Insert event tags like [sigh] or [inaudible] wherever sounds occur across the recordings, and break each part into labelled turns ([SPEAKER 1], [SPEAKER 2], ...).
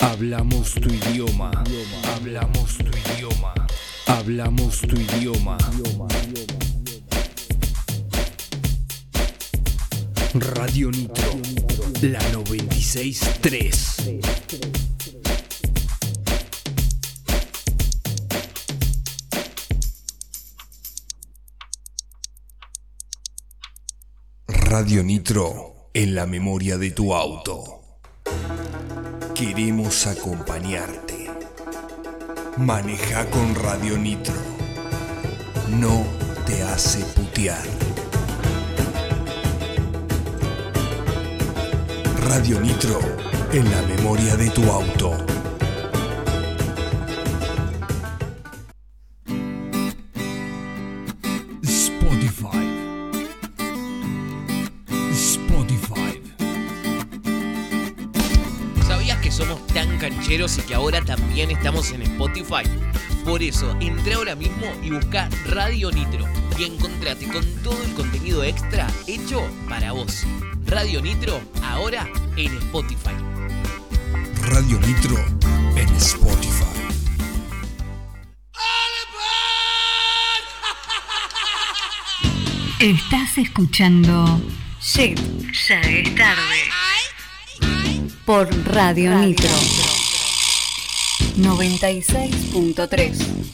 [SPEAKER 1] Hablamos tu idioma. Hablamos tu idioma. Hablamos tu idioma. Radio Nitro, la 963. Radio Nitro, en la memoria de tu auto. Queremos acompañarte. Maneja con Radio Nitro. No te hace putear. Radio Nitro en la memoria de tu auto. Spotify. Spotify.
[SPEAKER 2] ¿Sabías que somos tan cancheros y que ahora también estamos en Spotify? Por eso, entra ahora mismo y busca Radio Nitro y encontrate con todo el contenido extra hecho para vos. Radio Nitro, ahora en Spotify.
[SPEAKER 1] Radio Nitro en Spotify.
[SPEAKER 3] Estás escuchando
[SPEAKER 4] Shit,
[SPEAKER 3] Ya es tarde
[SPEAKER 4] por Radio
[SPEAKER 3] Radio
[SPEAKER 4] Nitro
[SPEAKER 3] Nitro.
[SPEAKER 4] 96.3.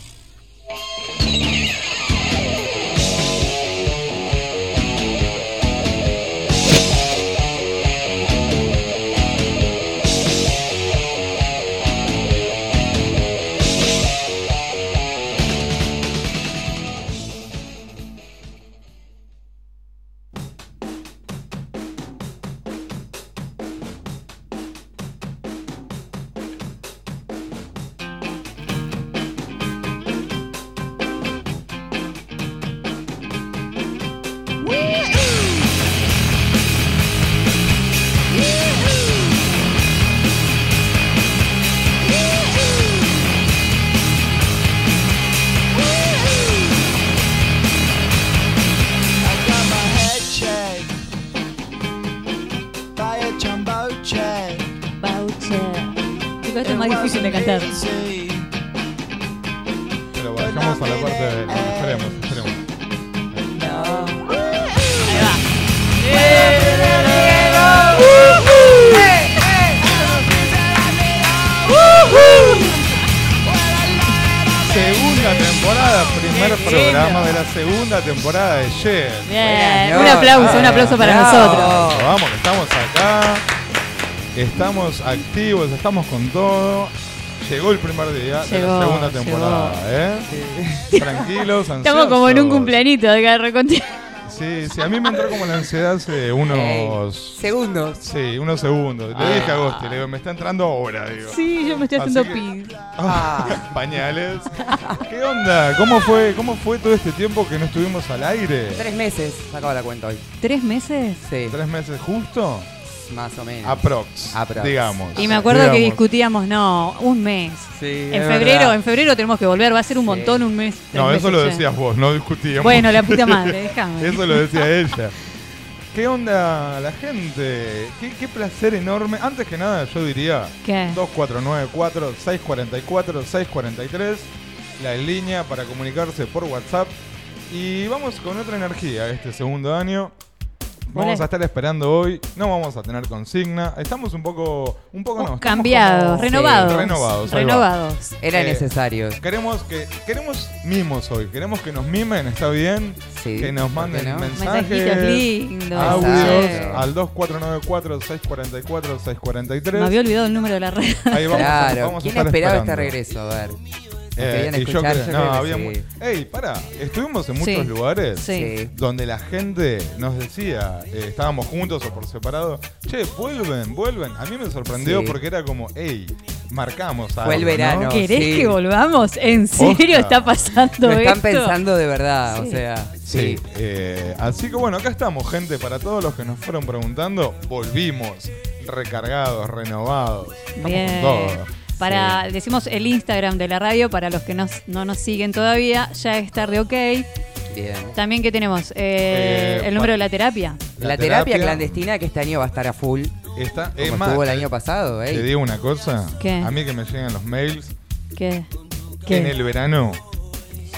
[SPEAKER 5] I got my head checked by a jumbo jet.
[SPEAKER 6] Chicos, esto es más difícil de cantar.
[SPEAKER 7] Pero bajamos a la parte de. Esperemos, esperemos. Segunda temporada, primer programa de la segunda temporada de Yes.
[SPEAKER 6] Bien, un aplauso, un aplauso para nosotros.
[SPEAKER 7] Pero Vamos, que estamos acá. Estamos activos, estamos con todo. Llegó el primer día de
[SPEAKER 6] Llegó,
[SPEAKER 7] la segunda temporada, ¿eh? Tranquilos, ansiosos.
[SPEAKER 6] [laughs] Estamos como en un cumpleañito de cada recontra-
[SPEAKER 7] Sí, sí, a mí me entró como la ansiedad hace unos.
[SPEAKER 8] Segundos.
[SPEAKER 7] Sí, unos segundos. Le dije a Agosti, le digo, me está entrando ahora, digo.
[SPEAKER 6] Sí, yo me estoy
[SPEAKER 7] Así
[SPEAKER 6] haciendo
[SPEAKER 7] que-
[SPEAKER 6] pis.
[SPEAKER 7] [laughs] Ah, pañales. ¿Qué onda? ¿Cómo fue, ¿Cómo fue todo este tiempo que no estuvimos al aire?
[SPEAKER 8] Tres meses. Sacaba la cuenta hoy.
[SPEAKER 6] ¿Tres meses?
[SPEAKER 8] Sí.
[SPEAKER 7] ¿Tres meses justo?
[SPEAKER 8] Más o menos.
[SPEAKER 7] Aprox,
[SPEAKER 8] Aprox.
[SPEAKER 7] digamos.
[SPEAKER 6] Y me acuerdo que
[SPEAKER 7] Digamos.
[SPEAKER 6] discutíamos, no, un mes.
[SPEAKER 8] Sí.
[SPEAKER 6] En
[SPEAKER 7] es
[SPEAKER 6] febrero,
[SPEAKER 7] verdad.
[SPEAKER 6] en febrero tenemos que volver, va a ser un
[SPEAKER 8] Sí.
[SPEAKER 6] montón un mes. tres
[SPEAKER 7] No, eso
[SPEAKER 6] meses,
[SPEAKER 7] lo
[SPEAKER 6] che.
[SPEAKER 7] decías vos, no discutíamos.
[SPEAKER 6] Bueno, la puta
[SPEAKER 7] [laughs]
[SPEAKER 6] madre, déjame.
[SPEAKER 7] Eso lo decía ella. ¿Qué onda la gente? ¿Qué, qué placer enorme. Antes que nada, yo diría
[SPEAKER 6] ¿Qué?
[SPEAKER 7] 2494-644-643, la línea para comunicarse por WhatsApp. Y vamos con otra energía este segundo año. Vamos
[SPEAKER 6] Olé.
[SPEAKER 7] a estar esperando hoy, no vamos a tener consigna. Estamos un poco, un poco no, estamos
[SPEAKER 6] Uh, Cambiados,
[SPEAKER 7] como-
[SPEAKER 6] renovados.
[SPEAKER 7] Sí, renovados, ahí va.
[SPEAKER 6] Renovados.
[SPEAKER 8] Era
[SPEAKER 7] Eh,
[SPEAKER 8] necesario.
[SPEAKER 7] Queremos que queremos mimos hoy, queremos que nos mimen, está bien,
[SPEAKER 8] Sí.
[SPEAKER 7] que nos
[SPEAKER 8] ¿por qué
[SPEAKER 7] manden
[SPEAKER 8] no?
[SPEAKER 6] Mensajitos
[SPEAKER 7] mensajes,
[SPEAKER 6] lindos.
[SPEAKER 7] audios
[SPEAKER 6] Sí.
[SPEAKER 8] Exacto.
[SPEAKER 7] al 2494-644-643.
[SPEAKER 6] Me había olvidado el número de la red.
[SPEAKER 7] Ahí vamos, a-
[SPEAKER 8] Claro.
[SPEAKER 7] vamos a
[SPEAKER 8] ¿Quién
[SPEAKER 7] estar
[SPEAKER 8] esperaba
[SPEAKER 7] esperando.
[SPEAKER 8] este regreso? A ver.
[SPEAKER 7] Eh,
[SPEAKER 8] Querían
[SPEAKER 7] y yo
[SPEAKER 8] escuchar,
[SPEAKER 7] creo-
[SPEAKER 8] yo
[SPEAKER 7] no,
[SPEAKER 8] creo que
[SPEAKER 7] había
[SPEAKER 8] sí.
[SPEAKER 7] mu- Ey, pará, estuvimos en muchos
[SPEAKER 6] Sí.
[SPEAKER 7] lugares
[SPEAKER 6] Sí.
[SPEAKER 8] Sí.
[SPEAKER 7] donde la gente nos decía, eh, estábamos juntos o por separado, che, vuelven, vuelven. A mí me sorprendió
[SPEAKER 8] Sí.
[SPEAKER 7] porque era como, hey, marcamos algo.
[SPEAKER 8] Fue el
[SPEAKER 7] ¿no?
[SPEAKER 8] verano.
[SPEAKER 6] ¿Querés
[SPEAKER 8] sí.
[SPEAKER 6] que volvamos? ¿En serio
[SPEAKER 7] Posta.
[SPEAKER 6] está pasando
[SPEAKER 8] Lo están
[SPEAKER 6] esto?
[SPEAKER 8] pensando de verdad,
[SPEAKER 6] Sí.
[SPEAKER 8] o sea.
[SPEAKER 7] Sí. eh, así que bueno, acá estamos, gente. Para todos los que nos fueron preguntando, volvimos. Recargados, renovados. Estamos con
[SPEAKER 6] Bien.
[SPEAKER 7] todo.
[SPEAKER 6] Para, decimos el Instagram de la radio para los que nos- no nos siguen todavía, ya es tarde ok.
[SPEAKER 8] Bien.
[SPEAKER 6] También que tenemos Eh,
[SPEAKER 7] Eh,
[SPEAKER 6] el número
[SPEAKER 7] pa-
[SPEAKER 6] de la terapia.
[SPEAKER 8] La terapia clandestina que este año va a estar a full.
[SPEAKER 7] Está, es
[SPEAKER 8] Como
[SPEAKER 7] más,
[SPEAKER 8] estuvo el año pasado,
[SPEAKER 7] te
[SPEAKER 8] ¿eh?
[SPEAKER 7] digo una cosa.
[SPEAKER 6] ¿Qué?
[SPEAKER 7] A mí que me llegan los mails.
[SPEAKER 6] ¿Qué?
[SPEAKER 7] En
[SPEAKER 6] ¿Qué?
[SPEAKER 7] el verano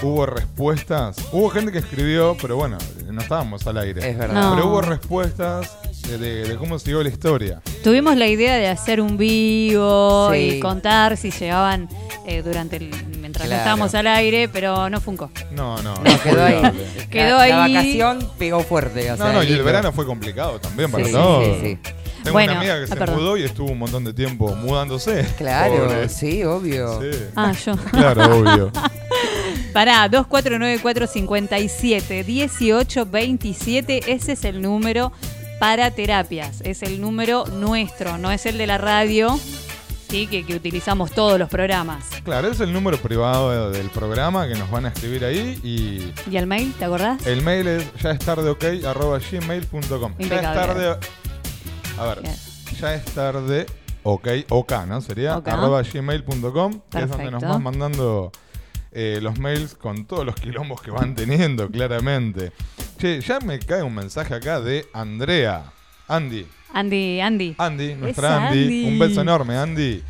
[SPEAKER 7] hubo respuestas. Hubo gente que escribió, pero bueno, no estábamos al aire.
[SPEAKER 8] Es verdad.
[SPEAKER 6] No.
[SPEAKER 7] Pero hubo respuestas de, de- de cómo siguió la historia.
[SPEAKER 6] Tuvimos la idea de hacer un vivo
[SPEAKER 8] Sí.
[SPEAKER 6] y contar si llegaban eh, durante el, mientras no
[SPEAKER 8] Claro.
[SPEAKER 6] estábamos al aire, pero no funcó.
[SPEAKER 7] No, no.
[SPEAKER 8] No, quedó ahí.
[SPEAKER 7] olvidable.
[SPEAKER 8] La-
[SPEAKER 6] Quedó
[SPEAKER 8] La
[SPEAKER 6] ahí.
[SPEAKER 8] vacación pegó fuerte. o
[SPEAKER 7] No,
[SPEAKER 8] sea,
[SPEAKER 7] no, y el
[SPEAKER 8] lindo.
[SPEAKER 7] verano fue complicado también para
[SPEAKER 8] Sí,
[SPEAKER 7] todos.
[SPEAKER 8] sí, sí.
[SPEAKER 7] Tengo
[SPEAKER 6] Bueno,
[SPEAKER 7] una amiga que
[SPEAKER 6] ah,
[SPEAKER 7] se
[SPEAKER 6] perdón.
[SPEAKER 7] mudó y estuvo un montón de tiempo mudándose.
[SPEAKER 8] Claro,
[SPEAKER 7] Pobre.
[SPEAKER 8] sí, obvio.
[SPEAKER 7] Sí. [laughs]
[SPEAKER 6] Ah, yo.
[SPEAKER 7] Claro, obvio.
[SPEAKER 6] [laughs] Pará, 2494571827, ese es el número para terapias, es el número nuestro, no es el de la radio, sí, que, que utilizamos todos los programas.
[SPEAKER 7] Claro, es el número privado del programa que nos van a escribir ahí y
[SPEAKER 6] ¿Y el mail, te acordás?
[SPEAKER 7] El mail es ya es gmail.com. Ya es
[SPEAKER 6] Impecable.
[SPEAKER 7] tarde. A ver,
[SPEAKER 6] Bien.
[SPEAKER 7] ya es tarde. Ok, ok, ¿no? Sería
[SPEAKER 6] Ok.
[SPEAKER 7] arroba gmail.com, que es donde
[SPEAKER 6] Perfecto.
[SPEAKER 7] nos van mandando eh, los mails con todos los quilombos que van teniendo, claramente. Che, ya me cae un mensaje acá de Andrea. Andy,
[SPEAKER 6] Andy, Andy.
[SPEAKER 7] Andy,
[SPEAKER 6] Es
[SPEAKER 7] nuestra Andy.
[SPEAKER 6] Andy.
[SPEAKER 7] Un beso enorme, Andy,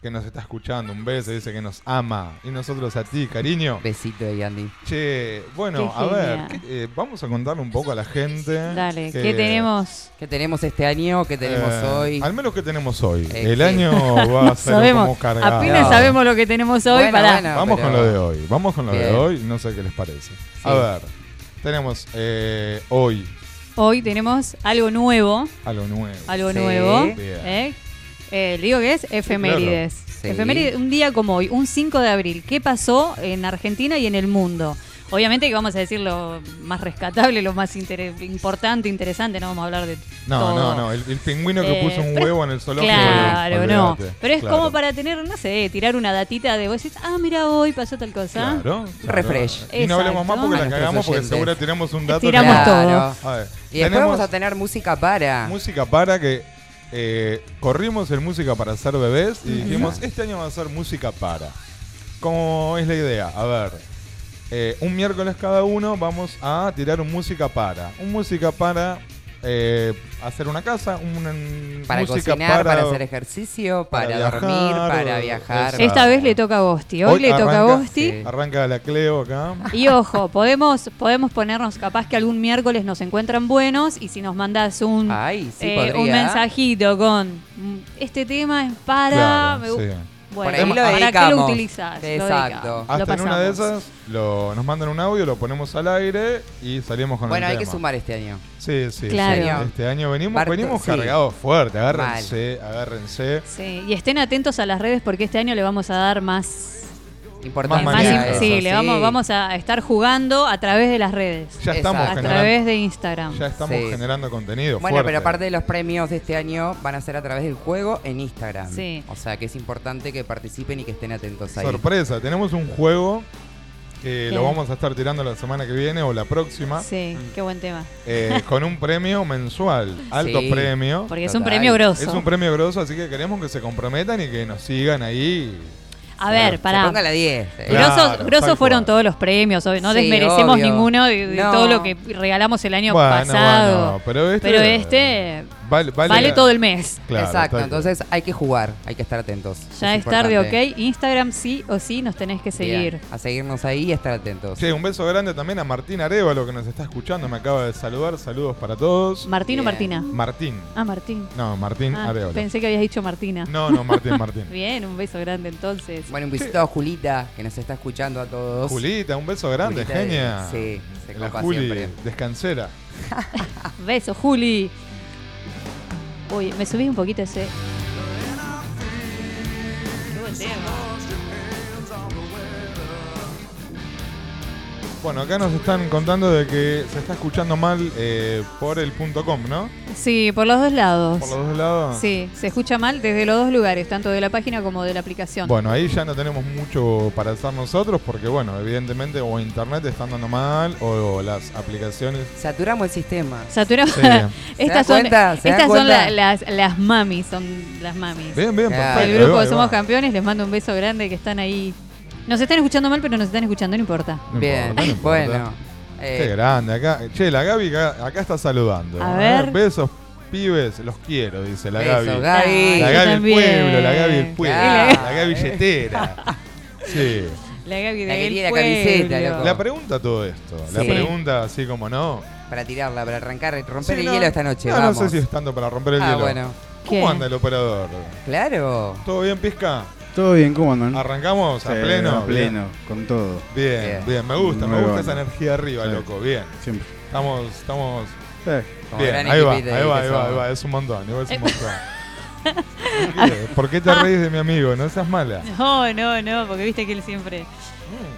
[SPEAKER 7] que nos está escuchando. Un beso, dice que nos ama. Y nosotros a ti, cariño.
[SPEAKER 8] Besito de Andy.
[SPEAKER 7] Che, bueno,
[SPEAKER 6] Qué
[SPEAKER 7] a ver,
[SPEAKER 6] genia.
[SPEAKER 7] ¿qué- eh, vamos a contarle un poco a la gente.
[SPEAKER 6] Dale,
[SPEAKER 7] que-
[SPEAKER 6] ¿qué tenemos?
[SPEAKER 8] ¿Qué tenemos este año? ¿Qué tenemos
[SPEAKER 7] eh,
[SPEAKER 8] hoy?
[SPEAKER 7] Al menos que tenemos hoy.
[SPEAKER 8] Eh,
[SPEAKER 7] El
[SPEAKER 8] sí.
[SPEAKER 7] año va
[SPEAKER 6] [laughs]
[SPEAKER 7] a ser como
[SPEAKER 6] Sabemos,
[SPEAKER 7] cargado.
[SPEAKER 6] apenas sabemos lo que tenemos hoy
[SPEAKER 8] Bueno,
[SPEAKER 6] para...
[SPEAKER 8] bueno. No,
[SPEAKER 7] vamos
[SPEAKER 8] pero-
[SPEAKER 7] con lo de hoy, vamos con lo de
[SPEAKER 8] Bien.
[SPEAKER 7] hoy, no sé qué les parece. A ver, tenemos eh, hoy
[SPEAKER 6] Hoy tenemos algo nuevo,
[SPEAKER 7] algo nuevo.
[SPEAKER 6] algo
[SPEAKER 8] Sí.
[SPEAKER 6] nuevo.
[SPEAKER 8] Bien.
[SPEAKER 6] ¿eh? Eh, digo que es efemérides.
[SPEAKER 8] Sí.
[SPEAKER 6] Efemérides, un día como hoy, un 5 de abril. ¿Qué pasó en Argentina y en el mundo? Obviamente que vamos a decir lo más rescatable, lo más inter- importante, interesante, no vamos a hablar de
[SPEAKER 7] no,
[SPEAKER 6] todo.
[SPEAKER 7] no, no, el, el pingüino que
[SPEAKER 6] Eh,
[SPEAKER 7] puso un
[SPEAKER 6] pero-
[SPEAKER 7] huevo en el zoológico.
[SPEAKER 6] Claro,
[SPEAKER 7] olvidate,
[SPEAKER 6] no. Pero es
[SPEAKER 7] claro.
[SPEAKER 6] como para tener, no sé, tirar una datita de vos decís, ah, mira, hoy pasó tal cosa.
[SPEAKER 7] Claro, claro.
[SPEAKER 8] Refresh.
[SPEAKER 7] Y no hablemos más porque la
[SPEAKER 6] Exacto.
[SPEAKER 8] A nuestros
[SPEAKER 7] cagamos porque
[SPEAKER 8] oyentes.
[SPEAKER 7] seguro tiramos un dato.
[SPEAKER 6] Tiramos
[SPEAKER 7] que-
[SPEAKER 8] Claro.
[SPEAKER 7] A ver,
[SPEAKER 8] Y después
[SPEAKER 7] tenemos-
[SPEAKER 8] vamos a tener música para.
[SPEAKER 7] Música para que eh, corrimos en música para ser bebés y dijimos, este año va a ser música para. ¿Cómo es la idea? A ver, eh, un miércoles cada uno vamos a tirar un música para. Un música para eh, hacer una casa, una
[SPEAKER 8] para
[SPEAKER 7] música
[SPEAKER 8] cocinar, para, hacer ejercicio, para,
[SPEAKER 7] para
[SPEAKER 8] dormir,
[SPEAKER 7] viajar,
[SPEAKER 8] para
[SPEAKER 7] eh,
[SPEAKER 8] viajar.
[SPEAKER 7] exacto.
[SPEAKER 6] Esta vez le toca a Gosti, hoy,
[SPEAKER 7] Hoy
[SPEAKER 6] le toca a
[SPEAKER 7] arranca-
[SPEAKER 6] Gosti.
[SPEAKER 8] Sí.
[SPEAKER 7] Arranca la Cleo acá.
[SPEAKER 8] [laughs]
[SPEAKER 6] Y ojo, podemos, podemos ponernos, capaz que algún miércoles nos encuentran buenos y si nos mandás un,
[SPEAKER 8] Ay, sí,
[SPEAKER 6] eh,
[SPEAKER 8] podría.
[SPEAKER 6] un mensajito con mm, este tema es para...
[SPEAKER 7] Claro,
[SPEAKER 6] me
[SPEAKER 7] sí.
[SPEAKER 6] gu- Bueno,
[SPEAKER 8] Por ahí lo
[SPEAKER 6] ¿para qué lo
[SPEAKER 8] dedicamos.
[SPEAKER 6] utilizás? Lo
[SPEAKER 8] Exacto.
[SPEAKER 6] dedicamos, lo
[SPEAKER 7] Hasta en una de
[SPEAKER 6] pasamos.
[SPEAKER 7] esas lo- nos mandan un audio, lo ponemos al aire y salimos con
[SPEAKER 8] Bueno,
[SPEAKER 7] el
[SPEAKER 8] hay
[SPEAKER 7] tema.
[SPEAKER 8] que sumar este año.
[SPEAKER 7] Sí, sí,
[SPEAKER 6] Claro.
[SPEAKER 7] sí. Este año venimos,
[SPEAKER 8] Barto-
[SPEAKER 7] venimos
[SPEAKER 8] sí.
[SPEAKER 7] cargados fuerte, agárrense, agárrense.
[SPEAKER 6] Sí, y estén atentos a las redes porque este año le vamos a dar más...
[SPEAKER 8] Importante.
[SPEAKER 7] Más
[SPEAKER 6] más
[SPEAKER 7] manija,
[SPEAKER 6] in-
[SPEAKER 7] eso,
[SPEAKER 6] sí, le vamos, vamos a estar jugando a través de las redes,
[SPEAKER 7] Ya estamos
[SPEAKER 8] Exacto.
[SPEAKER 6] a
[SPEAKER 7] generando,
[SPEAKER 6] través de Instagram.
[SPEAKER 7] ya estamos
[SPEAKER 8] Sí.
[SPEAKER 7] generando contenido.
[SPEAKER 8] Bueno,
[SPEAKER 7] fuerte.
[SPEAKER 8] pero aparte de los premios de este año van a ser a través del juego en Instagram.
[SPEAKER 6] Sí.
[SPEAKER 8] O sea que es importante que participen y que estén atentos ahí.
[SPEAKER 7] Sorpresa, tenemos un juego que
[SPEAKER 6] ¿Qué?
[SPEAKER 7] lo vamos a estar tirando la semana que viene o la próxima
[SPEAKER 6] Sí, qué buen tema.
[SPEAKER 7] eh, con un premio mensual, alto
[SPEAKER 8] Sí.
[SPEAKER 7] premio.
[SPEAKER 6] Porque es un
[SPEAKER 8] Total.
[SPEAKER 6] premio grosso.
[SPEAKER 7] Es un premio grosso, así que queremos que se comprometan y que nos sigan ahí.
[SPEAKER 6] A ver,
[SPEAKER 8] Que
[SPEAKER 6] pará.
[SPEAKER 8] ponga la 10. eh.
[SPEAKER 7] Claro.
[SPEAKER 6] Grosos, grosos
[SPEAKER 7] tal
[SPEAKER 6] fueron
[SPEAKER 7] cual.
[SPEAKER 6] todos los premios, obvio, no
[SPEAKER 8] Sí,
[SPEAKER 6] desmerecemos
[SPEAKER 8] obvio.
[SPEAKER 6] ninguno de, de
[SPEAKER 8] No.
[SPEAKER 6] todo lo que regalamos el año
[SPEAKER 7] Bueno,
[SPEAKER 6] pasado.
[SPEAKER 7] bueno, pero este-
[SPEAKER 6] Pero este
[SPEAKER 7] Vale, vale,
[SPEAKER 6] vale, todo el mes.
[SPEAKER 7] Claro,
[SPEAKER 8] Exacto,
[SPEAKER 7] tal cual.
[SPEAKER 8] entonces hay que jugar, hay que estar atentos.
[SPEAKER 6] Ya es, tarde,
[SPEAKER 8] importante.
[SPEAKER 6] ok. Instagram sí o sí nos tenés que seguir.
[SPEAKER 8] Bien, A seguirnos ahí y estar atentos.
[SPEAKER 7] Sí, un beso grande también a Martín Arevalo que nos está escuchando, me acaba de saludar. Saludos para todos.
[SPEAKER 6] Martín o
[SPEAKER 8] Bien.
[SPEAKER 6] Martina.
[SPEAKER 7] Martín.
[SPEAKER 6] Ah, Martín.
[SPEAKER 7] No, Martín
[SPEAKER 6] Ah,
[SPEAKER 7] Arevalo.
[SPEAKER 6] pensé que habías dicho Martina.
[SPEAKER 7] No, no, Martín, Martín.
[SPEAKER 6] [laughs] Bien, un beso grande entonces.
[SPEAKER 8] Bueno, un besito a Julita, que nos está escuchando a todos.
[SPEAKER 7] Julita, un beso grande,
[SPEAKER 8] Julita,
[SPEAKER 7] genia.
[SPEAKER 8] eh, sí, se
[SPEAKER 7] La
[SPEAKER 8] copa
[SPEAKER 7] Juli,
[SPEAKER 8] siempre.
[SPEAKER 7] descansera.
[SPEAKER 6] Ah, Beso, Juli. Uy, me subí un poquito ese. Qué buen tema.
[SPEAKER 7] Bueno, acá nos están contando de que se está escuchando mal eh, por el punto .com, ¿no?
[SPEAKER 6] Sí, por los dos lados.
[SPEAKER 7] Por los dos lados.
[SPEAKER 6] Sí, se escucha mal desde los dos lugares, tanto de la página como de la aplicación.
[SPEAKER 7] Bueno, ahí ya no tenemos mucho para hacer nosotros porque, bueno, evidentemente o internet está andando mal o, las aplicaciones...
[SPEAKER 8] Saturamos el sistema.
[SPEAKER 6] Saturamos.
[SPEAKER 7] Sí. ¿Se dan
[SPEAKER 6] [laughs] estas son,
[SPEAKER 8] cuenta? ¿Se dan
[SPEAKER 6] estas son la-
[SPEAKER 8] cuenta?
[SPEAKER 6] las, las mamis, son las mamis.
[SPEAKER 7] Bien, bien,
[SPEAKER 8] Claro.
[SPEAKER 7] perfecto.
[SPEAKER 6] El
[SPEAKER 7] ahí
[SPEAKER 6] grupo
[SPEAKER 7] va,
[SPEAKER 6] de
[SPEAKER 7] ahí
[SPEAKER 6] Somos
[SPEAKER 7] va.
[SPEAKER 6] Campeones, les mando un beso grande que están ahí. Nos están escuchando mal, pero nos están escuchando, no importa.
[SPEAKER 7] No
[SPEAKER 8] Bien,
[SPEAKER 7] importa, no importa.
[SPEAKER 8] bueno. eh,
[SPEAKER 7] Qué grande, acá. Che, la Gaby acá, acá está saludando.
[SPEAKER 6] A ver.
[SPEAKER 7] Besos pibes, los quiero, dice la Gaby.
[SPEAKER 8] Besos, Gaby.
[SPEAKER 7] La
[SPEAKER 6] Yo
[SPEAKER 7] Gaby del
[SPEAKER 6] también.
[SPEAKER 7] pueblo, la Gaby del pueblo,
[SPEAKER 6] Eh.
[SPEAKER 8] Claro.
[SPEAKER 7] Ah, la Gaby
[SPEAKER 6] [laughs]
[SPEAKER 7] billetera.
[SPEAKER 8] [laughs]
[SPEAKER 7] Sí.
[SPEAKER 6] La Gaby
[SPEAKER 8] La que
[SPEAKER 6] del
[SPEAKER 8] tiene la camiseta,
[SPEAKER 6] pueblo.
[SPEAKER 8] loco.
[SPEAKER 7] La pregunta todo esto, la
[SPEAKER 8] Sí.
[SPEAKER 7] pregunta así como no.
[SPEAKER 8] Para tirarla, para arrancar, romper
[SPEAKER 7] Sí,
[SPEAKER 8] el
[SPEAKER 7] no,
[SPEAKER 8] hielo esta noche.
[SPEAKER 7] Ah, No,
[SPEAKER 8] vamos.
[SPEAKER 7] no sé si es tanto para romper el
[SPEAKER 8] Ah,
[SPEAKER 7] hielo.
[SPEAKER 8] bueno.
[SPEAKER 7] ¿Cómo
[SPEAKER 6] ¿Qué?
[SPEAKER 7] anda el operador?
[SPEAKER 8] Claro.
[SPEAKER 7] ¿Todo bien, Pisca?
[SPEAKER 9] Todo bien, ¿cómo andan?
[SPEAKER 7] ¿Arrancamos
[SPEAKER 9] Sí,
[SPEAKER 7] a pleno?
[SPEAKER 9] A pleno, con todo.
[SPEAKER 7] Bien, bien,
[SPEAKER 8] Bien.
[SPEAKER 7] me gusta, me
[SPEAKER 9] Muy
[SPEAKER 7] gusta
[SPEAKER 9] bueno.
[SPEAKER 7] esa energía arriba,
[SPEAKER 9] Sí.
[SPEAKER 7] loco, bien.
[SPEAKER 9] Siempre.
[SPEAKER 7] Estamos, estamos,
[SPEAKER 9] Sí.
[SPEAKER 8] Como
[SPEAKER 7] bien,
[SPEAKER 8] gran
[SPEAKER 7] ahí va, ahí
[SPEAKER 8] equipito
[SPEAKER 7] va, ahí
[SPEAKER 8] que
[SPEAKER 7] va, ahí va,
[SPEAKER 8] somos.
[SPEAKER 7] es un montón, igual
[SPEAKER 6] Eh.
[SPEAKER 7] es un montón. [laughs] ¿Por qué? ¿Por qué te reís de mi amigo? No seas mala.
[SPEAKER 6] [laughs] No, no, no, porque viste que él siempre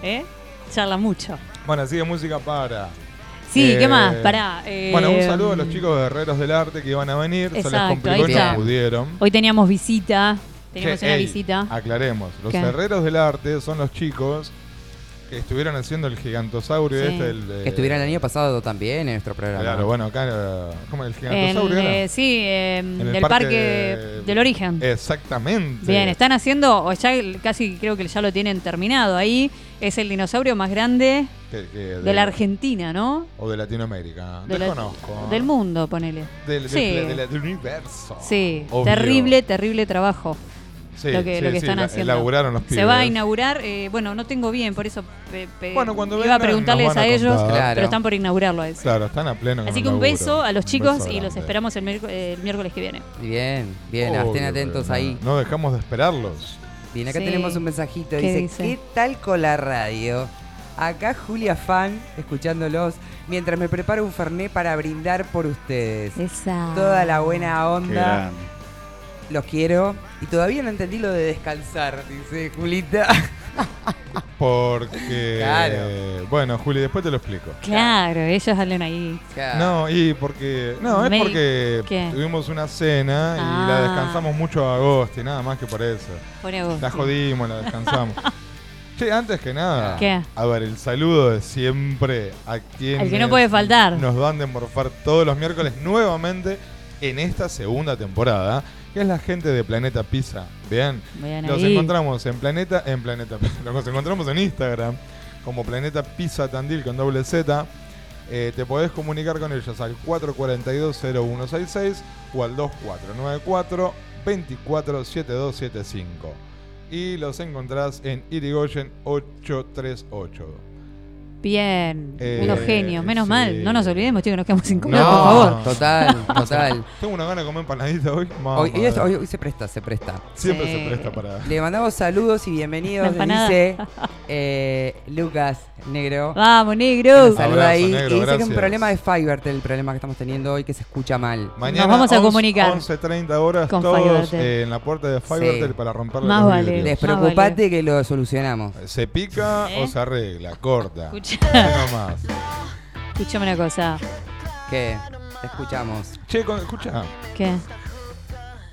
[SPEAKER 6] ¿eh? charla mucho.
[SPEAKER 7] Bueno, sigue música para.
[SPEAKER 6] Sí,
[SPEAKER 7] Eh,
[SPEAKER 6] ¿qué más? Pará. eh,
[SPEAKER 7] Bueno, un saludo a los chicos de Herreros del Arte que iban a venir, se les
[SPEAKER 6] Exacto,
[SPEAKER 7] complicó
[SPEAKER 6] ahí
[SPEAKER 7] y no
[SPEAKER 8] está.
[SPEAKER 7] pudieron.
[SPEAKER 6] Hoy teníamos visita. Teníamos
[SPEAKER 7] Che,
[SPEAKER 6] una
[SPEAKER 7] ey,
[SPEAKER 6] visita.
[SPEAKER 7] Aclaremos, los
[SPEAKER 6] ¿Qué?
[SPEAKER 7] Herreros del Arte son los chicos que estuvieron haciendo el gigantosaurio
[SPEAKER 6] Sí.
[SPEAKER 7] este. El, de-
[SPEAKER 8] Que estuvieron el año pasado también en nuestro programa.
[SPEAKER 7] Claro, bueno, acá era- ¿Cómo el
[SPEAKER 6] En,
[SPEAKER 7] gigantosaurio? era?
[SPEAKER 6] eh, sí, eh,
[SPEAKER 7] En el
[SPEAKER 6] del
[SPEAKER 7] parque
[SPEAKER 6] parque,
[SPEAKER 7] de- Eh,
[SPEAKER 6] del origen.
[SPEAKER 7] Exactamente.
[SPEAKER 6] Bien, están haciendo, o ya casi creo que ya lo tienen terminado ahí. Es el dinosaurio más grande
[SPEAKER 7] Que- que
[SPEAKER 6] de la Argentina, ¿no?
[SPEAKER 7] O de Latinoamérica.
[SPEAKER 6] De la-
[SPEAKER 7] Desconozco.
[SPEAKER 6] Del mundo, ponele.
[SPEAKER 7] Del, del-
[SPEAKER 6] Sí.
[SPEAKER 7] del- del- del universo.
[SPEAKER 6] Sí,
[SPEAKER 7] Obvio.
[SPEAKER 6] terrible, terrible trabajo.
[SPEAKER 7] Sí,
[SPEAKER 6] lo que,
[SPEAKER 7] sí,
[SPEAKER 6] lo que
[SPEAKER 7] sí,
[SPEAKER 6] están
[SPEAKER 7] la-
[SPEAKER 6] haciendo.
[SPEAKER 7] Laburaron los pibes.
[SPEAKER 6] Se va a inaugurar, eh, bueno, no tengo bien, por eso pe- pe-
[SPEAKER 7] Bueno, cuando
[SPEAKER 6] iba
[SPEAKER 7] vengan
[SPEAKER 6] a preguntarles
[SPEAKER 7] nos van
[SPEAKER 6] a,
[SPEAKER 7] a
[SPEAKER 6] ellos,
[SPEAKER 7] contar.
[SPEAKER 8] Claro.
[SPEAKER 6] pero están por inaugurarlo a eso.
[SPEAKER 7] Claro, están a pleno. con
[SPEAKER 6] Así
[SPEAKER 7] el
[SPEAKER 6] que un
[SPEAKER 7] laburo.
[SPEAKER 6] beso a los
[SPEAKER 7] Un
[SPEAKER 6] chicos
[SPEAKER 7] beso
[SPEAKER 6] y los
[SPEAKER 7] grande.
[SPEAKER 6] esperamos el, miérc- el miércoles que viene.
[SPEAKER 8] Bien, bien,
[SPEAKER 7] Obvio,
[SPEAKER 8] estén atentos
[SPEAKER 7] pero no-
[SPEAKER 8] ahí.
[SPEAKER 7] No dejamos de esperarlos.
[SPEAKER 8] Bien, acá
[SPEAKER 6] Sí.
[SPEAKER 8] tenemos un mensajito.
[SPEAKER 6] ¿Qué
[SPEAKER 8] Dice,
[SPEAKER 6] dice?
[SPEAKER 8] ¿qué tal con la radio? Acá Julia Fan, escuchándolos, mientras me preparo un fernet para brindar por ustedes.
[SPEAKER 6] Esa.
[SPEAKER 8] Toda la buena
[SPEAKER 9] Qué
[SPEAKER 8] onda,
[SPEAKER 9] grande.
[SPEAKER 8] los quiero. Y todavía no entendí lo de descansar, dice Julita.
[SPEAKER 7] Porque.
[SPEAKER 8] Claro.
[SPEAKER 7] Bueno, Juli, después te lo explico.
[SPEAKER 6] Claro, ellos hablan ahí.
[SPEAKER 7] No, y porque. No, es
[SPEAKER 6] Me-
[SPEAKER 7] porque
[SPEAKER 6] ¿Qué?
[SPEAKER 7] tuvimos una cena y la
[SPEAKER 6] Ah.
[SPEAKER 7] descansamos mucho a agosto y nada más que por eso.
[SPEAKER 6] Pone vos.
[SPEAKER 7] La
[SPEAKER 6] sí.
[SPEAKER 7] jodimos, la
[SPEAKER 6] [laughs]
[SPEAKER 7] descansamos. che, antes que nada,
[SPEAKER 6] ¿Qué?
[SPEAKER 7] a ver, el saludo de siempre a quien.
[SPEAKER 6] Al que no puede faltar.
[SPEAKER 7] Nos van de morfar todos los miércoles nuevamente en esta segunda temporada, que es la gente de Planeta Pizza. Bien.
[SPEAKER 6] Vean
[SPEAKER 7] Los
[SPEAKER 6] ahí.
[SPEAKER 7] encontramos en Planeta, en Planeta, [laughs] los encontramos en Instagram como Planeta Pizza Tandil con doble Z. Eh, te podés comunicar con ellos al 442-0166 o al 2494-247275. Y los encontrás en Irigoyen 838.
[SPEAKER 6] Bien,
[SPEAKER 7] Eh,
[SPEAKER 6] unos genios. Menos
[SPEAKER 7] sí.
[SPEAKER 6] mal, no nos olvidemos, chicos, nos quedamos sin comer,
[SPEAKER 7] No.
[SPEAKER 6] por favor.
[SPEAKER 8] total, total.
[SPEAKER 7] [laughs] Tengo una gana de comer empanadita hoy. mamá.
[SPEAKER 8] Hoy, hoy es- hoy- hoy se presta, se presta.
[SPEAKER 7] [laughs] Siempre
[SPEAKER 6] Sí.
[SPEAKER 7] se presta para...
[SPEAKER 8] Le mandamos saludos y bienvenidos,
[SPEAKER 6] La empanada. [laughs]
[SPEAKER 8] dice eh, Lucas Negro.
[SPEAKER 6] Vamos,
[SPEAKER 8] Nos
[SPEAKER 6] negro.
[SPEAKER 8] saluda
[SPEAKER 7] Abrazo,
[SPEAKER 8] ahí.
[SPEAKER 7] negro,
[SPEAKER 8] y dice que es un
[SPEAKER 7] gracias.
[SPEAKER 8] problema de Fivertel, el problema que estamos teniendo hoy, que se escucha mal.
[SPEAKER 7] Mañana
[SPEAKER 6] Nos vamos a
[SPEAKER 7] 11,
[SPEAKER 6] comunicar
[SPEAKER 7] 11.30 horas
[SPEAKER 6] con
[SPEAKER 7] todos
[SPEAKER 6] Fivertel.
[SPEAKER 7] eh, en la puerta de Fivertel para romperle
[SPEAKER 6] Más
[SPEAKER 7] los
[SPEAKER 6] vale.
[SPEAKER 7] vidrios.
[SPEAKER 8] Despreocupate
[SPEAKER 6] Ah, vale.
[SPEAKER 8] que lo solucionamos.
[SPEAKER 7] ¿Se pica
[SPEAKER 6] ¿Eh?
[SPEAKER 7] o se arregla? Corta.
[SPEAKER 6] Escucha.
[SPEAKER 7] Nada más.
[SPEAKER 6] Escuchame una cosa.
[SPEAKER 8] ¿Qué? Te escuchamos. Ah.
[SPEAKER 7] Che, con- escucha,
[SPEAKER 6] ¿Qué?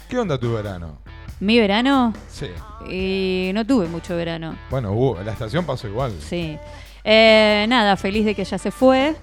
[SPEAKER 7] ¿qué onda tu verano?
[SPEAKER 6] ¿Mi verano?
[SPEAKER 7] Sí.
[SPEAKER 6] Y no tuve mucho verano.
[SPEAKER 7] Bueno, hubo- la estación pasó igual.
[SPEAKER 6] Sí. Eh, nada, feliz de que ya se fue.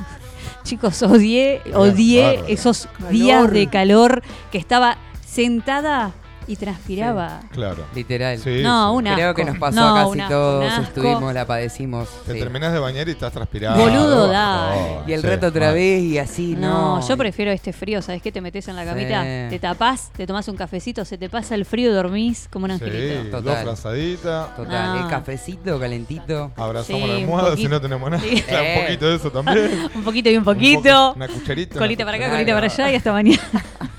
[SPEAKER 6] [laughs] Chicos, odié, odié
[SPEAKER 7] bárbaro.
[SPEAKER 6] esos
[SPEAKER 8] Calor.
[SPEAKER 6] días de calor que estaba sentada y transpiraba.
[SPEAKER 7] Claro.
[SPEAKER 8] Literal.
[SPEAKER 7] Sí,
[SPEAKER 6] No,
[SPEAKER 7] sí.
[SPEAKER 6] una-
[SPEAKER 8] Creo
[SPEAKER 6] asco.
[SPEAKER 8] que nos pasó
[SPEAKER 6] No,
[SPEAKER 8] a casi
[SPEAKER 6] un asco,
[SPEAKER 8] todos.
[SPEAKER 6] un asco.
[SPEAKER 8] Estuvimos, la padecimos.
[SPEAKER 7] Te
[SPEAKER 8] sí.
[SPEAKER 7] terminás de bañar y estás transpirado.
[SPEAKER 6] Boludo,
[SPEAKER 7] por
[SPEAKER 6] dale.
[SPEAKER 7] favor.
[SPEAKER 8] Y el
[SPEAKER 7] Sí,
[SPEAKER 8] reto otra
[SPEAKER 7] mal.
[SPEAKER 8] vez y así,
[SPEAKER 6] No,
[SPEAKER 8] no.
[SPEAKER 6] yo prefiero este frío, ¿sabes qué? Te metes en la camita,
[SPEAKER 8] Sí.
[SPEAKER 6] te tapás, te tomás un cafecito, se te pasa el frío y dormís como un angelito.
[SPEAKER 7] Sí,
[SPEAKER 8] Total.
[SPEAKER 7] dos frazaditas.
[SPEAKER 8] Total,
[SPEAKER 6] Ah.
[SPEAKER 8] el cafecito calentito.
[SPEAKER 7] Abrazamos
[SPEAKER 6] Sí,
[SPEAKER 7] la
[SPEAKER 6] un
[SPEAKER 7] almohada si
[SPEAKER 6] poquito.
[SPEAKER 7] no tenemos nada. [laughs]
[SPEAKER 6] Sí.
[SPEAKER 7] Claro, un poquito de eso también.
[SPEAKER 6] [laughs] Un poquito y un
[SPEAKER 7] Un
[SPEAKER 6] poquito.
[SPEAKER 7] poco- Una cucharita. una
[SPEAKER 6] colita para acá,
[SPEAKER 8] Claro.
[SPEAKER 6] colita para allá y hasta mañana.
[SPEAKER 8] [laughs]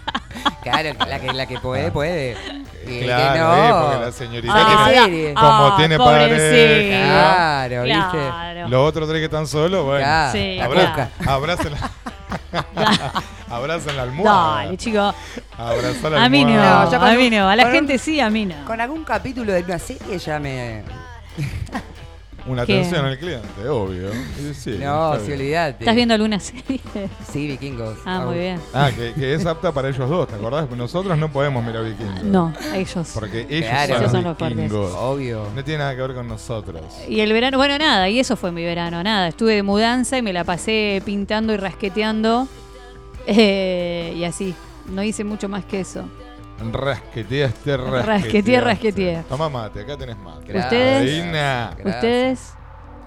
[SPEAKER 8] Claro, la que, la que puede, puede. Y el que
[SPEAKER 7] Ah. Claro, eh, porque la
[SPEAKER 8] no.
[SPEAKER 7] señorita
[SPEAKER 8] Ah,
[SPEAKER 7] tiene-
[SPEAKER 8] ¿en serio?
[SPEAKER 7] como tiene
[SPEAKER 6] pobrecito.
[SPEAKER 7] pared,
[SPEAKER 8] Claro, ¿viste?
[SPEAKER 6] Claro.
[SPEAKER 7] Los otros tres que están solos, bueno.
[SPEAKER 8] Claro,
[SPEAKER 6] Sí,
[SPEAKER 8] la
[SPEAKER 6] claro.
[SPEAKER 8] coca.
[SPEAKER 7] Abracen la,
[SPEAKER 6] [laughs]
[SPEAKER 7] abracen la almohada.
[SPEAKER 6] Dale, chicos.
[SPEAKER 7] Abrazá la
[SPEAKER 6] A mí no,
[SPEAKER 7] almohada.
[SPEAKER 8] No, ya
[SPEAKER 6] a
[SPEAKER 8] con
[SPEAKER 6] mí
[SPEAKER 8] un-
[SPEAKER 6] no. A la
[SPEAKER 8] con un-
[SPEAKER 6] gente sí, a mí no.
[SPEAKER 8] Con algún capítulo de una serie ya me.
[SPEAKER 7] Una
[SPEAKER 6] ¿Qué?
[SPEAKER 7] atención al cliente, obvio. Sí, sí,
[SPEAKER 8] No,
[SPEAKER 7] está
[SPEAKER 8] si
[SPEAKER 7] bien.
[SPEAKER 8] olvidate.
[SPEAKER 6] ¿Estás viendo alguna serie?
[SPEAKER 8] Sí, vikingos.
[SPEAKER 6] Ah, muy bien.
[SPEAKER 7] Ah, que, que es apta para ellos dos, ¿te acordás? Nosotros no podemos mirar vikingos.
[SPEAKER 6] No, ellos.
[SPEAKER 7] Porque ellos
[SPEAKER 8] Claro.
[SPEAKER 7] son,
[SPEAKER 8] Ellos
[SPEAKER 6] son
[SPEAKER 7] los
[SPEAKER 6] los
[SPEAKER 7] vikingos.
[SPEAKER 8] Obvio.
[SPEAKER 7] No tiene nada que ver con nosotros.
[SPEAKER 6] Y el verano, bueno, nada, y eso fue mi verano, nada. Estuve de mudanza y me la pasé pintando y rasqueteando. Eh, y así, no hice mucho más que eso.
[SPEAKER 7] Rasqueteaste,
[SPEAKER 6] Rasqueteé,
[SPEAKER 7] rasqueteaste.
[SPEAKER 6] rasqueteé.
[SPEAKER 7] este Toma mate, acá tenés mate.
[SPEAKER 8] Gracias.
[SPEAKER 7] Ah,
[SPEAKER 6] Ustedes-
[SPEAKER 7] Reina.
[SPEAKER 8] Gracias.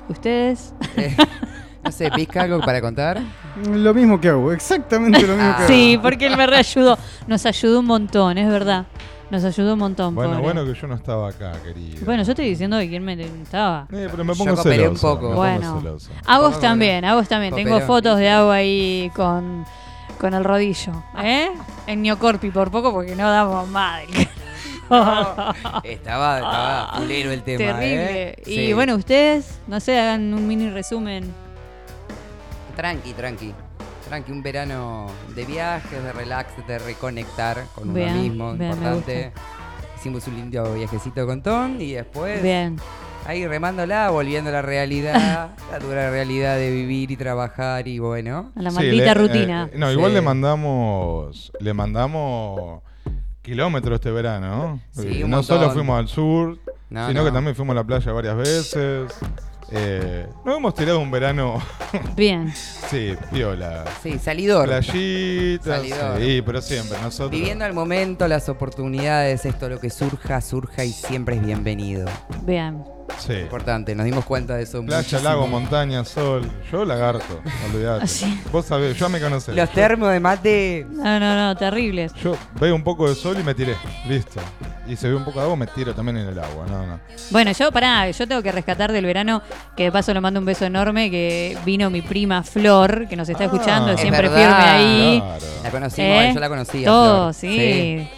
[SPEAKER 6] Ustedes, ustedes,
[SPEAKER 8] Eh, No sé, ¿pisca algo para contar? Ah,
[SPEAKER 9] Lo mismo que hago, exactamente
[SPEAKER 6] [laughs]
[SPEAKER 9] lo mismo que hago.
[SPEAKER 6] Sí, porque él me reayudó. Nos ayudó un montón, es verdad. Nos ayudó un montón.
[SPEAKER 7] Bueno,
[SPEAKER 6] pobre.
[SPEAKER 7] bueno que yo no estaba acá, querido.
[SPEAKER 6] Bueno, yo estoy diciendo que quién me estaba.
[SPEAKER 7] Eh, pero me
[SPEAKER 8] Yo
[SPEAKER 7] pongo
[SPEAKER 8] cooperé
[SPEAKER 7] celoso.
[SPEAKER 8] un poco.
[SPEAKER 7] me pongo
[SPEAKER 6] Bueno.
[SPEAKER 7] celoso.
[SPEAKER 6] Agos
[SPEAKER 8] Cooperón.
[SPEAKER 6] también, Agos también. Tengo
[SPEAKER 8] Cooperón.
[SPEAKER 6] fotos de agua ahí con, con el rodillo. ¿Eh? En Neocorpi por poco porque no damos [laughs] madre.
[SPEAKER 8] Estaba, estaba fulero el tema.
[SPEAKER 6] Ah, Terrible.
[SPEAKER 8] ¿eh?
[SPEAKER 6] Y
[SPEAKER 8] Sí.
[SPEAKER 6] bueno, ustedes, no sé, hagan un mini resumen.
[SPEAKER 8] Tranqui, tranqui. Tranqui, un verano de viajes, de relax, de reconectar con uno
[SPEAKER 6] Bien,
[SPEAKER 8] mismo,
[SPEAKER 6] bien, me
[SPEAKER 8] importante. Hicimos un lindo viajecito con Tom y después
[SPEAKER 6] Bien.
[SPEAKER 8] ahí remándola, volviendo a la realidad, [laughs] la dura realidad de vivir y trabajar y bueno.
[SPEAKER 6] A la
[SPEAKER 7] Sí,
[SPEAKER 6] maldita
[SPEAKER 7] le-
[SPEAKER 6] rutina.
[SPEAKER 7] eh, no, igual
[SPEAKER 8] Sí.
[SPEAKER 7] le mandamos le mandamos kilómetros este verano. ¿no?
[SPEAKER 8] Sí, un
[SPEAKER 7] no solo
[SPEAKER 8] montón.
[SPEAKER 7] fuimos al sur,
[SPEAKER 8] No,
[SPEAKER 7] sino
[SPEAKER 8] no.
[SPEAKER 7] que también fuimos a la playa varias veces. Eh, nos hemos tirado un verano, [laughs]
[SPEAKER 6] Bien.
[SPEAKER 7] sí, piola.
[SPEAKER 8] Sí, salidor.
[SPEAKER 7] Playitas,
[SPEAKER 8] Salidor.
[SPEAKER 7] sí, pero siempre nosotros.
[SPEAKER 8] Viviendo al momento las oportunidades, esto lo que surja, surja y siempre es bienvenido.
[SPEAKER 6] Bien.
[SPEAKER 7] Sí.
[SPEAKER 8] Importante, nos dimos cuenta de eso.
[SPEAKER 7] Playa,
[SPEAKER 8] muchísimo.
[SPEAKER 7] lago, montaña, sol. Yo lagarto, olvidate.
[SPEAKER 6] Sí.
[SPEAKER 7] Vos sabés, ya me conocés.
[SPEAKER 8] Los termos de mate.
[SPEAKER 6] No, no, no, terribles.
[SPEAKER 7] Yo veo un poco de sol y me tiré. Listo. Y se ve un poco de agua, me tiro también en el agua. No, no.
[SPEAKER 6] Bueno, yo pará, yo tengo que rescatar del verano, que de paso le mando un beso enorme, que vino mi prima Flor, que nos está
[SPEAKER 7] Ah,
[SPEAKER 6] escuchando,
[SPEAKER 7] es
[SPEAKER 6] siempre
[SPEAKER 8] verdad.
[SPEAKER 6] firme ahí.
[SPEAKER 7] Claro.
[SPEAKER 8] La conocimos,
[SPEAKER 6] ¿Eh?
[SPEAKER 8] yo la conocía.
[SPEAKER 6] Todo,
[SPEAKER 8] Flor.
[SPEAKER 6] sí.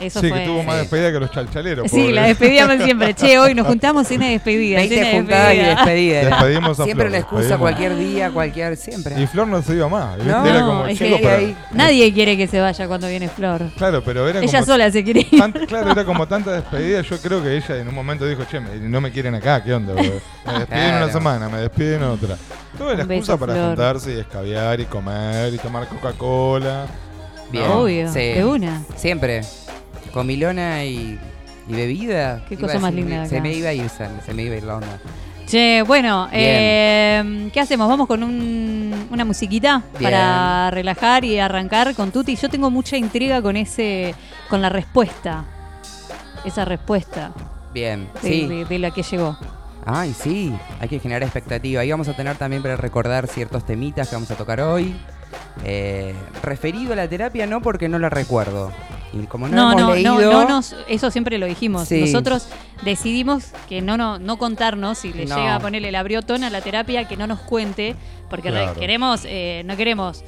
[SPEAKER 6] Eso
[SPEAKER 7] sí,
[SPEAKER 6] fue.
[SPEAKER 7] que tuvo más
[SPEAKER 8] sí.
[SPEAKER 7] despedida que los chalchaleros.
[SPEAKER 6] Sí,
[SPEAKER 7] pobre.
[SPEAKER 6] la despedíamos siempre. Che, hoy nos juntamos cena de
[SPEAKER 8] [laughs]
[SPEAKER 6] despedida.
[SPEAKER 8] 20
[SPEAKER 6] cena de
[SPEAKER 8] juntadas y
[SPEAKER 6] despedida.
[SPEAKER 8] despedidas.
[SPEAKER 7] Despedimos a
[SPEAKER 8] Siempre
[SPEAKER 7] Flor,
[SPEAKER 8] una excusa,
[SPEAKER 7] despedimos.
[SPEAKER 8] cualquier día, cualquier. Siempre.
[SPEAKER 7] Y Flor no se iba más. ¿viste?
[SPEAKER 8] No,
[SPEAKER 7] era como,
[SPEAKER 6] es
[SPEAKER 7] chicos,
[SPEAKER 8] que
[SPEAKER 7] pero-
[SPEAKER 8] ahí-
[SPEAKER 6] Nadie quiere que se vaya cuando viene Flor.
[SPEAKER 7] Claro, pero era
[SPEAKER 6] Ella
[SPEAKER 7] como.
[SPEAKER 6] sola se quiere ir.
[SPEAKER 7] tan- claro, era como tanta despedida. Yo creo que ella en un momento dijo, che, me- no me quieren acá, ¿qué onda? boludo? Me despiden
[SPEAKER 8] Claro.
[SPEAKER 7] una semana, me despiden otra. Toda la
[SPEAKER 6] Un beso,
[SPEAKER 7] excusa para
[SPEAKER 6] Flor.
[SPEAKER 7] juntarse y escabiar y comer y tomar Coca-Cola.
[SPEAKER 8] Bien.
[SPEAKER 6] Obvio,
[SPEAKER 8] Sí.
[SPEAKER 6] de una.
[SPEAKER 8] Siempre. Comilona y, y bebida.
[SPEAKER 6] Qué
[SPEAKER 8] Iba
[SPEAKER 6] cosa
[SPEAKER 8] a
[SPEAKER 6] más
[SPEAKER 8] decir,
[SPEAKER 6] linda de
[SPEAKER 8] Se
[SPEAKER 6] acá.
[SPEAKER 8] me iba a ir, se se me iba a ir la onda.
[SPEAKER 6] Che, bueno,
[SPEAKER 8] Bien.
[SPEAKER 6] eh, ¿qué hacemos? Vamos con un- una musiquita
[SPEAKER 8] Bien.
[SPEAKER 6] para relajar y arrancar con Tuti. Yo tengo mucha intriga con ese, con la respuesta. Esa respuesta
[SPEAKER 8] Bien.
[SPEAKER 6] de,
[SPEAKER 8] Sí.
[SPEAKER 6] de- de la que llegó.
[SPEAKER 8] Ay, sí, hay que generar expectativa. Ahí vamos a tener también para recordar ciertos temitas que vamos a tocar hoy. Eh, referido a la terapia, no porque no la recuerdo. Y como no,
[SPEAKER 6] No,
[SPEAKER 8] hemos
[SPEAKER 6] no,
[SPEAKER 8] leído,
[SPEAKER 6] no, no nos, eso siempre lo dijimos.
[SPEAKER 8] Sí.
[SPEAKER 6] Nosotros decidimos que no, no, no contarnos, si le
[SPEAKER 8] No.
[SPEAKER 6] llega a ponerle el abriotón a la terapia, que no nos cuente, porque re-
[SPEAKER 7] Claro.
[SPEAKER 6] queremos, eh, no queremos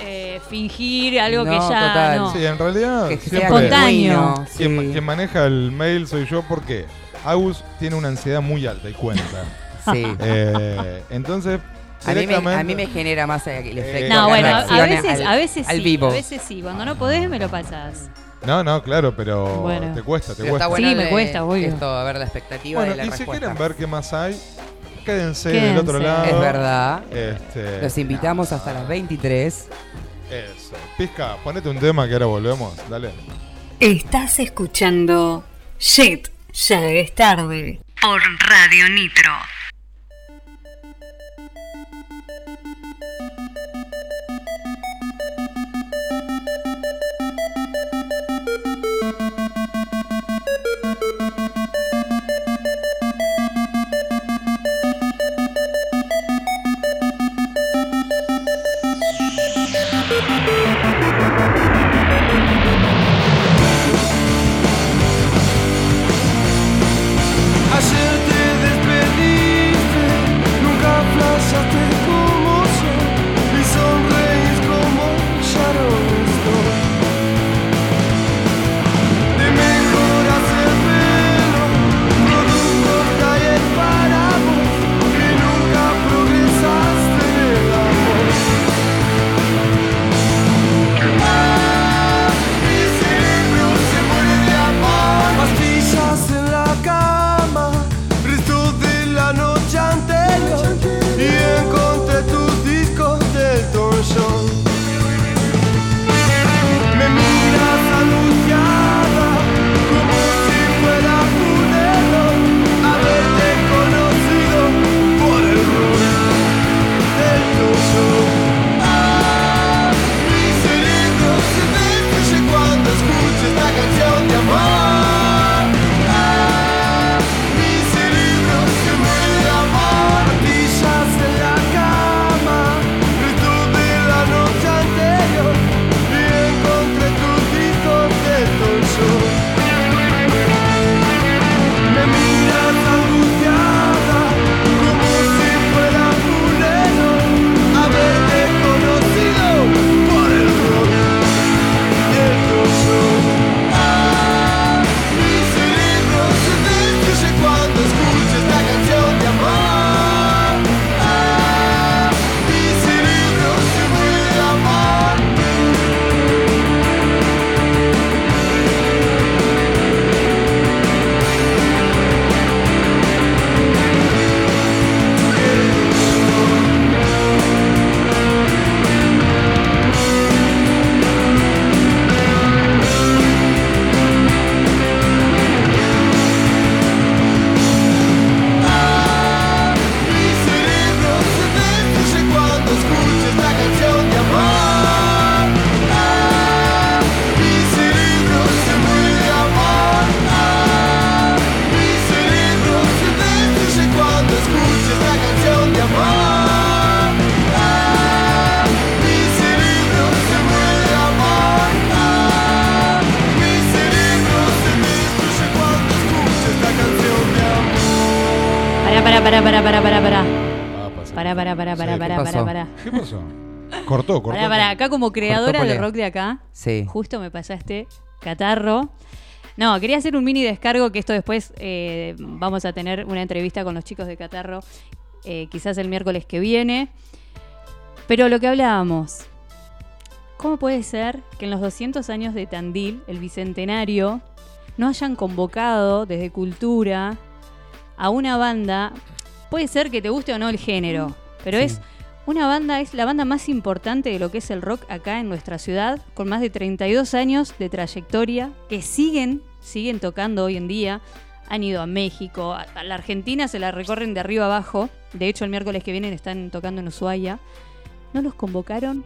[SPEAKER 6] eh, fingir algo que
[SPEAKER 8] No,
[SPEAKER 6] ya
[SPEAKER 8] total.
[SPEAKER 6] no.
[SPEAKER 7] Sí, en realidad.
[SPEAKER 8] que sea
[SPEAKER 7] siempre-
[SPEAKER 6] Espontáneo.
[SPEAKER 8] genuino, sí.
[SPEAKER 7] Quien, quien maneja el mail soy yo porque Agus tiene una ansiedad muy alta y cuenta.
[SPEAKER 8] [laughs] Sí.
[SPEAKER 7] Eh, entonces,
[SPEAKER 8] A mí, me, a mí
[SPEAKER 7] directamente- Eh,
[SPEAKER 8] me genera más el efecto.
[SPEAKER 7] Creo
[SPEAKER 6] No,
[SPEAKER 8] que
[SPEAKER 6] bueno, a- a
[SPEAKER 8] reacciona
[SPEAKER 6] veces,
[SPEAKER 8] al-
[SPEAKER 6] a veces
[SPEAKER 8] al
[SPEAKER 6] sí,
[SPEAKER 8] vivo.
[SPEAKER 6] a veces sí. Cuando no podés me lo pasás.
[SPEAKER 7] No, no, claro, pero
[SPEAKER 6] Bueno.
[SPEAKER 7] te cuesta, te
[SPEAKER 8] Pero
[SPEAKER 7] cuesta.
[SPEAKER 8] está bueno
[SPEAKER 6] Sí, me
[SPEAKER 8] de-
[SPEAKER 6] cuesta, obvio.
[SPEAKER 8] Esto, a ver la expectativa
[SPEAKER 7] Bueno,
[SPEAKER 8] de la
[SPEAKER 7] y si
[SPEAKER 8] respuesta.
[SPEAKER 7] quieren ver qué más hay, quédense, del
[SPEAKER 6] Quédense.
[SPEAKER 7] otro lado.
[SPEAKER 8] Es verdad.
[SPEAKER 7] Este,
[SPEAKER 8] Los invitamos hasta las 23.
[SPEAKER 7] Eso. Pisca, ponete un tema que ahora volvemos. Dale.
[SPEAKER 3] Estás escuchando Shit, ya es tarde. Por Radio Nitro.
[SPEAKER 5] Ayer te despedí Ah, Eh,
[SPEAKER 6] pará, pará, pará.
[SPEAKER 7] Ah, pasa.
[SPEAKER 6] Pará, pará, pará,
[SPEAKER 7] Sí,
[SPEAKER 6] pará,
[SPEAKER 7] ¿qué
[SPEAKER 6] pará, pará,
[SPEAKER 8] pasó?
[SPEAKER 6] pará.
[SPEAKER 7] ¿Qué pasó? Cortó, cortó.
[SPEAKER 6] Pará, pará, acá como creadora de
[SPEAKER 8] Cortópole.
[SPEAKER 6] rock de acá,
[SPEAKER 8] Sí.
[SPEAKER 6] justo me pasaste catarro. No, quería hacer un mini descargo que esto después eh, vamos a tener una entrevista con los chicos de Catarro, eh, quizás el miércoles que viene. Pero lo que hablábamos, ¿cómo puede ser que en los 200 años de Tandil, el bicentenario, no hayan convocado desde cultura a una banda? Puede ser que te guste o no el género, pero
[SPEAKER 8] Sí.
[SPEAKER 6] es una banda, es la banda más importante de lo que es el rock acá en nuestra ciudad, con más de 32 años de trayectoria, que siguen, siguen tocando hoy en día. Han ido a México, a a la Argentina se la recorren de arriba abajo. De hecho, el miércoles que vienen están tocando en Ushuaia. No los convocaron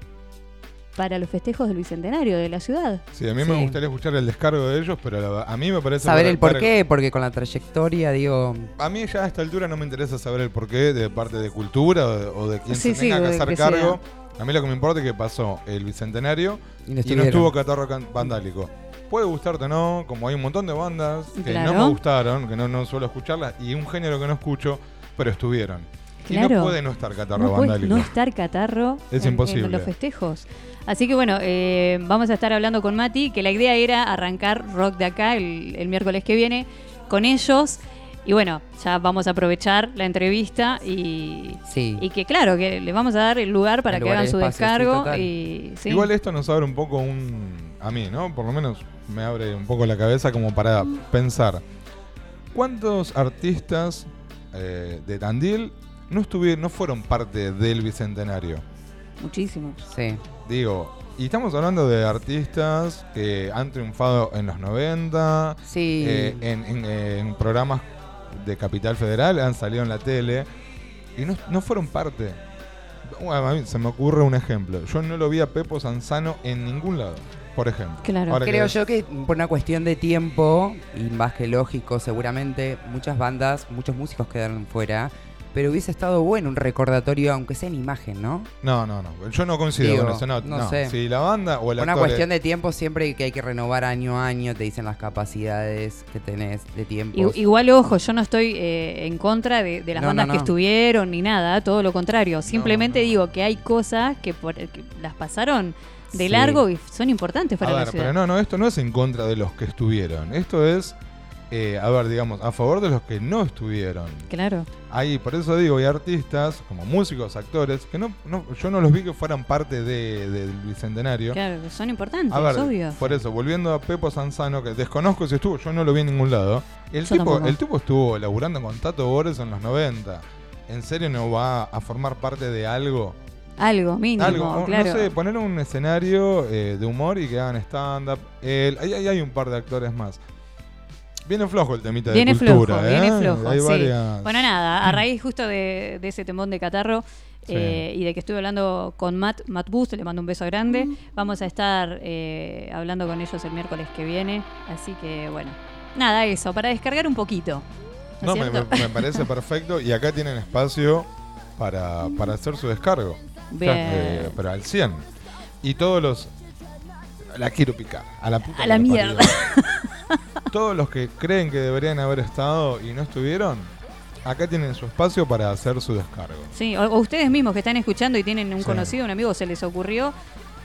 [SPEAKER 6] para los festejos del bicentenario de la ciudad.
[SPEAKER 7] Sí, a mí me
[SPEAKER 8] Sí.
[SPEAKER 7] gustaría escuchar el descargo de ellos, pero la- a mí me parece...
[SPEAKER 8] Saber el
[SPEAKER 7] verga-
[SPEAKER 8] porqué, porque con la trayectoria, digo,
[SPEAKER 7] A mí ya a esta altura no me interesa saber el porqué de parte de cultura o de, o de quién
[SPEAKER 6] Sí,
[SPEAKER 7] se
[SPEAKER 6] sí,
[SPEAKER 7] tenga
[SPEAKER 6] o
[SPEAKER 7] que
[SPEAKER 6] de
[SPEAKER 7] hacer
[SPEAKER 6] que
[SPEAKER 7] cargo. A mí lo que me importa es que pasó el bicentenario
[SPEAKER 8] y no
[SPEAKER 7] y no
[SPEAKER 8] estuvieron.
[SPEAKER 7] estuvo Catarro Can- Vandálico. Puede gustarte o no, como hay un montón de bandas que
[SPEAKER 6] Claro.
[SPEAKER 7] no me gustaron, que no, no suelo escucharlas, y un género que no escucho, pero estuvieron. Y no
[SPEAKER 6] Claro.
[SPEAKER 7] puede no estar Catarro
[SPEAKER 6] No puede
[SPEAKER 7] Vandálico.
[SPEAKER 6] no estar catarro
[SPEAKER 7] Es
[SPEAKER 6] en- en
[SPEAKER 7] imposible.
[SPEAKER 6] los festejos. Así que bueno, eh, vamos a estar hablando con Mati, que la idea era arrancar rock de acá el, el miércoles que viene con ellos. Y bueno, ya vamos a aprovechar la entrevista y,
[SPEAKER 8] Sí.
[SPEAKER 6] y que claro, que les vamos a dar el lugar para que
[SPEAKER 8] El lugar,
[SPEAKER 6] hagan
[SPEAKER 8] el
[SPEAKER 6] su
[SPEAKER 8] espacio, sí,
[SPEAKER 6] descargo.
[SPEAKER 8] total.
[SPEAKER 6] y, sí.
[SPEAKER 7] Igual esto nos abre un poco un... A mí, ¿no? Por lo menos me abre un poco la cabeza como para pensar. ¿Cuántos artistas eh, de Tandil no, estuvieron, no fueron parte del Bicentenario?
[SPEAKER 6] Muchísimo.
[SPEAKER 8] Sí.
[SPEAKER 7] Digo, y estamos hablando de artistas que han triunfado en los 90,
[SPEAKER 8] Sí.
[SPEAKER 7] eh, en, en- en programas de Capital Federal, han salido en la tele y no, no fueron parte. Bueno, a mí se me ocurre un ejemplo. Yo no lo vi a Pepo Sanzano en ningún lado, por ejemplo.
[SPEAKER 6] Claro.
[SPEAKER 7] Ahora que-
[SPEAKER 8] Creo yo que por una cuestión de tiempo, y más que lógico, seguramente muchas bandas, muchos músicos quedaron fuera, pero hubiese estado bueno un recordatorio, aunque sea en imagen, ¿no?
[SPEAKER 7] No, no, no. Yo no coincido
[SPEAKER 8] Digo,
[SPEAKER 7] con eso. No,
[SPEAKER 8] no
[SPEAKER 7] no.
[SPEAKER 8] sé.
[SPEAKER 7] Si la banda o el
[SPEAKER 8] Por una
[SPEAKER 7] actor es-
[SPEAKER 8] cuestión de tiempo, siempre que hay que renovar año a año, te dicen las capacidades que tenés de tiempo.
[SPEAKER 6] I- Igual, ojo, yo no estoy eh, en contra de, de las
[SPEAKER 8] No,
[SPEAKER 6] bandas
[SPEAKER 8] no,
[SPEAKER 6] que
[SPEAKER 8] no.
[SPEAKER 6] estuvieron ni nada, todo lo contrario. Simplemente
[SPEAKER 7] no.
[SPEAKER 6] digo que hay cosas que, por- que las pasaron de
[SPEAKER 8] Sí.
[SPEAKER 6] largo y son importantes para
[SPEAKER 7] A
[SPEAKER 6] la
[SPEAKER 7] ver,
[SPEAKER 6] ciudad.
[SPEAKER 7] pero no, no, esto no es en contra de los que estuvieron. Esto es, eh, a ver, digamos, a favor de los que no estuvieron.
[SPEAKER 6] Claro.
[SPEAKER 7] Ahí, por eso digo, hay artistas, como músicos, actores, que no, no- yo no los vi que fueran parte de- del bicentenario.
[SPEAKER 6] Claro, son importantes,
[SPEAKER 7] A ver,
[SPEAKER 6] obvio.
[SPEAKER 7] por eso, volviendo a Pepo Sanzano, que desconozco si estuvo, yo no lo vi en ningún lado. El,
[SPEAKER 6] Yo
[SPEAKER 7] tipo,
[SPEAKER 6] tampoco.
[SPEAKER 7] el tipo estuvo laburando con Tato Bores en los 90. ¿En serio no va a formar parte de algo?
[SPEAKER 6] Algo mínimo,
[SPEAKER 7] Algo, no- no,
[SPEAKER 6] claro.
[SPEAKER 7] sé, poner un escenario eh, de humor y que hagan stand-up. El- Ahí ahí hay, un par de actores más. Viene flojo el temita de
[SPEAKER 6] Viene flojo,
[SPEAKER 7] cultura, ¿eh?
[SPEAKER 6] viene flojo.
[SPEAKER 7] Hay
[SPEAKER 6] sí.
[SPEAKER 7] varias-
[SPEAKER 6] Bueno, nada, a raíz justo de, de ese temón de catarro
[SPEAKER 7] Sí.
[SPEAKER 6] eh, y de que estuve hablando con Matt, Matt Bus, le mando un beso grande. Vamos a estar eh, hablando con ellos el miércoles que viene. Así que, bueno, nada, eso, para descargar un poquito. ¿No
[SPEAKER 7] No,
[SPEAKER 6] es
[SPEAKER 7] me,
[SPEAKER 6] cierto?
[SPEAKER 7] me- me parece perfecto. Y acá tienen espacio para, para hacer su descargo.
[SPEAKER 6] Bien.
[SPEAKER 7] Eh, pero al 100. Y todos los. La quiero picar. A la puta
[SPEAKER 6] A
[SPEAKER 7] que
[SPEAKER 6] la
[SPEAKER 7] lo parió.
[SPEAKER 6] mierda.
[SPEAKER 7] [laughs] Todos los que creen que deberían haber estado y no estuvieron, acá tienen su espacio para hacer su descargo.
[SPEAKER 6] Sí, o, o ustedes mismos que están escuchando y tienen un
[SPEAKER 7] Sí.
[SPEAKER 6] conocido, un amigo, se les ocurrió.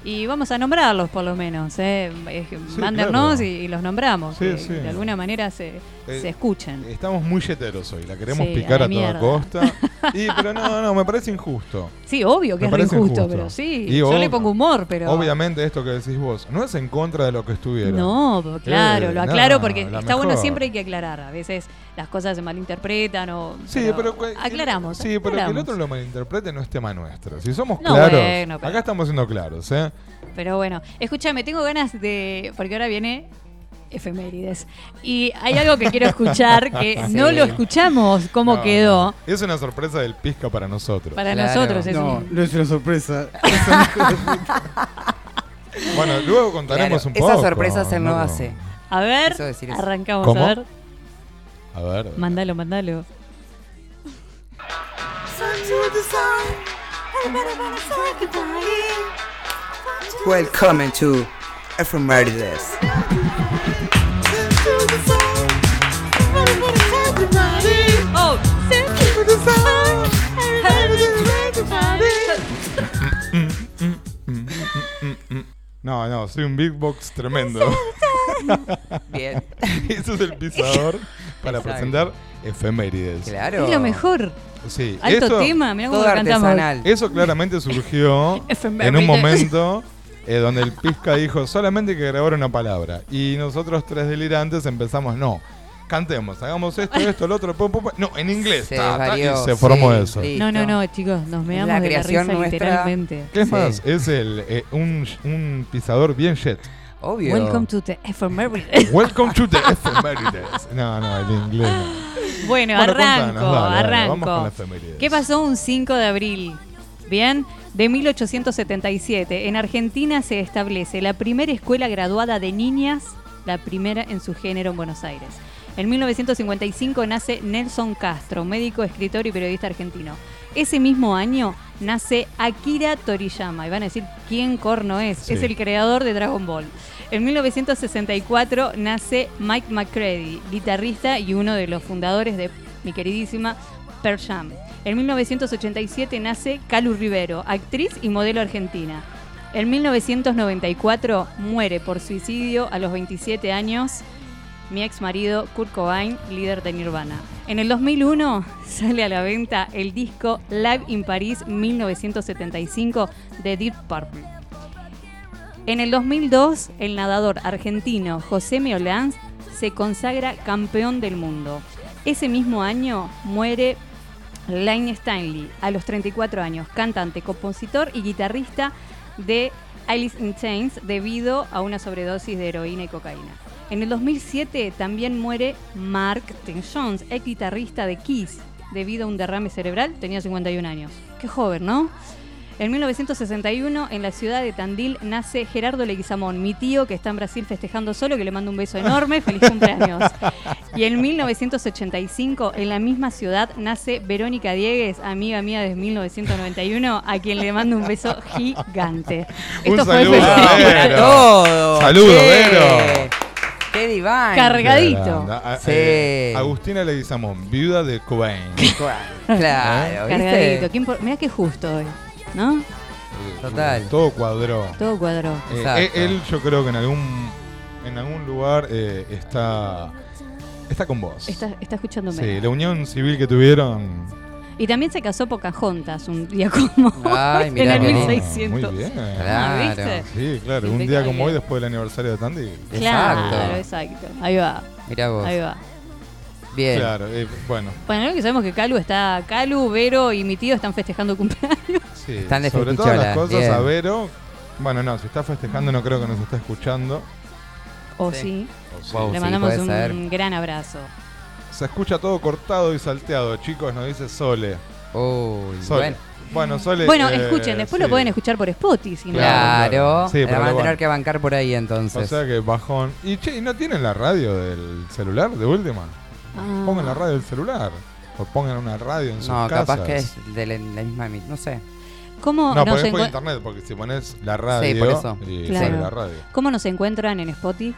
[SPEAKER 6] Y vamos a nombrarlos por lo menos. ¿eh? Es que
[SPEAKER 7] Sí,
[SPEAKER 6] mándennos
[SPEAKER 7] claro.
[SPEAKER 6] y, y los nombramos.
[SPEAKER 7] Sí,
[SPEAKER 6] que
[SPEAKER 7] sí.
[SPEAKER 6] De alguna manera se,
[SPEAKER 7] Eh,
[SPEAKER 6] se escuchan.
[SPEAKER 7] Estamos muy yeteros hoy, la queremos
[SPEAKER 6] Sí,
[SPEAKER 7] picar
[SPEAKER 6] a la
[SPEAKER 7] a, toda
[SPEAKER 6] mierda. [laughs]
[SPEAKER 7] costa. Y, pero no, no, me parece injusto.
[SPEAKER 6] Sí, obvio que
[SPEAKER 7] Me
[SPEAKER 6] es re
[SPEAKER 7] parece
[SPEAKER 6] injusto,
[SPEAKER 7] injusto.
[SPEAKER 6] pero sí.
[SPEAKER 7] Y
[SPEAKER 6] yo
[SPEAKER 7] ob-
[SPEAKER 6] le pongo humor, pero.
[SPEAKER 7] Obviamente esto que decís vos, no es en contra de lo que estuvieron.
[SPEAKER 6] No, pero claro,
[SPEAKER 7] Eh,
[SPEAKER 6] lo aclaro
[SPEAKER 7] no,
[SPEAKER 6] porque
[SPEAKER 7] la
[SPEAKER 6] está bueno,
[SPEAKER 7] mejor.
[SPEAKER 6] siempre hay que aclarar. A veces las cosas se malinterpretan o.
[SPEAKER 7] Sí, pero, que-
[SPEAKER 6] aclaramos.
[SPEAKER 7] Sí, pero que el
[SPEAKER 6] aclaramos.
[SPEAKER 7] otro lo malinterprete no es tema nuestro. Si somos
[SPEAKER 6] No,
[SPEAKER 7] claros,
[SPEAKER 6] bueno, pero-
[SPEAKER 7] acá estamos siendo claros, ¿eh?
[SPEAKER 6] Pero bueno, escúchame, tengo ganas de. Porque ahora viene efemérides. Y hay algo que quiero escuchar
[SPEAKER 7] [laughs]
[SPEAKER 6] que
[SPEAKER 8] Sí.
[SPEAKER 6] no lo escuchamos, cómo
[SPEAKER 7] No,
[SPEAKER 6] quedó.
[SPEAKER 7] no. Es una sorpresa del pizca para nosotros.
[SPEAKER 6] Para
[SPEAKER 8] Claro.
[SPEAKER 6] nosotros es
[SPEAKER 9] No,
[SPEAKER 6] un-
[SPEAKER 9] no es
[SPEAKER 8] [laughs]
[SPEAKER 9] una sorpresa.
[SPEAKER 7] Bueno, luego contaremos
[SPEAKER 8] Claro,
[SPEAKER 7] un poco.
[SPEAKER 8] esas sorpresas él no
[SPEAKER 7] loco.
[SPEAKER 8] hace.
[SPEAKER 6] A ver,
[SPEAKER 8] Eso decir eso.
[SPEAKER 6] arrancamos.
[SPEAKER 7] ¿Cómo?
[SPEAKER 6] A ver,
[SPEAKER 7] A ver.
[SPEAKER 6] mandalo, mandalo.
[SPEAKER 8] Welcome to Ephemerides.
[SPEAKER 6] Oh, sí.
[SPEAKER 7] No, no, soy un beatbox tremendo. [laughs]
[SPEAKER 8] Bien.
[SPEAKER 7] Ese es el pisador para
[SPEAKER 8] Exacto.
[SPEAKER 7] presentar efemérides.
[SPEAKER 8] Claro.
[SPEAKER 6] Es lo mejor.
[SPEAKER 7] Sí,
[SPEAKER 6] Alto
[SPEAKER 7] eso-
[SPEAKER 6] tema, mirá cómo
[SPEAKER 8] Todo
[SPEAKER 6] lo cantamos.
[SPEAKER 8] artesanal.
[SPEAKER 7] Eso claramente
[SPEAKER 6] [laughs]
[SPEAKER 7] surgió en
[SPEAKER 6] Efeméride.
[SPEAKER 7] un momento eh, donde el Pizca dijo solamente hay que grabar una palabra. Y nosotros tres delirantes empezamos, no, cantemos, hagamos
[SPEAKER 6] [laughs]
[SPEAKER 7] esto, esto, lo otro, pum, pum, pum. no, en inglés.
[SPEAKER 8] Se
[SPEAKER 7] ta, ta,
[SPEAKER 8] varió,
[SPEAKER 7] y se formó
[SPEAKER 8] sí,
[SPEAKER 7] eso.
[SPEAKER 8] sí.
[SPEAKER 6] No, no,
[SPEAKER 8] Listo.
[SPEAKER 6] no, chicos, nos meamos de
[SPEAKER 8] La
[SPEAKER 6] la risa
[SPEAKER 8] creación nuestra.
[SPEAKER 6] literalmente.
[SPEAKER 7] ¿Qué es
[SPEAKER 8] Sí.
[SPEAKER 7] más? Es el, eh, un, un pisador bien jet.
[SPEAKER 8] Obvio.
[SPEAKER 6] Welcome to the Ephemeride.
[SPEAKER 7] [laughs] Welcome to the
[SPEAKER 6] [laughs]
[SPEAKER 7] efemérides. No, no, el inglés. no.
[SPEAKER 6] bueno,
[SPEAKER 7] Bueno,
[SPEAKER 6] arranco,
[SPEAKER 7] contanos, dale, dale,
[SPEAKER 6] arranco.
[SPEAKER 7] vamos con las efemérides.
[SPEAKER 6] ¿Qué pasó un 5 de abril? Bien, de 1877. En Argentina se establece la primera escuela graduada de niñas, la primera en su género en Buenos Aires. En 1955 nace Nelson Castro, médico, escritor y periodista argentino. Ese mismo año nace Akira Toriyama. Y van a decir, ¿quién corno es?
[SPEAKER 7] Sí.
[SPEAKER 6] Es el creador de Dragon Ball. En 1964 nace Mike McCready, guitarrista y uno de los fundadores de mi queridísima Pearl Jam. En 1987 nace Calu Rivero, actriz y modelo argentina. En 1994 muere por suicidio a los 27 años mi ex marido Kurt Cobain, líder de Nirvana. En el 2001 [laughs] sale a la venta el disco Live in Paris 1975 de Deep Purple. En el 2002, el nadador argentino José Meolans se consagra campeón del mundo. Ese mismo año muere Lane Stanley, a los 34 años, cantante, compositor y guitarrista de Alice in Chains debido a una sobredosis de heroína y cocaína. En el 2007 también muere Mark T. Jones, ex guitarrista de Kiss, debido a un derrame cerebral, tenía 51 años. Qué joven, ¿no? En 1961, en la ciudad de Tandil, nace Gerardo Leguizamón, mi tío que está en Brasil festejando solo, que le mando un beso enorme, feliz cumpleaños. Y en 1985, en la misma ciudad, nace Verónica Diegues, amiga mía desde 1991, a quien le mando un beso gigante.
[SPEAKER 7] Un
[SPEAKER 6] fue
[SPEAKER 7] saludo.
[SPEAKER 6] Efemérides.
[SPEAKER 8] Vamos para
[SPEAKER 7] Vero.
[SPEAKER 8] todo.
[SPEAKER 7] Saludo,
[SPEAKER 8] Che.
[SPEAKER 7] Vero.
[SPEAKER 8] Qué diván.
[SPEAKER 6] Carga- Cargadito.
[SPEAKER 7] Qué grande.
[SPEAKER 8] Sí.
[SPEAKER 7] eh, Agustina Leguizamón, viuda de Cobain.
[SPEAKER 8] [laughs] Claro, ¿viste?
[SPEAKER 6] Cargadito. ¿Quién por- Mirá qué justo hoy, ¿no?
[SPEAKER 8] Total.
[SPEAKER 7] Todo cuadró.
[SPEAKER 6] Todo cuadró.
[SPEAKER 7] Eh,
[SPEAKER 8] Exacto.
[SPEAKER 7] eh, él yo creo que en algún en algún lugar eh, está está con vos.
[SPEAKER 6] Está, está escuchándome.
[SPEAKER 7] sí, la unión civil que tuvieron.
[SPEAKER 6] Y también se casó Pocahontas un día como
[SPEAKER 8] [laughs] Ay,
[SPEAKER 6] hoy, en
[SPEAKER 8] mirá
[SPEAKER 6] el
[SPEAKER 8] vos.
[SPEAKER 6] 1600.
[SPEAKER 7] Muy bien.
[SPEAKER 6] Ah,
[SPEAKER 8] Claro.
[SPEAKER 6] ¿viste?
[SPEAKER 7] Sí, claro, un día como hoy después del aniversario de Tandy.
[SPEAKER 8] Exacto.
[SPEAKER 6] Claro, exacto. Ahí va,
[SPEAKER 8] Mirá vos.
[SPEAKER 6] ahí va.
[SPEAKER 8] Bien.
[SPEAKER 7] Claro, eh, bueno,
[SPEAKER 6] Bueno, lo que sabemos que Calu está, Calu, Vero y mi tío están festejando cumpleaños.
[SPEAKER 7] sí.
[SPEAKER 8] Están de
[SPEAKER 7] Sobre todas las
[SPEAKER 8] festichola,
[SPEAKER 7] cosas,
[SPEAKER 8] bien.
[SPEAKER 7] a Vero, bueno, no, si está festejando no creo que nos está escuchando.
[SPEAKER 6] O sí,
[SPEAKER 8] Sí.
[SPEAKER 7] O
[SPEAKER 8] Wow.
[SPEAKER 6] le
[SPEAKER 8] sí,
[SPEAKER 6] mandamos
[SPEAKER 8] puede
[SPEAKER 6] un
[SPEAKER 8] ser.
[SPEAKER 6] gran abrazo.
[SPEAKER 7] sí. Se escucha todo cortado y salteado, chicos, nos dice Sole. Sole.
[SPEAKER 8] Uy, bueno.
[SPEAKER 7] Bueno, Sole.
[SPEAKER 6] bueno,
[SPEAKER 7] eh,
[SPEAKER 6] escuchen, después lo
[SPEAKER 7] sí.
[SPEAKER 6] pueden escuchar por Spotify. si no.
[SPEAKER 7] Claro,
[SPEAKER 8] Claro.
[SPEAKER 7] claro. Sí,
[SPEAKER 8] la
[SPEAKER 7] pero
[SPEAKER 8] van a
[SPEAKER 7] bueno.
[SPEAKER 8] tener que bancar por ahí entonces.
[SPEAKER 7] O sea que bajón. Y che, ¿y no tienen la radio del celular de última?
[SPEAKER 6] Ah.
[SPEAKER 7] Pongan la radio del celular. O pongan una radio en sus
[SPEAKER 8] no,
[SPEAKER 7] casas.
[SPEAKER 8] capaz que es de la, la misma emit- No sé.
[SPEAKER 7] No,
[SPEAKER 6] ¿Cómo, nos
[SPEAKER 7] porque es por
[SPEAKER 6] encuent-
[SPEAKER 7] internet, porque si pones la radio
[SPEAKER 8] Sí, por eso.
[SPEAKER 7] y
[SPEAKER 6] Claro.
[SPEAKER 7] sale la radio.
[SPEAKER 6] ¿Cómo nos encuentran en Spotify?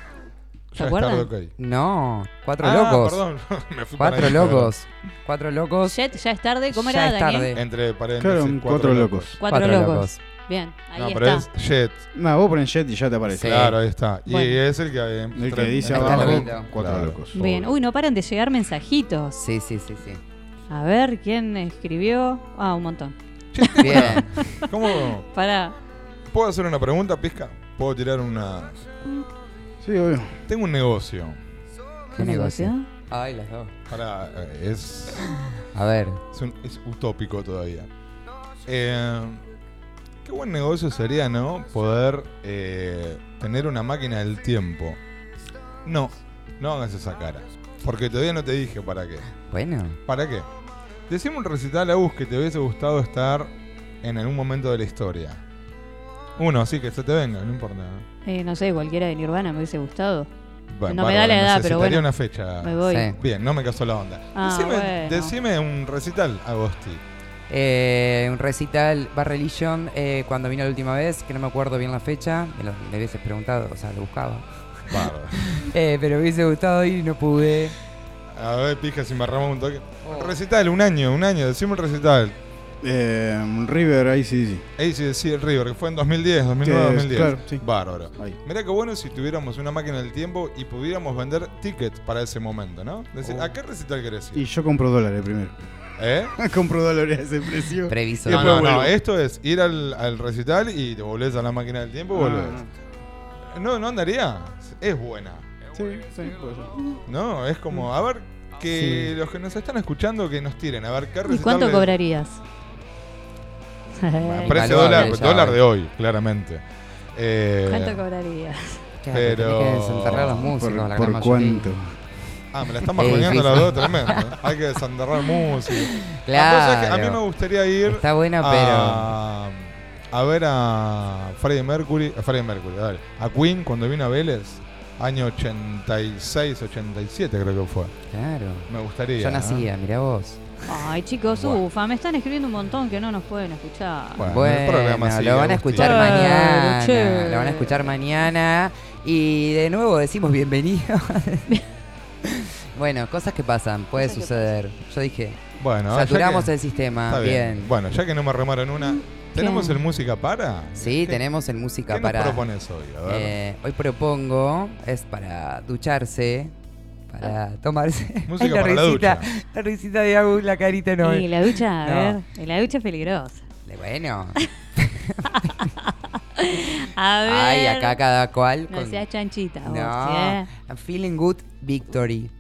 [SPEAKER 7] Ya es
[SPEAKER 6] acuerdan?
[SPEAKER 7] tarde, ok.
[SPEAKER 8] No. Cuatro
[SPEAKER 7] ah,
[SPEAKER 8] locos.
[SPEAKER 7] perdón. [laughs] Me fui para
[SPEAKER 8] Cuatro
[SPEAKER 7] ahí, perdón.
[SPEAKER 8] locos. Cuatro locos.
[SPEAKER 6] Jet, ya es tarde. ¿Cómo
[SPEAKER 8] Ya
[SPEAKER 6] era,
[SPEAKER 8] es
[SPEAKER 6] Daniel?
[SPEAKER 8] tarde.
[SPEAKER 7] Entre Eh, paréntesis.
[SPEAKER 9] Claro, cuatro, locos.
[SPEAKER 6] Cuatro, locos. Bien, ahí
[SPEAKER 7] no,
[SPEAKER 6] está.
[SPEAKER 7] pero es Jet.
[SPEAKER 9] Nah, vos ponen Jet y ya te
[SPEAKER 8] Sí.
[SPEAKER 9] aparece.
[SPEAKER 7] Claro, ahí está. Y
[SPEAKER 6] Bueno.
[SPEAKER 7] es el que... eh,
[SPEAKER 9] El que dice
[SPEAKER 8] Está
[SPEAKER 9] abajo,
[SPEAKER 8] loquito.
[SPEAKER 9] cuatro
[SPEAKER 7] Claro.
[SPEAKER 9] locos.
[SPEAKER 6] Bien, uy, no paran de llegar mensajitos.
[SPEAKER 8] Sí, sí, sí, sí.
[SPEAKER 6] A ver, ¿quién escribió? Ah, un montón. [laughs]
[SPEAKER 8] Bien.
[SPEAKER 7] [laughs] ¿Cómo?
[SPEAKER 6] Para.
[SPEAKER 7] ¿Puedo hacer una pregunta, Pizca? ¿Puedo tirar una...?
[SPEAKER 9] Sí, obvio.
[SPEAKER 7] Tengo un negocio.
[SPEAKER 8] ¿Qué negocio? Ay, las dos.
[SPEAKER 7] Para... Es...
[SPEAKER 8] A ver.
[SPEAKER 7] Es, un- es utópico todavía. Eh, qué buen negocio sería, ¿no? Poder eh, tener una máquina del tiempo. No, no hagas esa cara. Porque todavía no te dije para qué.
[SPEAKER 8] Bueno.
[SPEAKER 7] ¿Para qué? Decime un recital a vos que te hubiese gustado estar en algún momento de la historia. Uno, sí, que se te venga, no importa. ¿no?
[SPEAKER 6] Eh, no sé, cualquiera de Nirvana me hubiese gustado.
[SPEAKER 7] Bueno,
[SPEAKER 6] No me da la
[SPEAKER 7] bárbaro,
[SPEAKER 6] edad, pero
[SPEAKER 7] necesitaría
[SPEAKER 6] bueno.
[SPEAKER 7] una fecha.
[SPEAKER 6] Me voy.
[SPEAKER 8] Sí.
[SPEAKER 7] Bien, no me casó la onda.
[SPEAKER 6] Ah,
[SPEAKER 7] decime,
[SPEAKER 6] bueno.
[SPEAKER 7] decime un recital, Agosti.
[SPEAKER 8] Eh, un recital Bar Religion eh, cuando vino la última vez, que no me acuerdo bien la fecha, me lo me hubieses preguntado, o sea, lo buscaba.
[SPEAKER 7] Bárbaro.
[SPEAKER 8] [laughs] Eh, pero me hubiese gustado ir y no pude.
[SPEAKER 7] A ver, pija, si me arramo un toque.
[SPEAKER 8] Oh.
[SPEAKER 7] Recital, un año, un año, decimos recital.
[SPEAKER 9] Eh, River, ahí sí, sí.
[SPEAKER 7] Ahí sí, sí, el River, que fue en 2010, 2009,
[SPEAKER 9] Sí,
[SPEAKER 7] 2010.
[SPEAKER 9] claro, sí.
[SPEAKER 7] Bárbaro.
[SPEAKER 9] Ahí.
[SPEAKER 7] Mirá qué bueno si tuviéramos una máquina del tiempo y pudiéramos vender tickets para ese momento, ¿no? Decir,
[SPEAKER 9] Uh.
[SPEAKER 7] ¿a qué recital querés ir?
[SPEAKER 9] Y yo compro dólares primero.
[SPEAKER 7] ¿Eh?
[SPEAKER 9] [laughs] compro dólares a ese precio.
[SPEAKER 8] Previso.
[SPEAKER 7] No,
[SPEAKER 9] después
[SPEAKER 7] no, no,
[SPEAKER 9] vuelvo.
[SPEAKER 7] esto es ir al, al recital y te volvés a la máquina del tiempo y
[SPEAKER 9] Ah,
[SPEAKER 7] volvés. No, no andaría. Es buena.
[SPEAKER 9] Sí, sí, puede ser.
[SPEAKER 7] No, es como, a ver, que los que nos están escuchando que nos tiren, a ver qué recital.
[SPEAKER 6] ¿Y cuánto
[SPEAKER 7] les-
[SPEAKER 6] cobrarías?
[SPEAKER 7] Bueno,
[SPEAKER 6] [laughs]
[SPEAKER 7] precio
[SPEAKER 8] Valores,
[SPEAKER 7] dólar,
[SPEAKER 8] ya,
[SPEAKER 7] dólar de
[SPEAKER 8] hoy.
[SPEAKER 7] hoy, claramente. Eh,
[SPEAKER 6] ¿Cuánto cobrarías?
[SPEAKER 8] Claro,
[SPEAKER 7] Pero-
[SPEAKER 8] tenés que desenterrar a los músicos, la
[SPEAKER 9] ¿Por,
[SPEAKER 8] gran
[SPEAKER 9] por
[SPEAKER 8] mayoría.
[SPEAKER 9] cuánto?
[SPEAKER 7] Ah, me la están
[SPEAKER 8] Eh,
[SPEAKER 7] marconeando las
[SPEAKER 8] sí.
[SPEAKER 7] dos, tremendo. ¿eh? Hay que desenterrar
[SPEAKER 8] [laughs]
[SPEAKER 7] música. La cosa es que
[SPEAKER 8] Claro.
[SPEAKER 7] a mí me gustaría ir.
[SPEAKER 8] Está buena,
[SPEAKER 7] a, a ver a Freddie Mercury. A Freddie Mercury, dale. A Queen cuando vino a Vélez. Año 86, 87 creo que fue.
[SPEAKER 8] pero. Claro.
[SPEAKER 7] Me gustaría.
[SPEAKER 8] Yo
[SPEAKER 7] ¿eh?
[SPEAKER 8] nacía, mirá vos.
[SPEAKER 6] Ay, chicos,
[SPEAKER 7] Bueno.
[SPEAKER 6] ufa, me están escribiendo un montón que no nos pueden escuchar.
[SPEAKER 7] Bueno, el
[SPEAKER 8] Bueno,
[SPEAKER 7] programa sigue,
[SPEAKER 8] lo van a
[SPEAKER 7] Agustín.
[SPEAKER 8] escuchar
[SPEAKER 6] Claro,
[SPEAKER 8] mañana.
[SPEAKER 6] che.
[SPEAKER 8] Lo van a escuchar mañana. Y de nuevo decimos bienvenido. [laughs] bueno, cosas que pasan, puede suceder. Yo dije,
[SPEAKER 7] Bueno, ya
[SPEAKER 8] saturamos
[SPEAKER 7] que-
[SPEAKER 8] el sistema.
[SPEAKER 7] está
[SPEAKER 8] bien.
[SPEAKER 7] Bueno, ya que no me remaron una.
[SPEAKER 6] Mm,
[SPEAKER 7] ¿Tenemos el música para?
[SPEAKER 8] Sí,
[SPEAKER 7] ¿Qué-
[SPEAKER 8] tenemos el música
[SPEAKER 7] ¿Qué
[SPEAKER 8] para.
[SPEAKER 7] nos propones hoy? A ver.
[SPEAKER 8] Eh, hoy propongo, es para ducharse,
[SPEAKER 6] Ah.
[SPEAKER 8] para tomarse.
[SPEAKER 7] [laughs] Música
[SPEAKER 8] Ay, la
[SPEAKER 7] para la
[SPEAKER 8] risita,
[SPEAKER 7] ducha.
[SPEAKER 8] la risita de Agus, la carita no.
[SPEAKER 6] Y la ducha, a
[SPEAKER 8] No.
[SPEAKER 6] ver, y la ducha es peligrosa.
[SPEAKER 8] Le- Bueno,
[SPEAKER 6] [laughs]
[SPEAKER 8] [laughs]
[SPEAKER 6] A ver.
[SPEAKER 8] ay, acá cada cual.
[SPEAKER 6] No
[SPEAKER 8] con-
[SPEAKER 6] seas chanchita, vos, ¿sí,
[SPEAKER 8] No,
[SPEAKER 6] eh?
[SPEAKER 8] I'm Feeling Good Victory,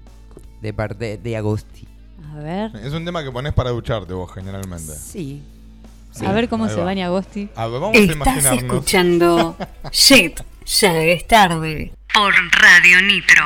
[SPEAKER 8] de parte de Agusti.
[SPEAKER 6] A ver.
[SPEAKER 7] Es un tema que pones para ducharte vos generalmente.
[SPEAKER 8] Sí.
[SPEAKER 6] a ver cómo
[SPEAKER 7] ahí
[SPEAKER 6] se
[SPEAKER 7] va.
[SPEAKER 6] baña Agosti.
[SPEAKER 7] A ver, vamos a
[SPEAKER 3] Estás
[SPEAKER 7] imaginarnos. [laughs]
[SPEAKER 3] escuchando Shit, ya es tarde. Por Radio Nitro.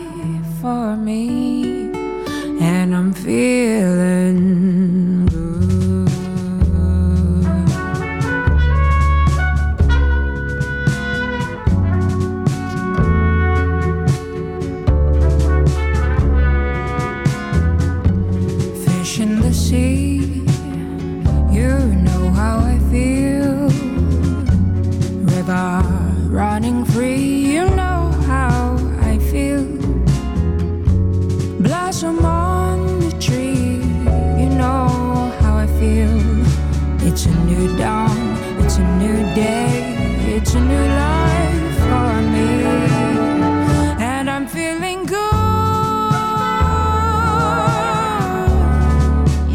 [SPEAKER 10] for me, and I'm feeling good. Fish in the sea, you know how I feel river running free. You know how I feel. Blossom on the tree. You know how I feel. It's a new dawn. It's a new day. It's a new life for me. And I'm feeling good.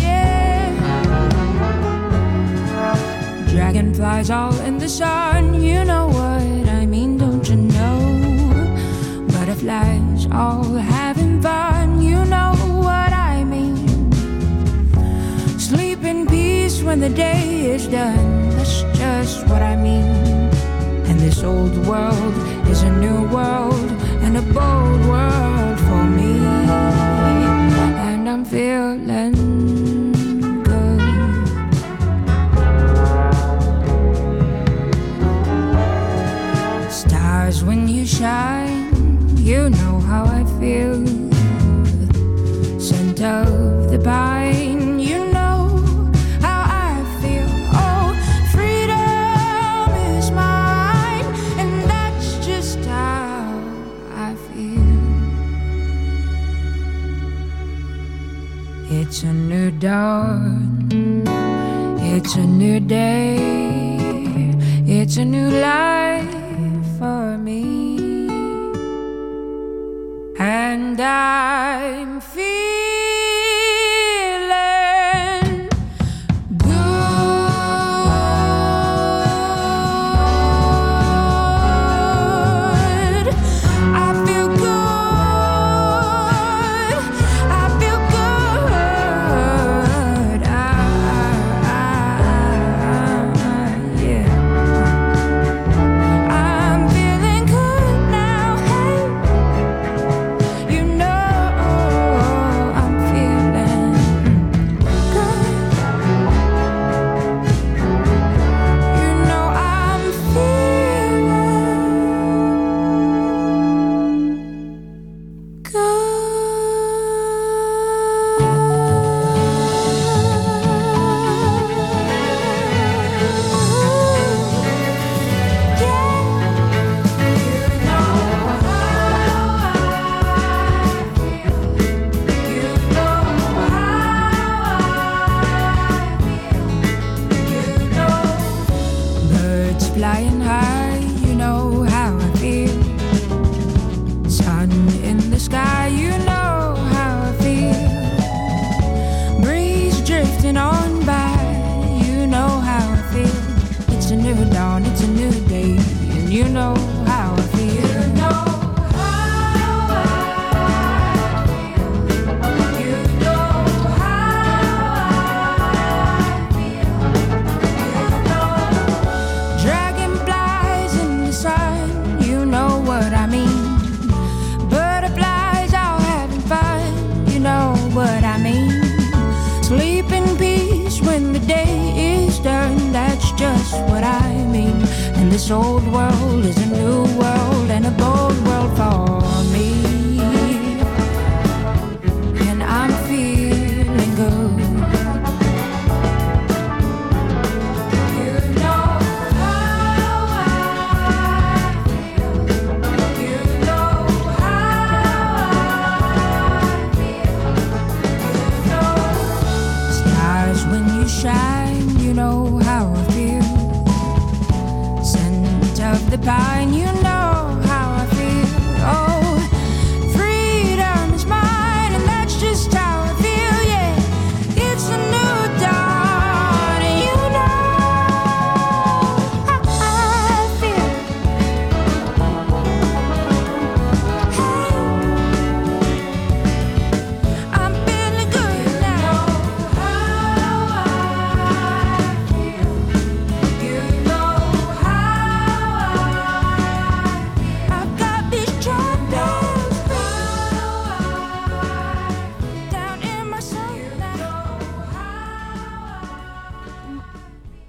[SPEAKER 10] Yeah. Dragonflies all in the sun, you know what I mean, don't you know? Butterflies all having fun, you know what I mean. Sleep in peace when the day is done, that's just what I mean. And this old world is a new world, and a bold world for me. And I'm feeling good. Stars when you shine, you know how I feel. Scent of the pine, you know how I feel. Oh, freedom is mine, and that's just how I feel. It's a new dawn. It's a new day. It's a new life for me. And I'm feeling good. I feel good. I feel good. I, I, I, yeah. I'm feeling good now. Hey, you know. flying high, you know how I feel. Sun in the sky, you know how I feel. Breeze drifting on by, you know how I feel. It's a new dawn, it's a new day, and you know how I feel. You know Dragonflies in the sun, you know what I mean. Butterflies out having fun, you know what I mean. Sleep in peace when the day is done, that's just what I mean. And this old world is a new world and a bold world for me. And I'm feeling good. You know Stars when you shine, you know how I feel. Scent of the pine, you know how I feel. Oh, freedom is mine, and that's just how I feel. Yeah, it's a new dawn, and you know how I feel. I'm feeling good now. I've got these troubles down in my soul now.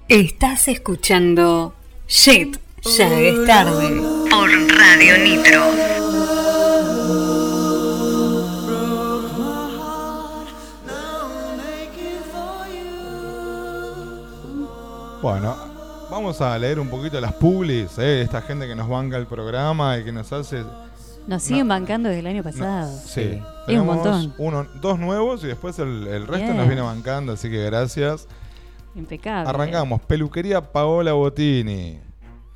[SPEAKER 3] Estás escuchando Shit, ya es tarde. Por Radio Nitro.
[SPEAKER 7] Bueno, vamos a leer un poquito las publis, eh, esta gente que nos banca el programa y que nos hace.
[SPEAKER 6] Nos siguen bancando desde el año pasado.
[SPEAKER 7] Sí,
[SPEAKER 6] Es un
[SPEAKER 7] tenemos
[SPEAKER 6] montón.
[SPEAKER 7] Uno, dos nuevos y después el, el resto
[SPEAKER 6] Bien.
[SPEAKER 7] nos viene bancando, así que gracias.
[SPEAKER 6] Impecable.
[SPEAKER 7] Arrancamos. Peluquería Paola Botini.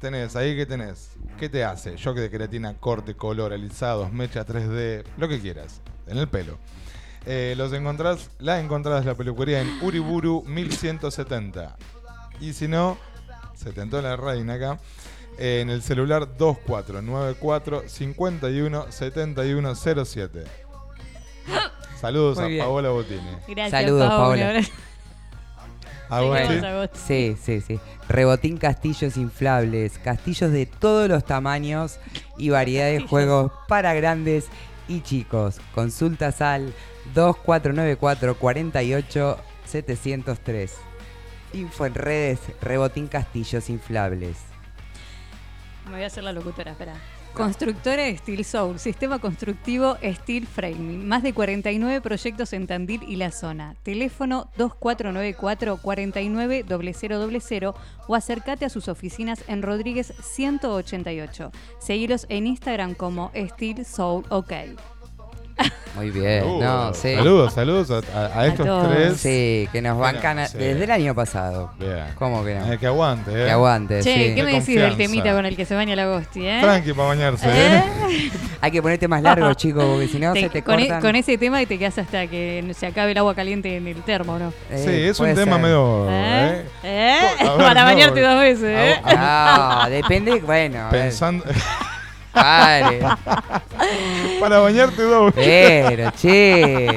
[SPEAKER 7] Tenés ahí, ¿qué tenés? ¿Qué te hace? Yo que de queratina, corte, color, alisados, mecha 3D, lo que quieras, en el pelo. Eh, los encontrás, la encontrás la peluquería en Uriburu 1170. Y si no, se tentó la reina acá. eh, en el celular 2494 51 7107. Saludos
[SPEAKER 8] Muy bien.
[SPEAKER 7] a Paola Botini.
[SPEAKER 6] Gracias,
[SPEAKER 8] Saludos,
[SPEAKER 6] Paola.
[SPEAKER 7] [laughs]
[SPEAKER 8] Paola.
[SPEAKER 7] Agustín.
[SPEAKER 8] Sí, sí, sí. Rebotín castillos inflables, castillos de todos los tamaños y variedad de juegos para grandes y chicos. Consultas al 2494 48 703. Info en redes, rebotín castillos inflables.
[SPEAKER 6] Me voy a hacer la locutora, espera. Constructora de Steel Soul, sistema constructivo Steel Framing. Más de 49 proyectos en Tandil y la zona. Teléfono 2494 490000 o acércate a sus oficinas en Rodríguez 188. Seguilos en Instagram como Steel Soul OK.
[SPEAKER 8] Muy bien. no, sí.
[SPEAKER 7] Saludos, saludos a, a- a estos
[SPEAKER 6] todos.
[SPEAKER 7] tres.
[SPEAKER 8] Sí, que nos bancan a-
[SPEAKER 7] Sí.
[SPEAKER 8] desde el año pasado.
[SPEAKER 7] Bien.
[SPEAKER 8] ¿Cómo que no?
[SPEAKER 7] Eh, que aguante, eh.
[SPEAKER 8] Que aguante,
[SPEAKER 6] Che,
[SPEAKER 8] sí.
[SPEAKER 6] ¿qué me decís del
[SPEAKER 7] Confianza.
[SPEAKER 6] temita con el que se baña la Gosti, eh?
[SPEAKER 7] Tranqui para bañarse,
[SPEAKER 6] ¿Eh?
[SPEAKER 7] eh.
[SPEAKER 8] [laughs] Hay que ponerte
[SPEAKER 6] [laughs]
[SPEAKER 8] más largo, chicos, porque si no
[SPEAKER 6] Te-
[SPEAKER 8] se te
[SPEAKER 6] con, e-
[SPEAKER 8] cortan.
[SPEAKER 6] con ese tema y te quedas hasta que se acabe el agua caliente en el termo, ¿no?
[SPEAKER 8] Eh,
[SPEAKER 7] Sí, es un
[SPEAKER 8] puede
[SPEAKER 7] tema
[SPEAKER 8] ser.
[SPEAKER 7] medio.
[SPEAKER 6] ¿Eh?
[SPEAKER 7] ¿Eh?
[SPEAKER 6] ¿Eh?
[SPEAKER 7] A
[SPEAKER 6] [laughs]
[SPEAKER 7] ver,
[SPEAKER 6] Para
[SPEAKER 7] no,
[SPEAKER 6] bañarte
[SPEAKER 7] eh.
[SPEAKER 6] dos veces,
[SPEAKER 7] A-
[SPEAKER 6] ¿eh?
[SPEAKER 7] a-
[SPEAKER 8] No, depende, bueno. a ver. [laughs]
[SPEAKER 7] pensando.
[SPEAKER 8] Vale.
[SPEAKER 7] eh. para bañarte dos veces.
[SPEAKER 8] Pero, che.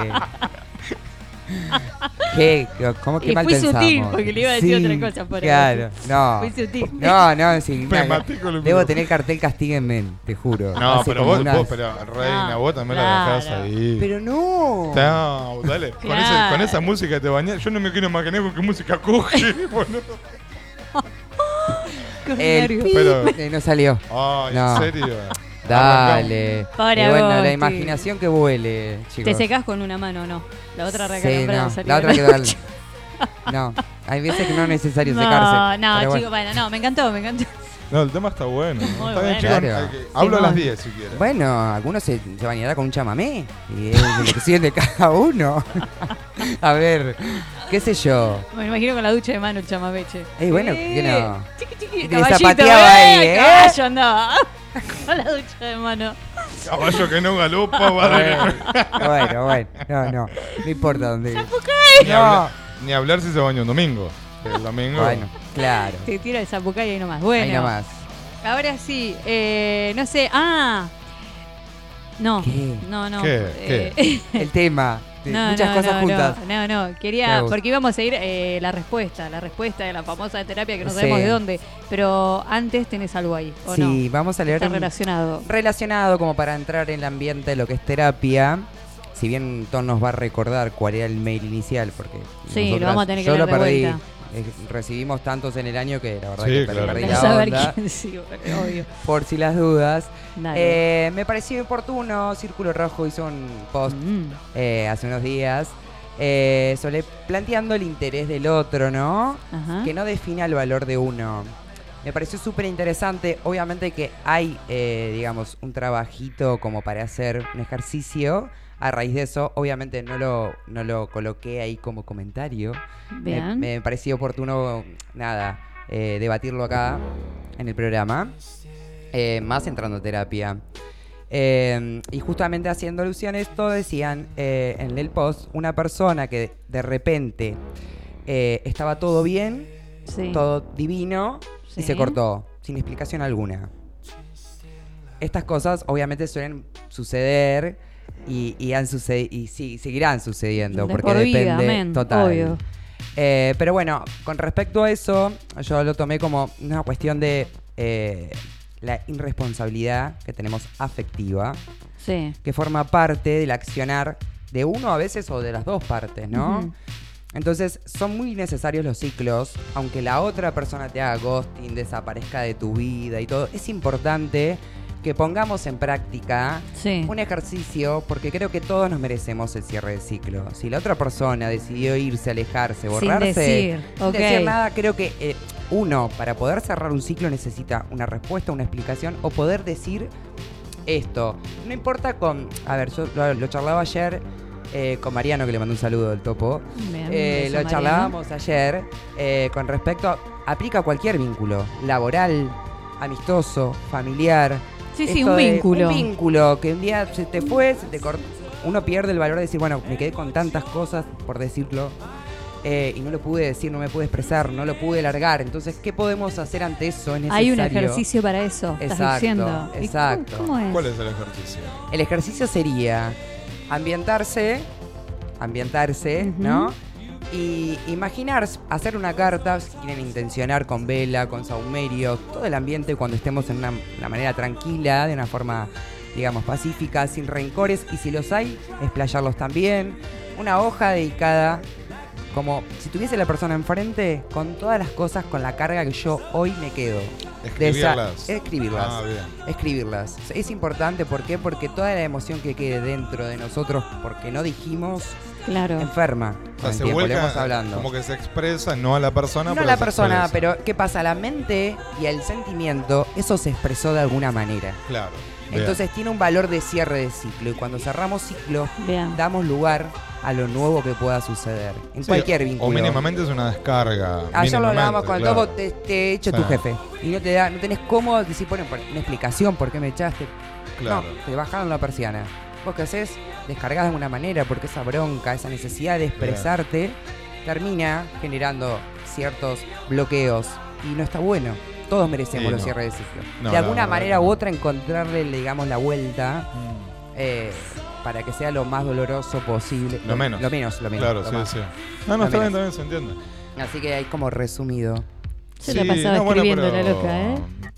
[SPEAKER 8] ¿Qué? ¿Cómo que
[SPEAKER 6] Y
[SPEAKER 8] mal
[SPEAKER 6] fui sutil,
[SPEAKER 8] pensamos?
[SPEAKER 6] porque le iba a decir otra cosa, por ahí.
[SPEAKER 8] Claro, no.
[SPEAKER 6] Fui sutil.
[SPEAKER 8] No, no, sí.
[SPEAKER 7] Me
[SPEAKER 8] no,
[SPEAKER 7] maté con el
[SPEAKER 8] Debo
[SPEAKER 7] micrófono.
[SPEAKER 8] tener cartel castíguenme, te juro.
[SPEAKER 7] No,
[SPEAKER 8] Hace
[SPEAKER 7] pero
[SPEAKER 8] como
[SPEAKER 7] vos,
[SPEAKER 8] unas-
[SPEAKER 7] vos, pero reina,
[SPEAKER 6] No,
[SPEAKER 7] vos también la dejás
[SPEAKER 6] Ah, claro.
[SPEAKER 7] ahí.
[SPEAKER 8] Pero no.
[SPEAKER 7] No, dale. Con, ese-
[SPEAKER 6] Claro.
[SPEAKER 7] con esa música te bañás. Yo no me quiero imaginar con qué música coge, [laughs] boludo.
[SPEAKER 6] Con
[SPEAKER 8] El
[SPEAKER 6] nervios.
[SPEAKER 8] pi-
[SPEAKER 7] Pero-
[SPEAKER 8] eh, no salió.
[SPEAKER 7] Ay,
[SPEAKER 8] No.
[SPEAKER 7] en serio.
[SPEAKER 8] Dale.
[SPEAKER 6] Pobre
[SPEAKER 8] Y bueno, la
[SPEAKER 6] Agosti.
[SPEAKER 8] imaginación que vuele, chicos.
[SPEAKER 6] Te secás con una mano, o ¿no? La otra
[SPEAKER 8] Sí,
[SPEAKER 6] recalambrada
[SPEAKER 8] no,
[SPEAKER 6] salida
[SPEAKER 8] La otra
[SPEAKER 6] de
[SPEAKER 8] que
[SPEAKER 6] la [laughs]
[SPEAKER 8] da-
[SPEAKER 6] ducha.
[SPEAKER 8] No, hay veces que no es necesario
[SPEAKER 6] No,
[SPEAKER 8] secarse.
[SPEAKER 6] no,
[SPEAKER 8] pero bueno.
[SPEAKER 6] chicos, bueno, no, me encantó, me encantó.
[SPEAKER 7] No, el tema está bueno. está bien, chicos.
[SPEAKER 8] Claro.
[SPEAKER 7] hay que- Hablo a las 10 si quieren.
[SPEAKER 8] Bueno, algunos se, se bañará con un chamamé. Y es la elección de cada uno. [laughs] a ver, qué sé yo.
[SPEAKER 6] Me imagino con la ducha de mmano el chamabeche.
[SPEAKER 8] Eh, bueno, que no.
[SPEAKER 6] Chiqui, chiqui, el
[SPEAKER 8] Que le
[SPEAKER 6] caballito,
[SPEAKER 8] zapateaba
[SPEAKER 6] eh,
[SPEAKER 8] ahí, ¿eh?
[SPEAKER 6] caballo andaba. [laughs] Con la ducha de mano.
[SPEAKER 7] Caballo que no galopa,
[SPEAKER 6] [laughs]
[SPEAKER 7] va de-
[SPEAKER 8] Bueno, bueno, no, no. No importa dónde.
[SPEAKER 7] Ni,
[SPEAKER 8] No.
[SPEAKER 7] hablar, ni hablar si se baña un domingo. El domingo.
[SPEAKER 8] Bueno, claro.
[SPEAKER 6] Te tira el zapucay ahí nomás. Bueno.
[SPEAKER 8] Ahí nomás.
[SPEAKER 6] Ahora sí, eh, no sé. Ah. No,
[SPEAKER 8] ¿Qué?
[SPEAKER 6] no, no.
[SPEAKER 8] ¿Qué?
[SPEAKER 6] eh, [laughs]
[SPEAKER 8] ¿Qué? El tema. Sí,
[SPEAKER 6] No,
[SPEAKER 8] muchas
[SPEAKER 6] no,
[SPEAKER 8] cosas
[SPEAKER 6] no,
[SPEAKER 8] juntas.
[SPEAKER 6] No, no, no.
[SPEAKER 8] ¿Qué
[SPEAKER 6] Quería.
[SPEAKER 8] hago?
[SPEAKER 6] Porque íbamos a ir eh, la respuesta, la respuesta de la famosa terapia que no
[SPEAKER 8] Sí.
[SPEAKER 6] sabemos de dónde. Pero antes tenés algo ahí, ¿o no?
[SPEAKER 8] Sí, vamos a leer
[SPEAKER 6] Está
[SPEAKER 8] un-
[SPEAKER 6] relacionado.
[SPEAKER 8] relacionado como para entrar en el ambiente de lo que es terapia. Si bien Tom nos va a recordar cuál era el mail inicial, porque
[SPEAKER 6] Sí, lo
[SPEAKER 8] nosotras-
[SPEAKER 6] vamos a tener que
[SPEAKER 8] yo
[SPEAKER 6] leer
[SPEAKER 8] lo
[SPEAKER 6] de
[SPEAKER 8] perdí.
[SPEAKER 6] vuelta.
[SPEAKER 8] Eh, Recibimos tantos en el año que la verdad
[SPEAKER 7] Sí,
[SPEAKER 8] que
[SPEAKER 7] claro.
[SPEAKER 8] perdí
[SPEAKER 6] Para
[SPEAKER 8] la
[SPEAKER 6] saber
[SPEAKER 8] onda.
[SPEAKER 6] quién sí, obvio.
[SPEAKER 8] Por si las dudas.
[SPEAKER 6] Dale.
[SPEAKER 8] Eh, me pareció oportuno, Círculo Rojo hizo un post
[SPEAKER 6] Mm.
[SPEAKER 8] eh, hace unos días eh, sobre planteando el interés del otro, ¿no?
[SPEAKER 6] Ajá.
[SPEAKER 8] Que no defina el valor de uno. Me pareció súper interesante. Obviamente que hay, eh, digamos, un trabajito como para hacer un ejercicio. A raíz de eso, obviamente no lo, no lo coloqué ahí como comentario. Me,
[SPEAKER 6] Bien.
[SPEAKER 8] me pareció oportuno, nada, eh, debatirlo acá en el programa. Eh, más entrando a terapia. Eh, y justamente haciendo alusión a esto, decían eh, en el post, una persona que de repente eh, estaba todo bien,
[SPEAKER 6] Sí.
[SPEAKER 8] todo divino, y
[SPEAKER 6] Sí.
[SPEAKER 8] se cortó, sin explicación alguna. Estas cosas obviamente suelen suceder y, y han sucedi- y sí, seguirán sucediendo,
[SPEAKER 6] De
[SPEAKER 8] porque
[SPEAKER 6] por vida,
[SPEAKER 8] depende
[SPEAKER 6] amén,
[SPEAKER 8] total.
[SPEAKER 6] obvio.
[SPEAKER 8] Eh, pero bueno, con respecto a eso, yo lo tomé como una cuestión de eh, la irresponsabilidad que tenemos afectiva,
[SPEAKER 6] Sí.
[SPEAKER 8] que forma parte del accionar de uno a veces o de las dos partes, ¿no?
[SPEAKER 6] Ujú.
[SPEAKER 8] Entonces son muy necesarios los ciclos, aunque la otra persona te haga ghosting, desaparezca de tu vida y todo, es importante que pongamos en práctica
[SPEAKER 6] Sí.
[SPEAKER 8] un ejercicio, porque creo que todos nos merecemos el cierre de ciclo. Si la otra persona decidió irse, alejarse, borrarse,
[SPEAKER 6] decir,
[SPEAKER 8] sin
[SPEAKER 6] ok.
[SPEAKER 8] decir nada, creo que eh, uno, para poder cerrar un ciclo necesita una respuesta, una explicación o poder decir esto. No importa con... A ver, yo lo, lo charlaba ayer eh, con Mariano, que le mandó un saludo del topo.
[SPEAKER 6] Bien,
[SPEAKER 8] Eh,
[SPEAKER 6] beso,
[SPEAKER 8] lo
[SPEAKER 6] Mariano.
[SPEAKER 8] charlábamos ayer eh, con respecto a... Aplica a cualquier vínculo, laboral, amistoso, familiar.
[SPEAKER 6] Sí, sí,
[SPEAKER 8] Esto
[SPEAKER 6] un
[SPEAKER 8] de-
[SPEAKER 6] vínculo.
[SPEAKER 8] un vínculo, que un día se te fue, se te cortó. Uno pierde el valor de decir, bueno, me quedé con tantas cosas, por decirlo, eh, y no lo pude decir, no me pude expresar, no lo pude largar. Entonces, ¿qué podemos hacer ante eso? Es
[SPEAKER 6] Hay un
[SPEAKER 8] necesario.
[SPEAKER 6] ejercicio para eso, estás
[SPEAKER 8] Exacto,
[SPEAKER 6] diciendo. ¿Y
[SPEAKER 8] exacto.
[SPEAKER 6] ¿Cómo, cómo es?
[SPEAKER 7] ¿Cuál es el ejercicio?
[SPEAKER 8] El ejercicio sería ambientarse, ambientarse,
[SPEAKER 6] Ujú.
[SPEAKER 8] ¿no? Y imaginar, hacer una carta, si quieren intencionar con vela, con saumerio, todo el ambiente cuando estemos en una, una manera tranquila, de una forma, digamos, pacífica, sin rencores, y si los hay, explayarlos también. Una hoja dedicada, como si tuviese la persona enfrente, con todas las cosas, con la carga que yo hoy me quedo. De esa-
[SPEAKER 7] Escribirlas.
[SPEAKER 8] escribirlas
[SPEAKER 7] Ah, bien.
[SPEAKER 8] escribirlas. Es importante, ¿por qué? Porque toda la emoción que quede dentro de nosotros, porque no dijimos,
[SPEAKER 6] Claro.
[SPEAKER 8] enferma.
[SPEAKER 7] O
[SPEAKER 8] Con
[SPEAKER 7] sea,
[SPEAKER 8] el
[SPEAKER 7] se
[SPEAKER 8] tiempo, lo
[SPEAKER 7] vuelca,
[SPEAKER 8] hemos hablando.
[SPEAKER 7] Como que se expresa, no a la persona,
[SPEAKER 8] No
[SPEAKER 7] pero
[SPEAKER 8] la
[SPEAKER 7] se
[SPEAKER 8] persona,
[SPEAKER 7] expresa.
[SPEAKER 8] pero ¿qué pasa? La mente y el sentimiento, eso se expresó de alguna manera.
[SPEAKER 7] Claro. bien.
[SPEAKER 8] Entonces tiene un valor de cierre de ciclo y cuando cerramos ciclo
[SPEAKER 6] Bien.
[SPEAKER 8] damos lugar a lo nuevo que pueda suceder en
[SPEAKER 7] Sí,
[SPEAKER 8] cualquier vínculo.
[SPEAKER 7] O mínimamente es una descarga.
[SPEAKER 8] Ayer Ah, lo hablábamos
[SPEAKER 7] mínimamente,
[SPEAKER 8] con el
[SPEAKER 7] claro.
[SPEAKER 8] topo, te, te echo
[SPEAKER 7] Sí.
[SPEAKER 8] tu jefe. Y no te da, no tenés cómo decir, ponen por- una explicación por qué me echaste.
[SPEAKER 7] Claro.
[SPEAKER 8] No, te bajaron la persiana. Vos qué haces, descargás de alguna manera porque esa bronca, esa necesidad de expresarte, termina generando ciertos bloqueos. Y no está bueno. Todos merecemos
[SPEAKER 7] Sí,
[SPEAKER 8] los
[SPEAKER 7] no.
[SPEAKER 8] cierres de ciclo.
[SPEAKER 7] No,
[SPEAKER 8] de
[SPEAKER 7] la
[SPEAKER 8] alguna
[SPEAKER 7] verdad
[SPEAKER 8] manera
[SPEAKER 7] que
[SPEAKER 8] u
[SPEAKER 7] no. Mm.
[SPEAKER 8] otra encontrarle, digamos, la vuelta eh, para que sea lo más doloroso posible.
[SPEAKER 7] Lo menos.
[SPEAKER 8] Lo menos, lo menos.
[SPEAKER 7] Claro,
[SPEAKER 8] lo
[SPEAKER 7] sí,
[SPEAKER 8] más.
[SPEAKER 7] sí. No, no,
[SPEAKER 8] Lo
[SPEAKER 7] está bien,
[SPEAKER 8] menos.
[SPEAKER 7] también se entiende.
[SPEAKER 8] Así que ahí como resumido.
[SPEAKER 6] Se la pasaba escribiendo la loca, ¿eh?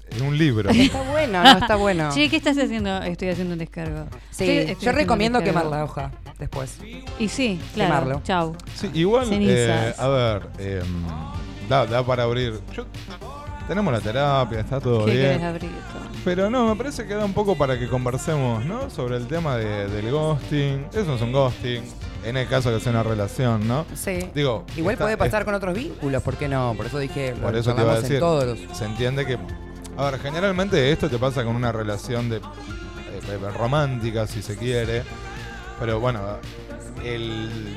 [SPEAKER 7] Es un libro.
[SPEAKER 8] Está bueno, no está bueno.
[SPEAKER 6] [laughs] Che, ¿qué estás haciendo? Estoy haciendo un descargo. Estoy-
[SPEAKER 8] Sí,
[SPEAKER 6] estoy
[SPEAKER 8] yo
[SPEAKER 6] haciendo un
[SPEAKER 8] recomiendo quemar
[SPEAKER 6] descargo.
[SPEAKER 8] la hoja después.
[SPEAKER 6] Y sí, claro.
[SPEAKER 8] Quemarlo.
[SPEAKER 6] Chau.
[SPEAKER 7] Sí, igual, eh,
[SPEAKER 6] Cenizas.
[SPEAKER 7] a ver, eh, da, da para abrir. Yo- tenemos la terapia, está todo
[SPEAKER 6] ¿Qué
[SPEAKER 7] bien.
[SPEAKER 6] querés abrir? Toma.
[SPEAKER 7] Pero no, me parece que da un poco para que conversemos, ¿no? Sobre el tema de- del ghosting. Eso es un ghosting. En el caso que sea una relación, ¿no?
[SPEAKER 8] Sí.
[SPEAKER 7] Digo,
[SPEAKER 8] Igual
[SPEAKER 7] está-
[SPEAKER 8] puede pasar
[SPEAKER 7] es-
[SPEAKER 8] con otros vínculos, ¿por qué no? Por eso dije,
[SPEAKER 7] Por
[SPEAKER 8] lo
[SPEAKER 7] eso te iba a
[SPEAKER 8] charlamos
[SPEAKER 7] decir.
[SPEAKER 8] en todos.
[SPEAKER 7] Se entiende que A ver, generalmente esto te pasa con una relación de eh, eh, romántica, si se quiere. Pero bueno, el-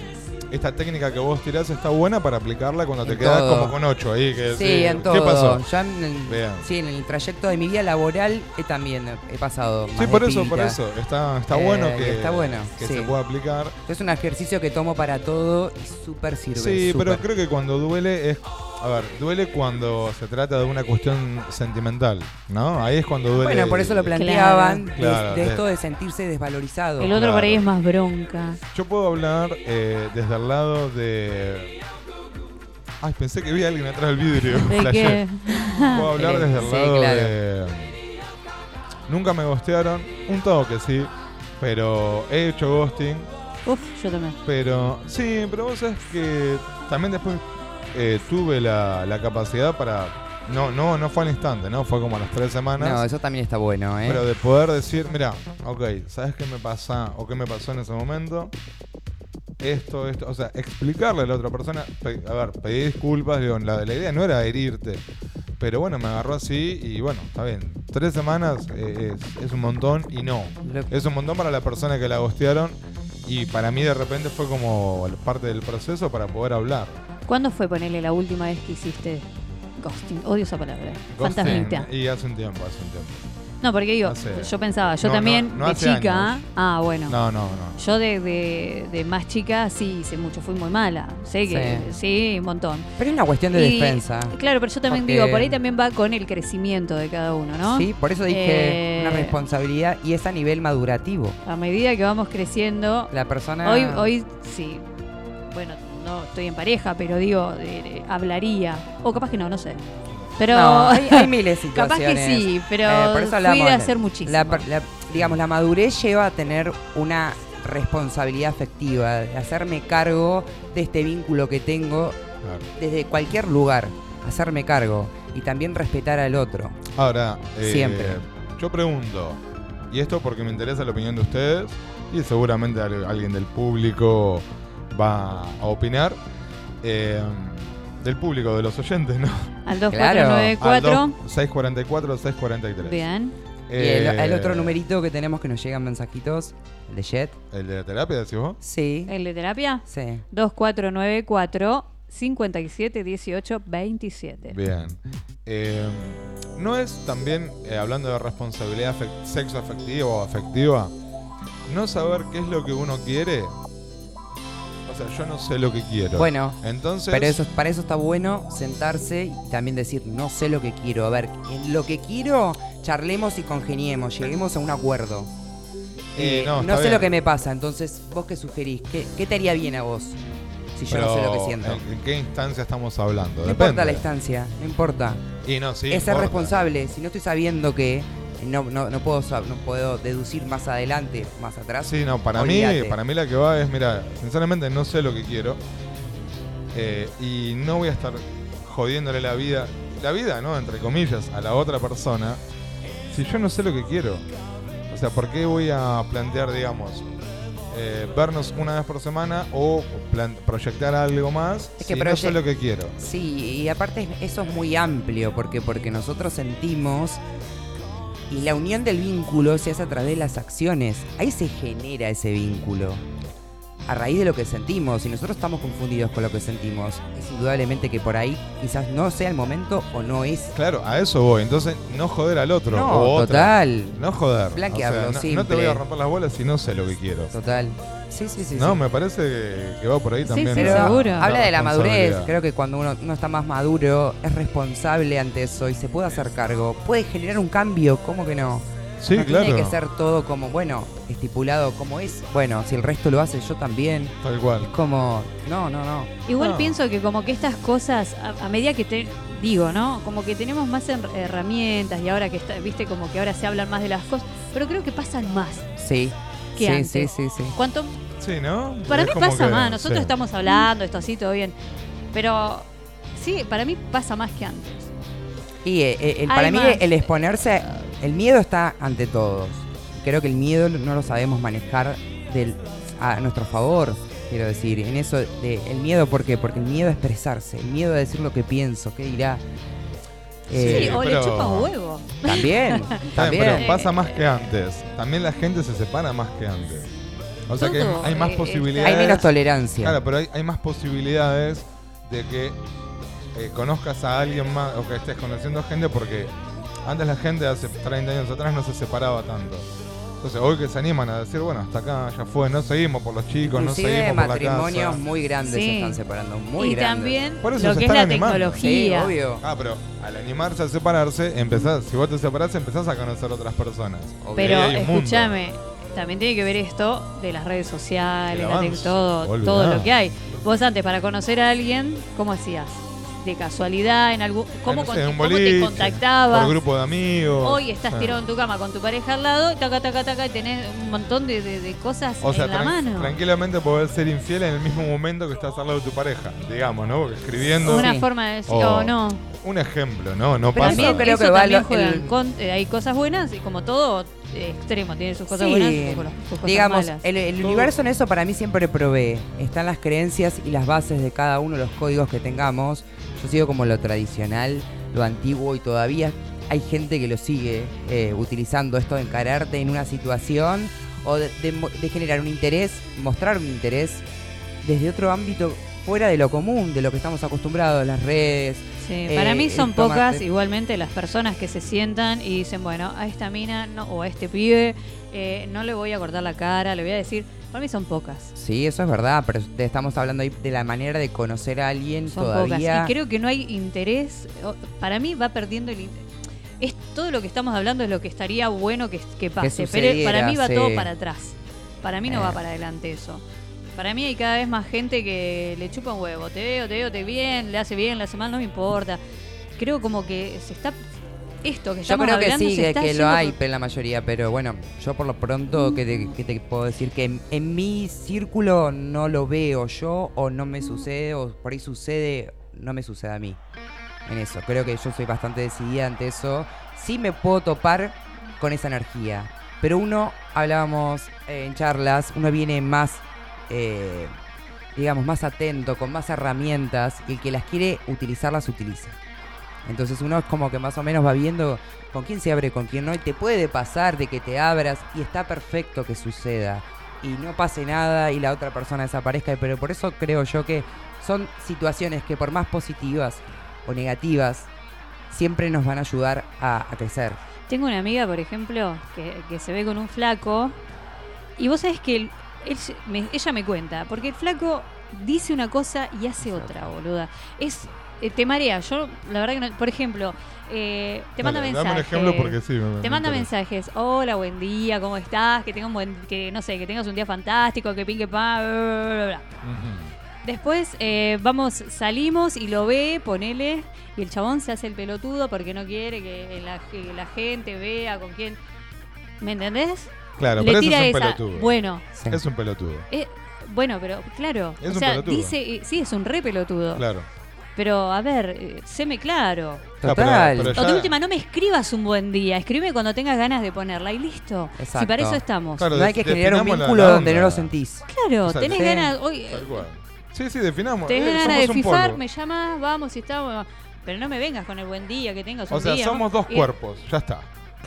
[SPEAKER 7] esta técnica que vos tirás está buena para aplicarla cuando te
[SPEAKER 8] En
[SPEAKER 7] quedas
[SPEAKER 8] todo.
[SPEAKER 7] como con ocho ahí. Que,
[SPEAKER 8] sí,
[SPEAKER 7] decís,
[SPEAKER 8] en todo.
[SPEAKER 7] ¿Qué pasó?
[SPEAKER 8] Ya en el-
[SPEAKER 7] Bien.
[SPEAKER 8] sí, en el trayecto de mi vida laboral eh, también he pasado.
[SPEAKER 7] Sí,
[SPEAKER 8] más de
[SPEAKER 7] por eso,
[SPEAKER 8] pinta.
[SPEAKER 7] por eso. Está, está bueno
[SPEAKER 8] Eh, y
[SPEAKER 7] que,
[SPEAKER 8] está bueno,
[SPEAKER 7] que
[SPEAKER 8] sí.
[SPEAKER 7] se pueda aplicar.
[SPEAKER 8] Es un ejercicio que tomo para todo y súper sirve.
[SPEAKER 7] Sí, pero
[SPEAKER 8] súper.
[SPEAKER 7] creo que cuando duele es. A ver, duele cuando se trata de una cuestión sentimental, ¿no? Ahí es cuando duele.
[SPEAKER 8] Bueno, por eso lo
[SPEAKER 7] el-
[SPEAKER 8] planteaban de-
[SPEAKER 7] Claro,
[SPEAKER 8] de,
[SPEAKER 7] de-
[SPEAKER 8] esto de sentirse desvalorizado.
[SPEAKER 6] El otro por ahí es más bronca.
[SPEAKER 7] Yo puedo hablar eh, desde el lado de. Ay, pensé que vi a alguien atrás del vidrio.
[SPEAKER 6] ¿De qué?
[SPEAKER 7] Flashé. Puedo hablar desde el
[SPEAKER 8] Sí,
[SPEAKER 7] lado
[SPEAKER 8] claro.
[SPEAKER 7] de. Nunca me gostearon. Un toque, sí. Pero he hecho ghosting.
[SPEAKER 6] Uf, yo también.
[SPEAKER 7] Pero sí, pero vos sabés que también después eh, tuve la, la capacidad para. No, no, no fue al instante, ¿no? Fue como a las tres semanas.
[SPEAKER 8] No, eso también está bueno, ¿eh?
[SPEAKER 7] Pero de poder decir, mira, ok, ¿sabes qué me pasa o qué me pasó en ese momento? Esto, esto, o sea, explicarle a la otra persona, pe- a ver, pedí disculpas, digo, la, la idea no era herirte, pero bueno, me agarró así y bueno, está bien. Tres semanas eh, es, es un montón y no. Es un montón para la persona que la gostearon y para mí de repente fue como parte del proceso para poder hablar.
[SPEAKER 6] ¿Cuándo fue, ponele, la última vez que hiciste ghosting? Odio esa palabra.
[SPEAKER 7] Ghosting,
[SPEAKER 6] Fantasmita.
[SPEAKER 7] Y hace un tiempo, hace un tiempo.
[SPEAKER 6] No, porque digo,
[SPEAKER 7] Hace-
[SPEAKER 6] yo pensaba, yo
[SPEAKER 7] No,
[SPEAKER 6] también,
[SPEAKER 7] no, no
[SPEAKER 6] de
[SPEAKER 7] hace
[SPEAKER 6] chica.
[SPEAKER 7] años.
[SPEAKER 6] Ah, bueno.
[SPEAKER 7] No, no, no.
[SPEAKER 6] Yo de, de- de más chica sí hice mucho, fui muy mala. Sé que sí, un montón.
[SPEAKER 8] Pero es una cuestión de
[SPEAKER 6] Y-
[SPEAKER 8] defensa.
[SPEAKER 6] Claro, pero yo también
[SPEAKER 8] Porque-
[SPEAKER 6] digo, por ahí también va con el crecimiento de cada uno, ¿no?
[SPEAKER 8] Sí, por eso dije
[SPEAKER 6] Eh,
[SPEAKER 8] una responsabilidad y es a nivel madurativo.
[SPEAKER 6] A medida que vamos creciendo,
[SPEAKER 8] La persona.
[SPEAKER 6] Hoy, hoy sí. Bueno, no estoy en pareja, pero digo, eh, hablaría. O capaz que no, no sé. Pero [laughs]
[SPEAKER 8] No, hay, hay miles de
[SPEAKER 6] capaz que
[SPEAKER 8] situaciones.
[SPEAKER 6] sí, pero
[SPEAKER 8] Eh, por eso
[SPEAKER 6] fui
[SPEAKER 8] hablamos,
[SPEAKER 6] de hacer muchísimo.
[SPEAKER 8] la per- la- digamos, la madurez lleva a tener una responsabilidad afectiva, de hacerme cargo de este vínculo que tengo desde cualquier lugar, hacerme cargo y también respetar al otro.
[SPEAKER 7] Ahora, eh,
[SPEAKER 8] Siempre.
[SPEAKER 7] Yo pregunto, y esto porque me interesa la opinión de ustedes, y seguramente al- alguien del público va a opinar. eh, del público, de los oyentes, ¿no?
[SPEAKER 6] Al 2494.
[SPEAKER 7] Al dos- 644 643.
[SPEAKER 6] Bien.
[SPEAKER 8] y el, el
[SPEAKER 7] Eh,
[SPEAKER 8] otro numerito que tenemos que nos llegan mensajitos, el de Jet.
[SPEAKER 7] ¿El de la terapia, decís vos?
[SPEAKER 8] Sí.
[SPEAKER 6] ¿El de terapia?
[SPEAKER 8] Sí.
[SPEAKER 6] 2494 57 18 27.
[SPEAKER 7] Bien. Eh, ¿No es también, eh, hablando de responsabilidad afec- sexo afectiva o afectiva, no saber qué es lo que uno quiere? O sea, yo no sé lo que quiero.
[SPEAKER 8] Bueno,
[SPEAKER 7] entonces.
[SPEAKER 8] pero eso, para eso está bueno sentarse y también decir, no sé lo que quiero. A ver, en lo que quiero, charlemos y congeniemos, lleguemos a un acuerdo.
[SPEAKER 7] Eh,
[SPEAKER 8] Eh,
[SPEAKER 7] no,
[SPEAKER 8] no
[SPEAKER 7] está
[SPEAKER 8] sé
[SPEAKER 7] bien.
[SPEAKER 8] lo que me pasa, entonces, ¿vos qué sugerís? ¿Qué, qué te haría bien a vos si yo no sé lo que
[SPEAKER 7] Pero,
[SPEAKER 8] siento?
[SPEAKER 7] ¿En, en qué instancia estamos hablando?
[SPEAKER 8] No
[SPEAKER 7] Depende.
[SPEAKER 8] importa la instancia, no importa.
[SPEAKER 7] Y no, sí,
[SPEAKER 8] es ser
[SPEAKER 7] importa.
[SPEAKER 8] responsable. Si no estoy sabiendo que no, no, no puedo, sab- no puedo deducir más adelante, más atrás.
[SPEAKER 7] Sí, no, para
[SPEAKER 8] olvídate.
[SPEAKER 7] mí, para mí la que va es, mira, sinceramente no sé lo que quiero. eh, y no voy a estar jodiéndole la vida, la vida, ¿no? Entre comillas, a la otra persona. Si yo no sé lo que quiero. O sea, ¿por qué voy a plantear, digamos, eh, vernos una vez por semana o plan- proyectar algo más
[SPEAKER 8] Es que
[SPEAKER 7] si no sé
[SPEAKER 8] proye-
[SPEAKER 7] lo que quiero?
[SPEAKER 8] Sí, y aparte eso es muy amplio, porque, porque nosotros sentimos y la unión del vínculo se hace a través de las acciones. Ahí se genera ese vínculo. A raíz de lo que sentimos, y nosotros estamos confundidos con lo que sentimos, es indudablemente que por ahí quizás no sea el momento o no es.
[SPEAKER 7] Claro, a eso voy. Entonces, no joder al otro.
[SPEAKER 8] No,
[SPEAKER 7] o otra.
[SPEAKER 8] total.
[SPEAKER 7] No joder.
[SPEAKER 8] Blanquearlo,
[SPEAKER 7] O sea, no- no, te
[SPEAKER 8] simple.
[SPEAKER 7] voy a romper las bolas si no sé lo que quiero.
[SPEAKER 8] Total. Sí, sí, sí.
[SPEAKER 7] No,
[SPEAKER 8] sí.
[SPEAKER 7] me parece que- que va por ahí también.
[SPEAKER 6] sí,
[SPEAKER 7] ¿no?
[SPEAKER 6] Pero seguro.
[SPEAKER 7] La
[SPEAKER 8] Habla de la madurez.
[SPEAKER 7] responsabilidad.
[SPEAKER 8] Creo que cuando uno, uno está más maduro, es responsable ante eso y se puede hacer cargo. Puede generar un cambio, ¿cómo que no?
[SPEAKER 7] Sí,
[SPEAKER 8] no
[SPEAKER 7] claro.
[SPEAKER 8] Tiene que ser todo como, bueno, estipulado como es. Bueno, si el resto lo hace, yo también.
[SPEAKER 7] Tal cual.
[SPEAKER 8] Como, no, no, no.
[SPEAKER 6] Igual
[SPEAKER 7] No.
[SPEAKER 6] pienso que como que estas cosas, a, a medida que te digo, ¿no? Como que tenemos más her- herramientas y ahora que está, viste como que ahora se hablan más de las cosas, pero creo que pasan más
[SPEAKER 8] Sí.
[SPEAKER 6] que
[SPEAKER 8] Sí,
[SPEAKER 6] antes.
[SPEAKER 8] sí, sí, sí.
[SPEAKER 6] Cuanto
[SPEAKER 7] Sí, ¿no?
[SPEAKER 6] para
[SPEAKER 7] Es
[SPEAKER 6] mí
[SPEAKER 7] como
[SPEAKER 6] pasa
[SPEAKER 7] que-
[SPEAKER 6] más, nosotros
[SPEAKER 7] sí.
[SPEAKER 6] estamos hablando esto así todo bien, pero sí, para mí pasa más que antes.
[SPEAKER 8] Y eh, eh, el-
[SPEAKER 6] Hay
[SPEAKER 8] para mí
[SPEAKER 6] más.
[SPEAKER 8] el exponerse, el miedo está ante todos. Creo que el miedo no lo sabemos manejar del, a nuestro favor, quiero decir. En eso, de, el miedo, ¿por qué? Porque el miedo a expresarse, el miedo a decir lo que pienso, qué dirá. Eh,
[SPEAKER 6] sí, o le
[SPEAKER 7] pero-
[SPEAKER 6] chupas huevo. [laughs] Eh,
[SPEAKER 8] También,
[SPEAKER 7] También,
[SPEAKER 8] también.
[SPEAKER 7] pero pasa más que antes. También la gente se separa más que antes. O sea que
[SPEAKER 6] Todo,
[SPEAKER 7] hay más
[SPEAKER 6] eh,
[SPEAKER 7] posibilidades.
[SPEAKER 8] Hay menos tolerancia.
[SPEAKER 7] Claro, pero hay, hay más posibilidades de que eh, conozcas a alguien más o que estés conociendo gente porque antes la gente hace 30 años atrás no se separaba tanto. Entonces hoy que se animan a decir, bueno, hasta acá ya fue, no seguimos por los chicos, no
[SPEAKER 8] Inclusive
[SPEAKER 7] seguimos por la casa.
[SPEAKER 8] matrimonios muy grandes
[SPEAKER 6] Sí.
[SPEAKER 8] se están separando, muy
[SPEAKER 6] y
[SPEAKER 8] grandes.
[SPEAKER 6] también
[SPEAKER 7] Por eso
[SPEAKER 6] lo
[SPEAKER 7] se
[SPEAKER 6] que es
[SPEAKER 7] están
[SPEAKER 6] la
[SPEAKER 7] animando.
[SPEAKER 6] tecnología.
[SPEAKER 8] Sí, obvio.
[SPEAKER 7] Ah, pero al animarse a separarse, empezás, si vos te separás, empezás a conocer otras personas.
[SPEAKER 6] Pero
[SPEAKER 7] Y hay un mundo.
[SPEAKER 6] escúchame, también tiene que ver esto de las redes sociales,
[SPEAKER 7] El
[SPEAKER 6] la tec-
[SPEAKER 7] avance,
[SPEAKER 6] todo,
[SPEAKER 7] olvidá.
[SPEAKER 6] todo lo que hay. Vos antes, para conocer a alguien, ¿cómo hacías? ¿De casualidad? en algún ¿Cómo,
[SPEAKER 7] No
[SPEAKER 6] con-
[SPEAKER 7] sé, un
[SPEAKER 6] cómo
[SPEAKER 7] boliche,
[SPEAKER 6] te
[SPEAKER 7] Por
[SPEAKER 6] contactabas?
[SPEAKER 7] grupo de amigos.
[SPEAKER 6] Hoy estás
[SPEAKER 7] Ah.
[SPEAKER 6] tirado en tu cama con tu pareja al lado, taca, taca, taca, y tenés un montón de, de- de cosas
[SPEAKER 7] O sea,
[SPEAKER 6] en la
[SPEAKER 7] tran-
[SPEAKER 6] mano.
[SPEAKER 7] tranquilamente podés ser infiel en el mismo momento que estás al lado de tu pareja, digamos, ¿no? Porque escribiendo.
[SPEAKER 6] Una
[SPEAKER 8] Sí.
[SPEAKER 6] forma de decir,
[SPEAKER 7] Oh.
[SPEAKER 6] oh, no.
[SPEAKER 7] Un ejemplo, ¿no? No
[SPEAKER 6] Pero
[SPEAKER 7] pasa.
[SPEAKER 6] también
[SPEAKER 8] Yo creo
[SPEAKER 6] eso
[SPEAKER 8] que va
[SPEAKER 6] también
[SPEAKER 8] lo-
[SPEAKER 6] juega
[SPEAKER 8] el-
[SPEAKER 6] en con- eh, hay cosas buenas y como todo eh, extremo, tiene sus cosas
[SPEAKER 8] Sí.
[SPEAKER 6] buenas y sus co- sus cosas
[SPEAKER 8] Digamos,
[SPEAKER 6] malas.
[SPEAKER 8] el, eh, el universo en eso para mí siempre provee. Están las creencias y las bases de cada uno, los códigos que tengamos. Yo sigo como lo tradicional, lo antiguo y todavía hay gente que lo sigue eh, utilizando esto de encararte en una situación o de, de mo- de generar un interés, mostrar un interés desde otro ámbito fuera de lo común, de lo que estamos acostumbrados, las redes.
[SPEAKER 6] Sí,
[SPEAKER 8] Eh,
[SPEAKER 6] para mí
[SPEAKER 8] el
[SPEAKER 6] son
[SPEAKER 8] tomate.
[SPEAKER 6] pocas igualmente las personas que se sientan y dicen, bueno, a esta mina no, o a este pibe eh, no le voy a cortar la cara, le voy a decir, para mí son pocas.
[SPEAKER 8] Sí, eso es verdad, pero te estamos hablando ahí de la manera de conocer a alguien
[SPEAKER 6] Son
[SPEAKER 8] todavía.
[SPEAKER 6] pocas. Y creo que no hay interés, o- para mí va perdiendo el interés. Es todo lo que estamos hablando es lo que estaría bueno que, que pase, pero
[SPEAKER 8] sucediera,
[SPEAKER 6] para mí va
[SPEAKER 8] sí.
[SPEAKER 6] todo para atrás. Para mí no
[SPEAKER 8] Eh.
[SPEAKER 6] va para adelante eso. Para mí hay cada vez más gente que le chupa un huevo. Te veo, te veo, te bien, le hace bien, le hace mal, no me importa. Creo como que se está. Esto que
[SPEAKER 8] Yo
[SPEAKER 6] estamos
[SPEAKER 8] creo que
[SPEAKER 6] hablando
[SPEAKER 8] sí,
[SPEAKER 6] se
[SPEAKER 8] que,
[SPEAKER 6] está
[SPEAKER 8] que lo
[SPEAKER 6] yendo
[SPEAKER 8] hay
[SPEAKER 6] por-
[SPEAKER 8] en la mayoría, pero bueno, yo por lo pronto que te, que te puedo decir que en, en mi círculo no lo veo yo o no me sucede o por ahí sucede, no me sucede a mí. En eso, creo que yo soy bastante decidida ante eso. Sí me puedo topar con esa energía, pero uno, hablábamos eh, en charlas, uno viene más, eh, digamos, más atento, con más herramientas, y el que las quiere utilizar, las utiliza. Entonces uno es como que más o menos va viendo con quién se abre, con quién no, y te puede pasar de que te abras y está perfecto que suceda y no pase nada y la otra persona desaparezca, pero por eso creo yo que son situaciones que por más positivas o negativas, siempre nos van a ayudar a, a crecer.
[SPEAKER 6] Tengo una amiga, por ejemplo, que, que se ve con un flaco. Y vos sabés que el- él se- me- ella me cuenta, porque el flaco dice una cosa y hace otra, boluda. Es. eh, te marea. Yo, la verdad que no. Por ejemplo, eh, te manda
[SPEAKER 7] Dale,
[SPEAKER 6] mensajes.
[SPEAKER 7] Dame un ejemplo porque sí. me- me
[SPEAKER 6] Te manda
[SPEAKER 7] interesa.
[SPEAKER 6] mensajes, hola, buen día, ¿cómo estás? Que tengas un buen, que no sé, que tengas un día fantástico, que pinque pa, bla, bla, bla, bla.
[SPEAKER 7] Ujú.
[SPEAKER 6] Después eh, vamos, salimos y lo ve, ponele, y el chabón se hace el pelotudo porque no quiere que la, que la gente vea con quién. ¿Me entendés?
[SPEAKER 7] Claro,
[SPEAKER 6] Le
[SPEAKER 7] pero eso
[SPEAKER 6] tira
[SPEAKER 7] es un
[SPEAKER 6] esa.
[SPEAKER 7] pelotudo.
[SPEAKER 6] Bueno,
[SPEAKER 8] Sí.
[SPEAKER 7] Es un pelotudo.
[SPEAKER 6] eh, bueno, pero claro.
[SPEAKER 7] Es
[SPEAKER 6] o
[SPEAKER 7] un
[SPEAKER 6] sea,
[SPEAKER 7] pelotudo.
[SPEAKER 6] dice, eh, sí, es un re pelotudo.
[SPEAKER 7] Claro.
[SPEAKER 6] Pero a ver, eh, séme claro.
[SPEAKER 7] No, pero-
[SPEAKER 8] Total.
[SPEAKER 7] pero ya-
[SPEAKER 6] O de última, no me escribas un buen día, escribe cuando tengas ganas de ponerla y listo. Si
[SPEAKER 8] Exacto.
[SPEAKER 6] para eso estamos.
[SPEAKER 7] Claro,
[SPEAKER 8] no hay
[SPEAKER 7] de-
[SPEAKER 8] que generar un
[SPEAKER 7] definamos la-
[SPEAKER 8] vínculo
[SPEAKER 7] la
[SPEAKER 8] donde no
[SPEAKER 7] onda.
[SPEAKER 8] lo sentís.
[SPEAKER 6] Claro,
[SPEAKER 7] Exacto.
[SPEAKER 6] tenés
[SPEAKER 8] Sí.
[SPEAKER 6] ganas, hoy, eh,
[SPEAKER 7] Tal cual. Sí, sí, definamos.
[SPEAKER 6] tenés
[SPEAKER 7] Eh,
[SPEAKER 6] ganas
[SPEAKER 7] somos
[SPEAKER 6] de
[SPEAKER 7] un polvo.
[SPEAKER 6] fifar, me llamás, vamos, si estamos. Pero no me vengas con el buen día que tengas un
[SPEAKER 7] O sea,
[SPEAKER 6] día,
[SPEAKER 7] somos
[SPEAKER 6] ¿no?
[SPEAKER 7] dos
[SPEAKER 6] Eh,
[SPEAKER 7] cuerpos, ya está.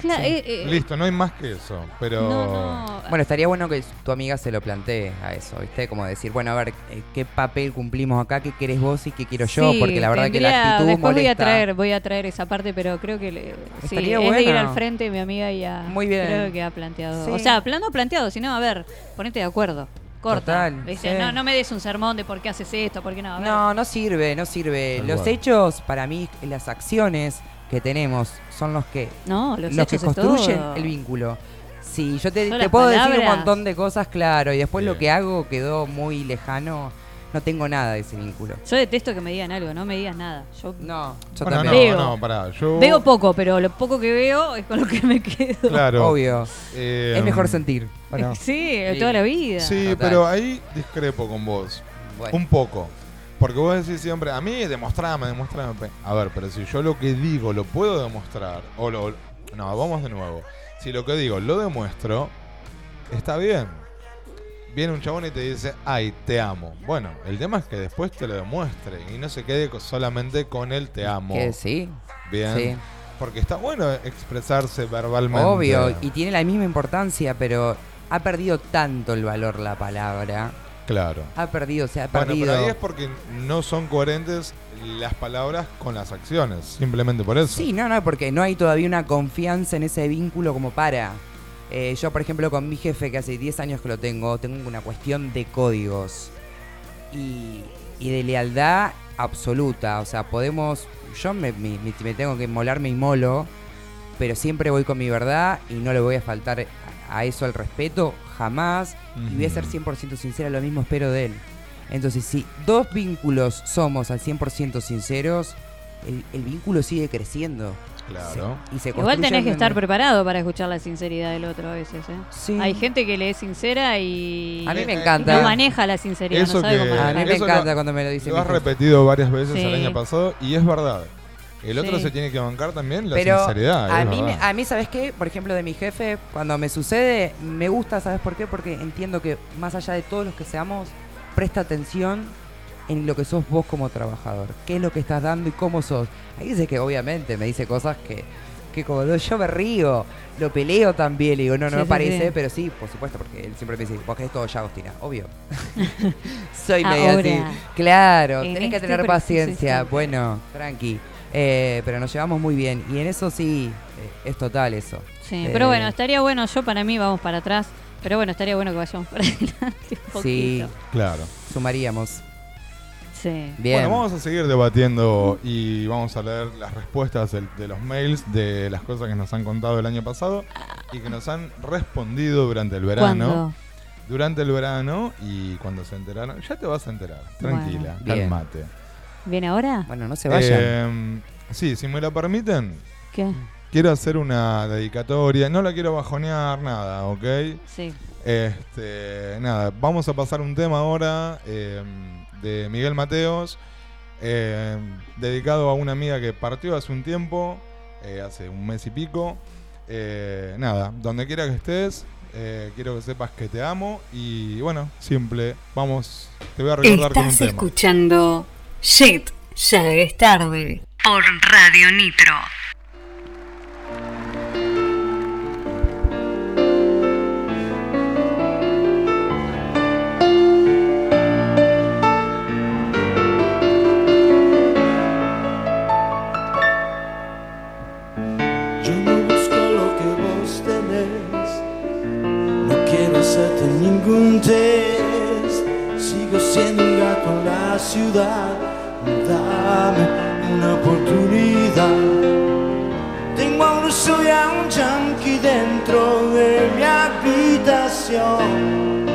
[SPEAKER 6] cla- eh, eh,
[SPEAKER 7] Listo, no hay más que eso. Pero.
[SPEAKER 6] No, no.
[SPEAKER 8] Bueno, estaría bueno que tu amiga se lo plantee a eso, ¿viste? Como decir, bueno, a ver, eh, ¿qué papel cumplimos acá? ¿Qué querés vos y qué quiero yo?
[SPEAKER 6] Sí,
[SPEAKER 8] Porque la verdad que la
[SPEAKER 6] tendría-
[SPEAKER 8] actitud
[SPEAKER 6] después voy a
[SPEAKER 8] molesta.
[SPEAKER 6] traer, voy a traer esa parte, pero creo que le- sí,
[SPEAKER 8] Estaría
[SPEAKER 6] es de ir
[SPEAKER 8] bueno.
[SPEAKER 6] al frente mi amiga y a
[SPEAKER 8] Muy bien.
[SPEAKER 6] creo que ha planteado.
[SPEAKER 8] Sí.
[SPEAKER 6] O sea, plan, no planteado, sino a ver, ponete de acuerdo. Corta.
[SPEAKER 8] Total,
[SPEAKER 6] Dice,
[SPEAKER 8] sí.
[SPEAKER 6] no, no me des un sermón de por qué haces esto, por qué no. a ver.
[SPEAKER 8] No, no sirve, no sirve.
[SPEAKER 7] Tal
[SPEAKER 8] los
[SPEAKER 7] cual.
[SPEAKER 8] hechos, para mí, las acciones que tenemos son los que,
[SPEAKER 6] No, los,
[SPEAKER 8] los que
[SPEAKER 6] hechos es
[SPEAKER 8] construyen
[SPEAKER 6] todo.
[SPEAKER 8] el vínculo. Sí, yo te,
[SPEAKER 6] Son
[SPEAKER 8] te
[SPEAKER 6] las
[SPEAKER 8] puedo decir un
[SPEAKER 6] palabras.
[SPEAKER 8] montón de cosas, claro, y después lo
[SPEAKER 7] Bien.
[SPEAKER 8] que hago quedó muy lejano. No tengo nada de ese vínculo.
[SPEAKER 6] Yo detesto que me digan algo, no me digas nada. Yo
[SPEAKER 8] No, yo
[SPEAKER 7] Bueno,
[SPEAKER 8] también.
[SPEAKER 6] Veo.
[SPEAKER 7] no, no, pará. Yo.
[SPEAKER 6] veo poco, pero lo poco que veo es con lo que me
[SPEAKER 8] [laughs]
[SPEAKER 6] quedo.
[SPEAKER 7] Claro.
[SPEAKER 8] Obvio.
[SPEAKER 7] eh,
[SPEAKER 8] es mejor sentir. ¿o no?
[SPEAKER 6] Sí,
[SPEAKER 8] Sí.
[SPEAKER 6] toda la vida.
[SPEAKER 7] Sí,
[SPEAKER 8] Total.
[SPEAKER 7] pero ahí discrepo con vos.
[SPEAKER 8] Bueno.
[SPEAKER 7] Un poco. Porque vos decís siempre, a mí demostrame, demostrame. Pe- A ver, pero si yo lo que digo lo puedo demostrar, o lo... No, vamos de nuevo. Si lo que digo lo demuestro, está bien. viene un chabón y te dice, ay, te amo. Bueno, el tema es que después te lo demuestre y no se quede co- solamente con el te amo.
[SPEAKER 8] Que sí.
[SPEAKER 7] Bien.
[SPEAKER 8] Sí.
[SPEAKER 7] Porque está bueno expresarse verbalmente.
[SPEAKER 8] Obvio, y tiene la misma importancia, pero ha perdido tanto el valor la palabra.
[SPEAKER 7] Claro.
[SPEAKER 8] Ha perdido, se ha
[SPEAKER 7] Bueno, pero
[SPEAKER 8] perdido.
[SPEAKER 7] ahí es porque no son coherentes las palabras con las acciones. Simplemente por eso.
[SPEAKER 8] Sí, no, no, porque no hay todavía una confianza en ese vínculo como para. Eh, yo, por ejemplo, con mi jefe, que hace 10 años que lo tengo, tengo una cuestión de códigos y, y de lealtad absoluta. O sea, podemos. Yo me, me- me- me tengo que molar mi molo, pero siempre voy con mi verdad y no le voy a faltar a, a eso al respeto, jamás. Y voy a ser 100% sincera, lo mismo espero de él. Entonces, si dos vínculos somos al 100% sinceros, el, el vínculo sigue creciendo.
[SPEAKER 7] Claro.
[SPEAKER 8] Se- y se
[SPEAKER 6] Igual tenés
[SPEAKER 8] construyen-
[SPEAKER 6] que estar preparado para escuchar la sinceridad del otro a veces. ¿eh? Hay gente que le es sincera y
[SPEAKER 8] A mí me encanta.
[SPEAKER 6] no maneja la sinceridad, no sabe cómo
[SPEAKER 8] A mí me
[SPEAKER 7] eso
[SPEAKER 8] encanta
[SPEAKER 7] lo-
[SPEAKER 8] cuando me lo dice
[SPEAKER 7] Lo
[SPEAKER 8] mi
[SPEAKER 7] has
[SPEAKER 8] jefe.
[SPEAKER 7] repetido varias veces
[SPEAKER 8] Sí.
[SPEAKER 7] el año pasado y es verdad. El otro
[SPEAKER 8] Sí.
[SPEAKER 7] se tiene que bancar también la
[SPEAKER 8] Pero
[SPEAKER 7] sinceridad.
[SPEAKER 8] a
[SPEAKER 7] es
[SPEAKER 8] mí, me-
[SPEAKER 7] verdad.
[SPEAKER 8] a mí, ¿sabes qué? Por ejemplo, de mi jefe, cuando me sucede, me gusta, ¿sabes por qué? Porque entiendo que más allá de todos los que seamos, presta atención en lo que sos vos como trabajador. ¿Qué es lo que estás dando y cómo sos? Ahí dice que obviamente me dice cosas que, que como no, yo me río, lo peleo también. Le digo, no, no
[SPEAKER 6] Sí,
[SPEAKER 8] me
[SPEAKER 6] sí,
[SPEAKER 8] parece,
[SPEAKER 6] sí.
[SPEAKER 8] pero sí, por supuesto, porque él siempre me dice, vos querés todo ya, Agostina,
[SPEAKER 6] [laughs]
[SPEAKER 8] obvio. Soy medio
[SPEAKER 6] Ahora,
[SPEAKER 8] así. Claro,
[SPEAKER 6] en
[SPEAKER 8] tenés que
[SPEAKER 6] este
[SPEAKER 8] tener
[SPEAKER 6] preciso
[SPEAKER 8] paciencia.
[SPEAKER 6] instante.
[SPEAKER 8] Bueno, tranqui. Eh, pero nos llevamos muy bien. Y en eso sí, eh, es total eso.
[SPEAKER 6] Sí,
[SPEAKER 8] Eh,
[SPEAKER 6] pero bueno, estaría bueno, yo para mí vamos para atrás, pero bueno, estaría bueno que vayamos para [laughs] adelante un
[SPEAKER 8] Sí,
[SPEAKER 6] poquito.
[SPEAKER 7] Claro.
[SPEAKER 8] Sumaríamos.
[SPEAKER 6] Sí.
[SPEAKER 8] Bien.
[SPEAKER 7] Bueno, vamos a seguir debatiendo y vamos a leer las respuestas del- de, los mails de las cosas que nos han contado el año pasado y que nos han respondido durante el verano.
[SPEAKER 6] ¿Cuándo?
[SPEAKER 7] Durante el verano y cuando se enteraron, ya te vas a enterar, tranquila,
[SPEAKER 6] Bueno.
[SPEAKER 8] Bien.
[SPEAKER 7] calmate.
[SPEAKER 6] ¿Viene ahora?
[SPEAKER 8] Bueno, no se vayan.
[SPEAKER 7] Eh, sí, si me lo permiten,
[SPEAKER 6] ¿Qué?
[SPEAKER 7] quiero hacer una dedicatoria, no la quiero bajonear nada, ¿ok?
[SPEAKER 6] Sí.
[SPEAKER 7] Este, nada, vamos a pasar un tema ahora eh, de Miguel Mateos, eh, dedicado a una amiga que partió hace un tiempo, eh, hace un mes y pico. Eh, nada, donde quiera que estés, eh, quiero que sepas que te amo y bueno, simple, vamos, te voy a recordar con un
[SPEAKER 3] Estás
[SPEAKER 7] tema.
[SPEAKER 3] escuchando Shit, ya es tarde. Por Radio Nitro.
[SPEAKER 5] Yo no busco lo que vos tenés, no quiero hacerte ningún test. Sigo siendo un gato en la ciudad, dame una oportunidad. Tengo a un ruso y a un yankee um dentro de mi habitación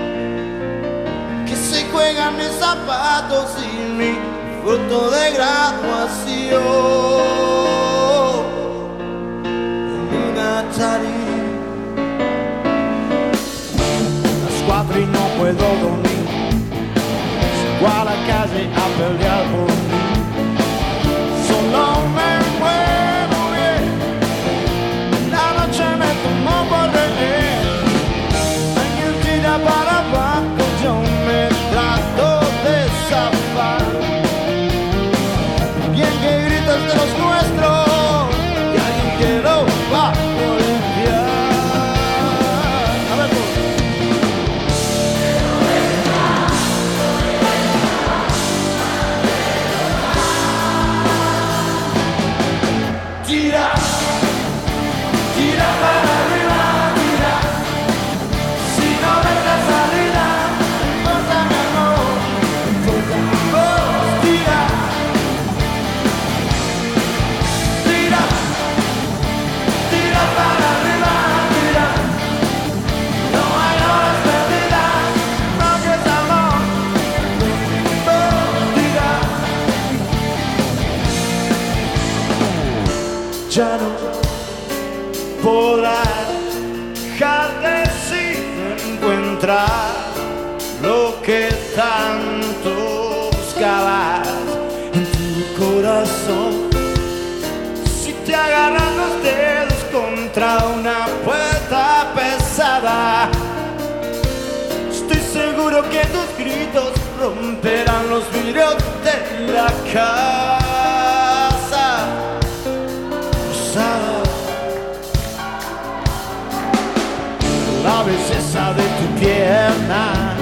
[SPEAKER 5] que se juegan mis zapatos y mi foto de graduación en un Atari. Las cuatro y no puedo dormir. Salgo a la calle a pelear por mí. Solo me muevo bien. La noche me tomó por rehén. Alguien tira para abajo, yo me trato de zafar. Bien que gritas de los nuestros. Y alguien que lo va a golpear. A ver, pues. Tira, tira para arriba, tira. Si no ves la salida, no importa mi amor, importa vos, tira. Tira, tira para arriba, tira. No hay horas perdidas, no es amor, vos, tira. ya no podrás dejar de encontrar lo que tanto buscabas en tu corazón. Si te agarras los dedos contra una puerta pesada, estoy seguro. vidrios de la casa rosada. La belleza de tu pierna,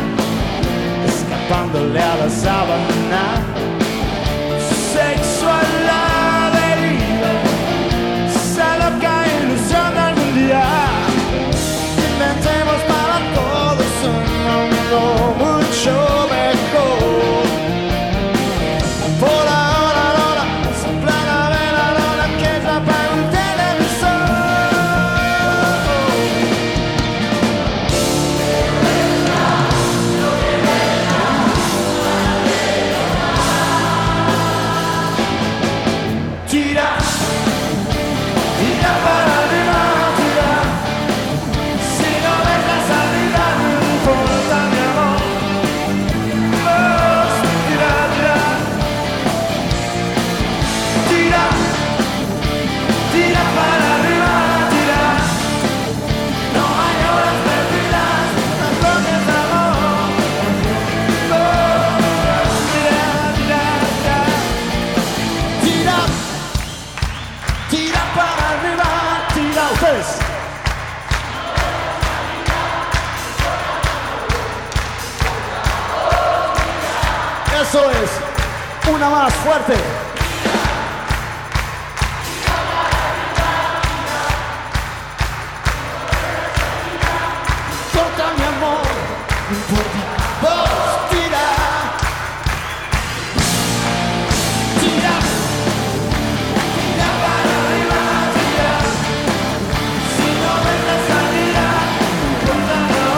[SPEAKER 5] escapándole a la sábana. Sexo a la deriva, se loca ilusión algún día. Inventemos para todos un mundo mucho mejor. Por ahora, Lola, sopla la vela, Lola, que es la para un televisor. Tira, tira para arriba, tira. Si no ves la salida, no importa mi amor. Vos, tira, tira. Tira, tira para arriba, tira. No hay horas perdidas, tampoco es amor. Vos, tira, tira, tira. Tira, tira para arriba, tira ustedes. Eso es. Una más fuerte. Corta mi amor. No importa. Vos tira. Tira. Tira para arriba. Tira. Si no ves la salida, no importa, no.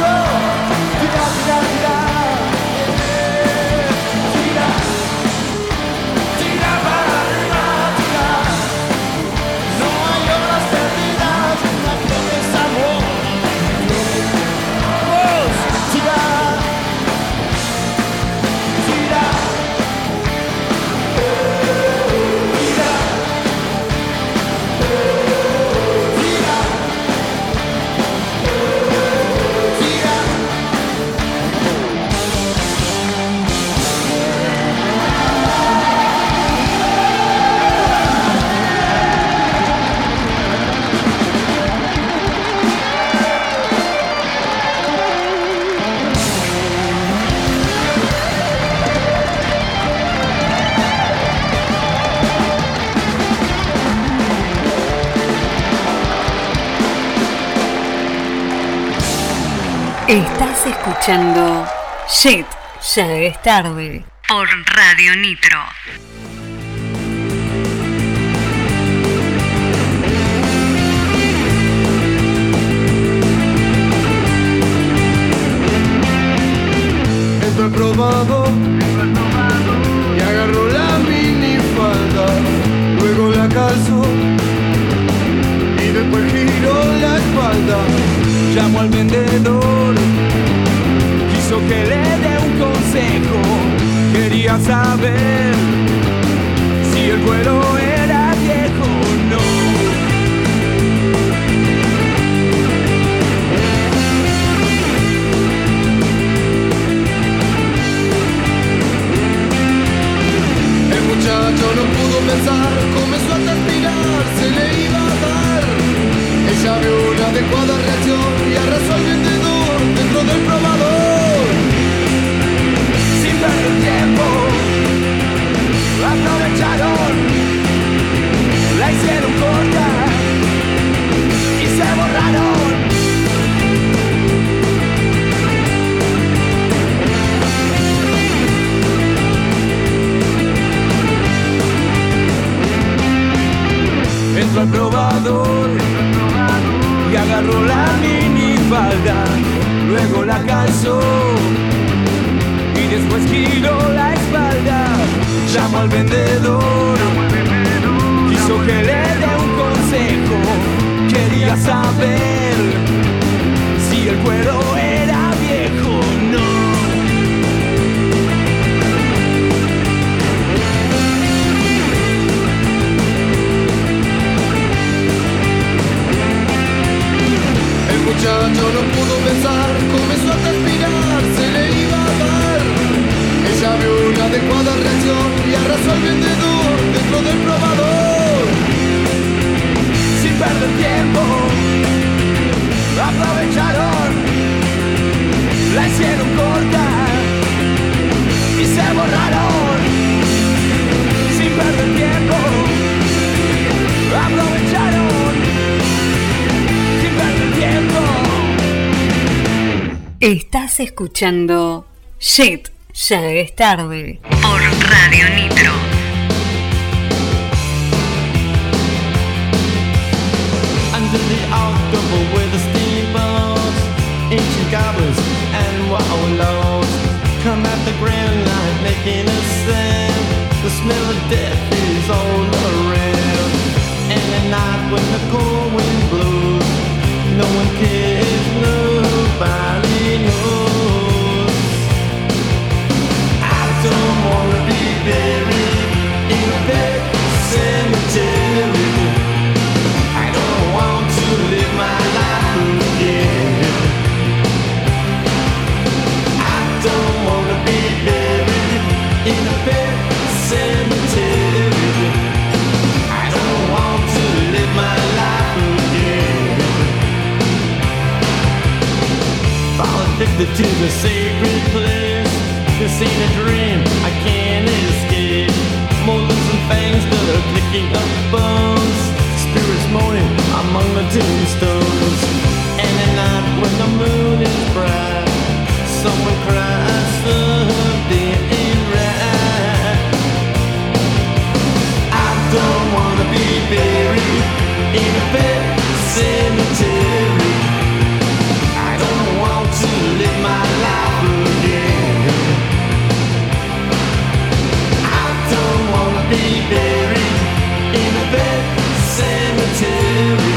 [SPEAKER 5] Vos tira, tira, tira. Tira, tira para arriba, tira. No hay horas perdidas, no tienes amor. Vos, tira, tira, tira, tira, tira.
[SPEAKER 3] Estás escuchando Shit, ya es tarde. Por Radio Nitro.
[SPEAKER 5] Está probado Y agarro la minifalda Luego la calzo Y después giro la espalda Llamo al vendedor Quiso que le dé un consejo Quería saber Si el cuero era viejo o no El muchacho no pudo pensar, comenzó a transpirar, se le iba a dar. Ella vio una adecuada reacción y arrasó al vendedor dentro del probador. Sin perder tiempo, la aprovecharon, la hicieron corta y se borraron. Entro al probador y agarro la minifalda, luego la calzo y después giro la espalda. Llamo al vendedor, quiso que le dé un consejo, quería saber si el cuero era viejo o no. El muchacho no pudo pensar, comenzó a transpirar, se le iba a dar.
[SPEAKER 11] una adecuada reacción y arrasó al vendedor dentro del probador. Sin perder tiempo, aprovecharon, la hicieron corta y se borraron. Sin perder tiempo, aprovecharon, sin perder tiempo.
[SPEAKER 3] Estás escuchando Shit, ya es tarde. Por Radio Nitro.
[SPEAKER 5] Under the October with the steamboats, ancient goblins and wallows come at the grand line making a sound. The smell of death is all around. And at night when the cold wind blows, no one cares, nobody knows. I don't wanna be buried in a pet cemetery. I don't want to live my life again. I don't wanna be buried in a pet cemetery. I don't want to live my life again. Fall addicted to the sacred place. This ain't a dream I can't escape. Molars and fangs that are clicking up bones. Spirits moaning among the tombstones. And at night when the moon is bright, someone cries something ain't right. I don't wanna be buried in a bed cemetery. I don't want to live my life again. I don't wanna be buried in a bed cemetery.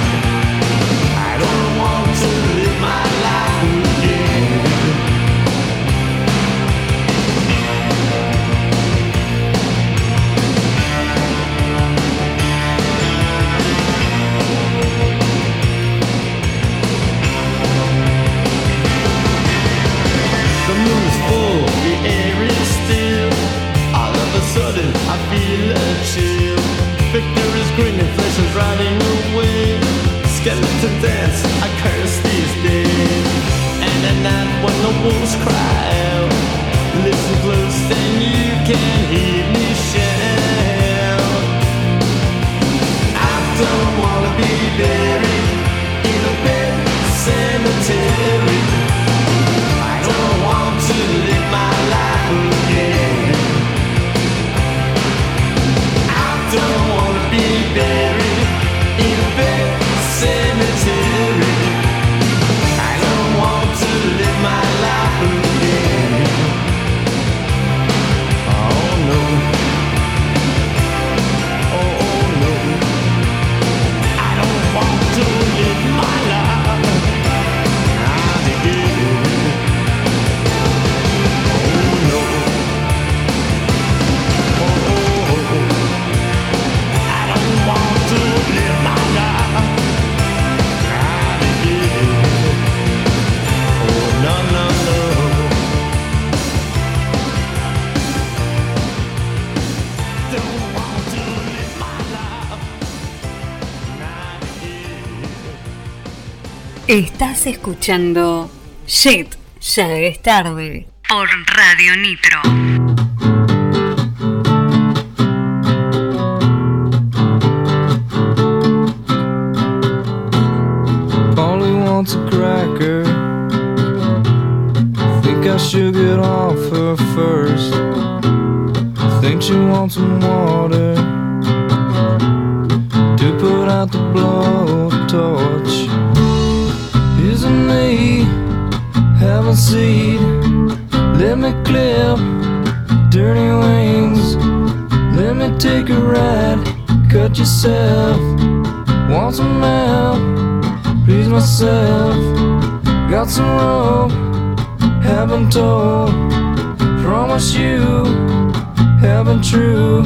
[SPEAKER 5] I don't want to live my life again. The moon is full, the air is still. All of a sudden, I feel a chill. Victor is grinning, flesh is rotting away. Skeleton dance, I curse these days. And at night when the wolves cry out, listen close and you can hear me shout. I don't wanna be buried in a bed cemetery. I don't want to live my life again. I don't want to be buried in a big cemetery. I don't want to live my life again. Oh no. Oh, oh no. I don't want to live my life. Not again.
[SPEAKER 3] Estás escuchando Shit, ya es tarde. Por Radio Nitro.
[SPEAKER 12] All he wants a cracker. Think I should get off her first. Think she wants some water to put out the blowtorch. Isn't me? Have a seat. Let me clip dirty wings. Let me take a ride. Cut yourself. Want some help? please myself. Got some rope, haven't told. Promise you, haven't true.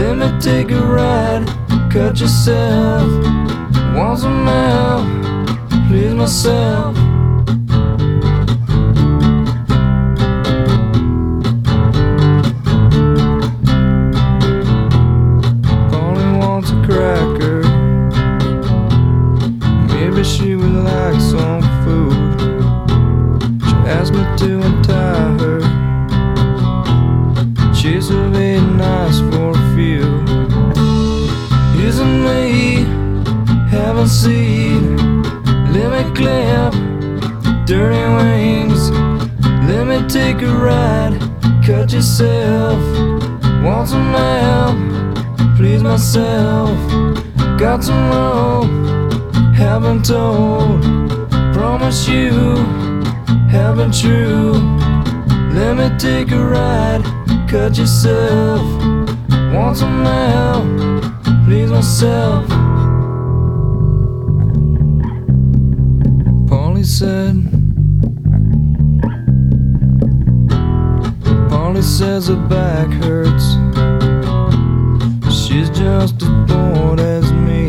[SPEAKER 12] Let me take a ride, cut yourself. Want some help, please myself. me. Heaven seed, let me clamp, dirty wings. Let me take a ride, cut yourself. Want some help, please myself. Got some hope, haven't told. Promise you, haven't true. Let me take a ride, cut yourself. Want some help, please myself. Polly said. Polly says her back hurts. She's just as bored as me.